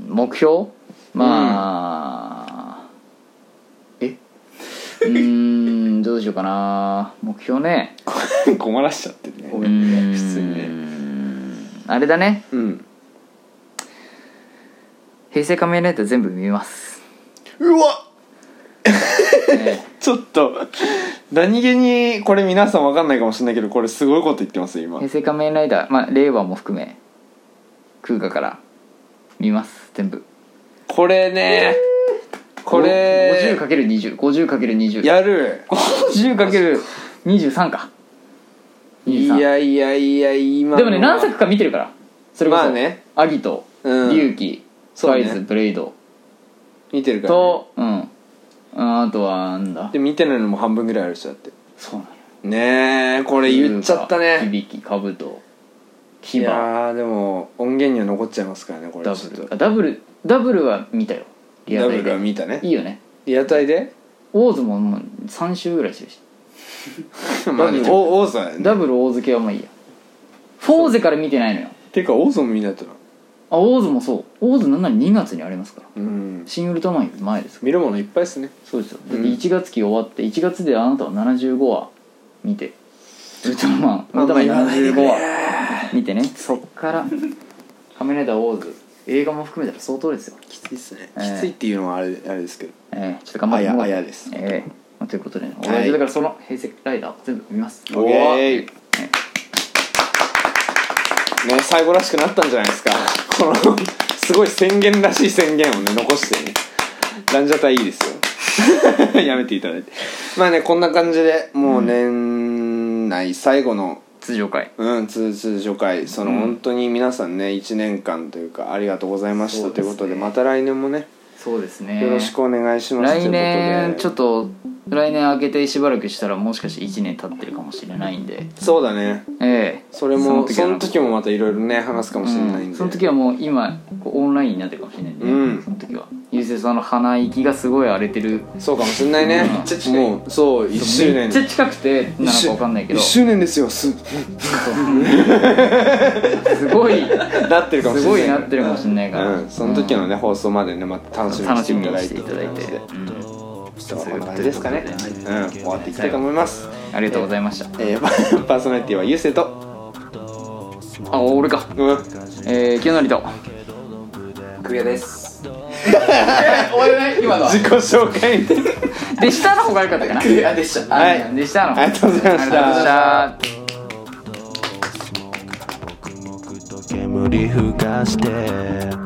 B: 目標まあ、えうーんどうしようかな目標ね
A: 困らしちゃってるね
E: ご
B: う
E: め
B: ー
E: ん
B: ん
E: ね普通にね
B: あれだね
A: うん
B: 平成仮面ライダー全部見ます、
A: うわ
B: え
A: ちょっと何気にこれ皆さんわかんないかもしれないけどこれすごいこと言ってますよ
B: え
A: 今
B: 平成仮面ライダーまあ令和も含め空河から見ます全部
A: これねこれ
B: 50×2050×20
A: やる
B: 50×23 か
A: いやいやいや今のは
B: でもね何作か見てるからそれこそ、
A: まあね
B: アギト
A: うん
B: 龍騎ス
A: そう
B: パ
A: ね
B: イスブレイド
A: 見てるからね
B: とうんああとはなんだ
A: で見てないのも半分ぐらいある人だって
B: そうなの
A: ねえこれ言っちゃったね
B: 響きカブト
A: い
B: キバ
A: やーでも音源には残っちゃいますからねこれ
B: ダ
A: ちょ
B: ブ
A: っ
B: ル
A: と
B: あダブルダブルは見たよリア
A: ダ
B: タ
A: ブ
B: イ
A: ルは
B: で
A: 見たね
B: いいよね
A: リアタイ で
B: オーズももう3週ぐらいしてるし
A: まあ、お王座やね
B: ダブル大付けはまあいいやフォーゼから見てないのよ
A: てか王座も見ないとな
B: あオーズもそうオーズなんなら2月にありますから
A: うん
B: 新ウルトラマンより前ですから
A: 見るものいっぱいですね
B: そうですよだっ
A: う
B: て
A: ん
B: 1月期終わって1月であなたは75話見てウルトラマンウルトラマン75話見てねそっから「仮面ライダーオーズ」映画も含めたら相当ですよ、
A: きついっすね、
B: ええ
A: きついっていうのはあれあれですけど
B: ええちょっと頑張って
A: あや
B: もう
A: あやです
B: ええまあということでね、
A: い
B: 俺はだからその平成ライダーを全部見ます
A: オッケーね最後らしくなったんじゃないですか このすごい宣言らしい宣言をね残してねランジャタイいいですよ やめていただいてまあねこんな感じでもう年内最後の
B: 通常会
A: うん、通通常会その、本当に皆さんね1年間というかありがとうございました、
B: そう
A: と
B: で
A: い
B: す
A: う
B: ね
A: ことでまた来年もね、
B: そうですね
A: よろしくお願いしますというこ
B: 来
A: とで
B: 年ちょっと来年明けてしばらくしたらもしかして1年経ってるかもしれないんで
A: そうだね
B: ええ
A: それもそ
B: は
A: の時もまたいろいろね話すかもしれないんで、
B: うんその時はもう今こうオンラインになってるかもしれないんで、
A: うん
B: その時はゆうせいさんの鼻息がすごい荒れてる
A: そうかもしれないね、
B: めっちゃ近い
A: もうそう1周年
B: めっちゃ近くてなのか分かんないけど
A: 1
B: す
A: 周年ですよす
B: ごい
A: なってるかもし
B: す
A: れな
B: ご
A: い
B: いなってるかもしれないから、
A: うん、その時のね、放送までねまた楽しみに
B: 楽
A: し
B: して
A: い
B: み
A: た
B: に
A: だい
B: してていただいて、うん
A: ちょっとこんな感じですかね、うん、終わっていきたいと思います、
B: ありがとうございました
A: えーパ パーソナリティはゆうせいと、
B: あ俺か
A: うん、
B: えー、清成と
C: クリアです
E: 今のは
A: 自己紹介みたいな
B: でしたの方が良かったかな
E: あでした
A: はい
B: でしたの方
A: ありがとうございました
B: ありがとうございました
F: 煙ふかして